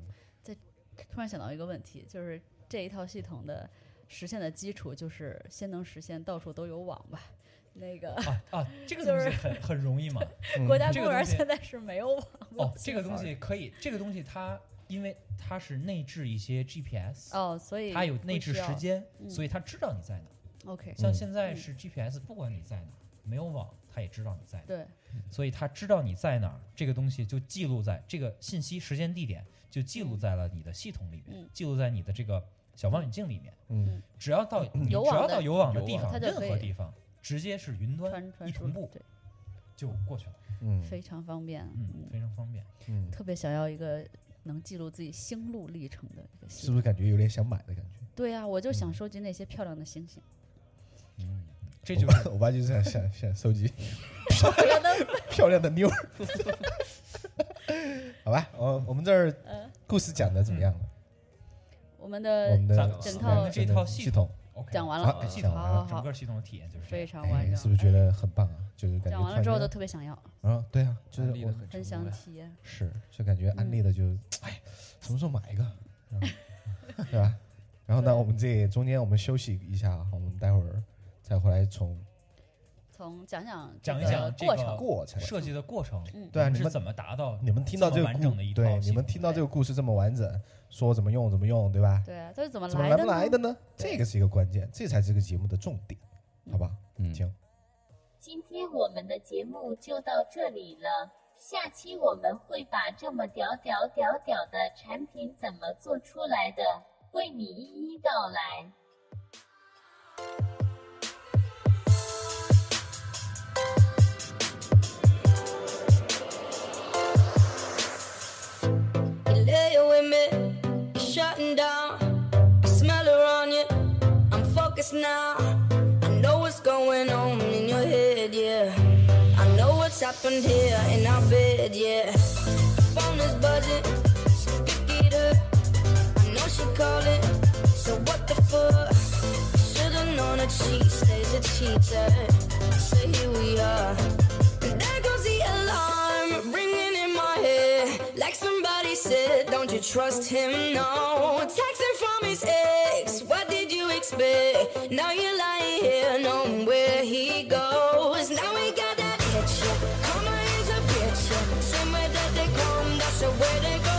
Speaker 4: 突然想到一个问题，就是这一套系统的实现的基础，就是先能实现到处都有网吧。那个
Speaker 5: 啊啊，这个
Speaker 4: 就
Speaker 5: 东
Speaker 4: 是
Speaker 5: 西很很容易嘛。
Speaker 2: 嗯
Speaker 4: 国家
Speaker 5: 这
Speaker 4: 公
Speaker 5: 个
Speaker 4: 园
Speaker 5: 东西
Speaker 4: 现在是没有网络
Speaker 5: 哦，
Speaker 4: 信
Speaker 5: 这个东
Speaker 4: 号
Speaker 5: 西可以，这个东西它因为它是内置一些 GPS，、
Speaker 4: 哦，所以
Speaker 5: 它有
Speaker 4: 不
Speaker 5: 内置
Speaker 4: 需要
Speaker 5: 时间，
Speaker 4: 嗯
Speaker 5: 所以它知道你在哪儿。
Speaker 4: OK，
Speaker 5: 像
Speaker 2: 嗯
Speaker 5: 现在
Speaker 4: 嗯
Speaker 5: 是 GPS，不管你在哪儿，没有网，它也知道你在哪儿，
Speaker 4: 对，
Speaker 5: 所以它知道你在哪儿，这个东西就记录在这个信息、时间、地点就记录在了你的系统里面，
Speaker 4: 嗯
Speaker 5: 记录在你的这个小望远镜里面。
Speaker 2: 嗯
Speaker 5: 只要到你只
Speaker 4: 有网
Speaker 5: 要
Speaker 4: 的
Speaker 5: 到有网的
Speaker 6: 有
Speaker 5: 地
Speaker 6: 网
Speaker 5: 方，
Speaker 4: 它就
Speaker 5: 任
Speaker 4: 可
Speaker 5: 何
Speaker 4: 以
Speaker 5: 地方，直接是云端
Speaker 4: 传传
Speaker 5: 一
Speaker 4: 输
Speaker 5: 同步
Speaker 4: 对，
Speaker 5: 就过去了，
Speaker 2: 嗯
Speaker 4: 非常方便。
Speaker 5: 嗯，非常方便。
Speaker 2: 嗯，
Speaker 4: 特别想要一个能记录自己心路历程的一个
Speaker 2: 是嗯
Speaker 4: 系统。
Speaker 2: 不是感觉有点想买的感觉？
Speaker 4: 对啊，我就想收集那些漂亮的
Speaker 2: *laughs*
Speaker 4: 星星。
Speaker 5: 这
Speaker 2: 我
Speaker 5: 就
Speaker 2: 爸
Speaker 5: 是
Speaker 2: *laughs* 我爸就是想想想收集漂亮的妞儿， *laughs* 好吧，我我们这儿
Speaker 4: *laughs* 嗯
Speaker 2: 故事讲的怎么样了？
Speaker 4: 我们
Speaker 2: 我
Speaker 4: 的
Speaker 2: 们的
Speaker 5: 咱
Speaker 6: 们
Speaker 4: 呃整
Speaker 5: 我
Speaker 4: 套啊
Speaker 5: 们这套
Speaker 2: 系
Speaker 5: 系
Speaker 2: 统
Speaker 5: 统 OK
Speaker 4: 讲完
Speaker 2: 哦好
Speaker 4: 了，
Speaker 2: 哎
Speaker 5: 系
Speaker 2: 讲
Speaker 5: 统
Speaker 2: 完
Speaker 4: 好
Speaker 2: 了，
Speaker 5: 整
Speaker 4: 好，
Speaker 5: 个系统的体验就是这
Speaker 4: 非
Speaker 5: 样。
Speaker 4: 常啊完
Speaker 2: 哎，
Speaker 4: 整。嗯
Speaker 2: 是不是觉得很棒啊？就是感觉
Speaker 4: 讲完了之后
Speaker 2: 突
Speaker 4: 就
Speaker 2: 然
Speaker 4: 特别想要，
Speaker 2: 间啊，对啊，就
Speaker 6: 安利
Speaker 2: 是
Speaker 6: 的
Speaker 2: 我
Speaker 6: 很
Speaker 4: 很嗯
Speaker 6: 成
Speaker 4: 想
Speaker 6: 功啊
Speaker 4: 体验。 *laughs*
Speaker 2: 是就感觉安利的就哎，什么时候买一个？然后对吧？ *laughs* 然后呢，我们这中间我们休息一下，啊我们待会儿再回来从
Speaker 8: 从讲讲这
Speaker 5: 讲一
Speaker 8: 个
Speaker 5: 讲这
Speaker 8: 过程
Speaker 5: 个
Speaker 2: 过程。
Speaker 5: 设计的过程，
Speaker 8: 嗯
Speaker 2: 对啊，
Speaker 5: 你
Speaker 2: 你
Speaker 5: 是
Speaker 2: 们
Speaker 5: 怎么达到？
Speaker 2: 你们听到这个
Speaker 5: 这么完
Speaker 2: 故
Speaker 5: 整的一套
Speaker 2: 对，
Speaker 5: 系
Speaker 2: 你
Speaker 5: 统
Speaker 2: 们听到这个故事这么完整，说怎么用怎么用，对吧？
Speaker 8: 对啊，它是怎么
Speaker 2: 怎么来
Speaker 8: 的
Speaker 2: 不
Speaker 8: 呢？
Speaker 2: 来的呢？这个是一个关键，这才是这个节目的重点，好吧？
Speaker 7: 嗯
Speaker 2: 听。
Speaker 9: 今天我们的节目就到这里了，下期我们会把这么屌屌屌屌的产品怎么做出来的，为你一一道来。
Speaker 10: You lay with me, you're shutting down. I smell her on you, I'm focused now. I know what's going on in your head, yeah. I know what's happened here in our bed, yeah. Phone is buzzing, so pick it up. I know she calling, so what the fuck? Should've known that she stays a cheater. So here we are. And there goes the alarm ringing in my head. Like somebody said, don't you trust him? No. Texting from his ex, what did you expect? Now you're lying here, knowing where he goes. Now we got that picture. Karma is a bitch. yeah. Same way that they come, that's the way they go.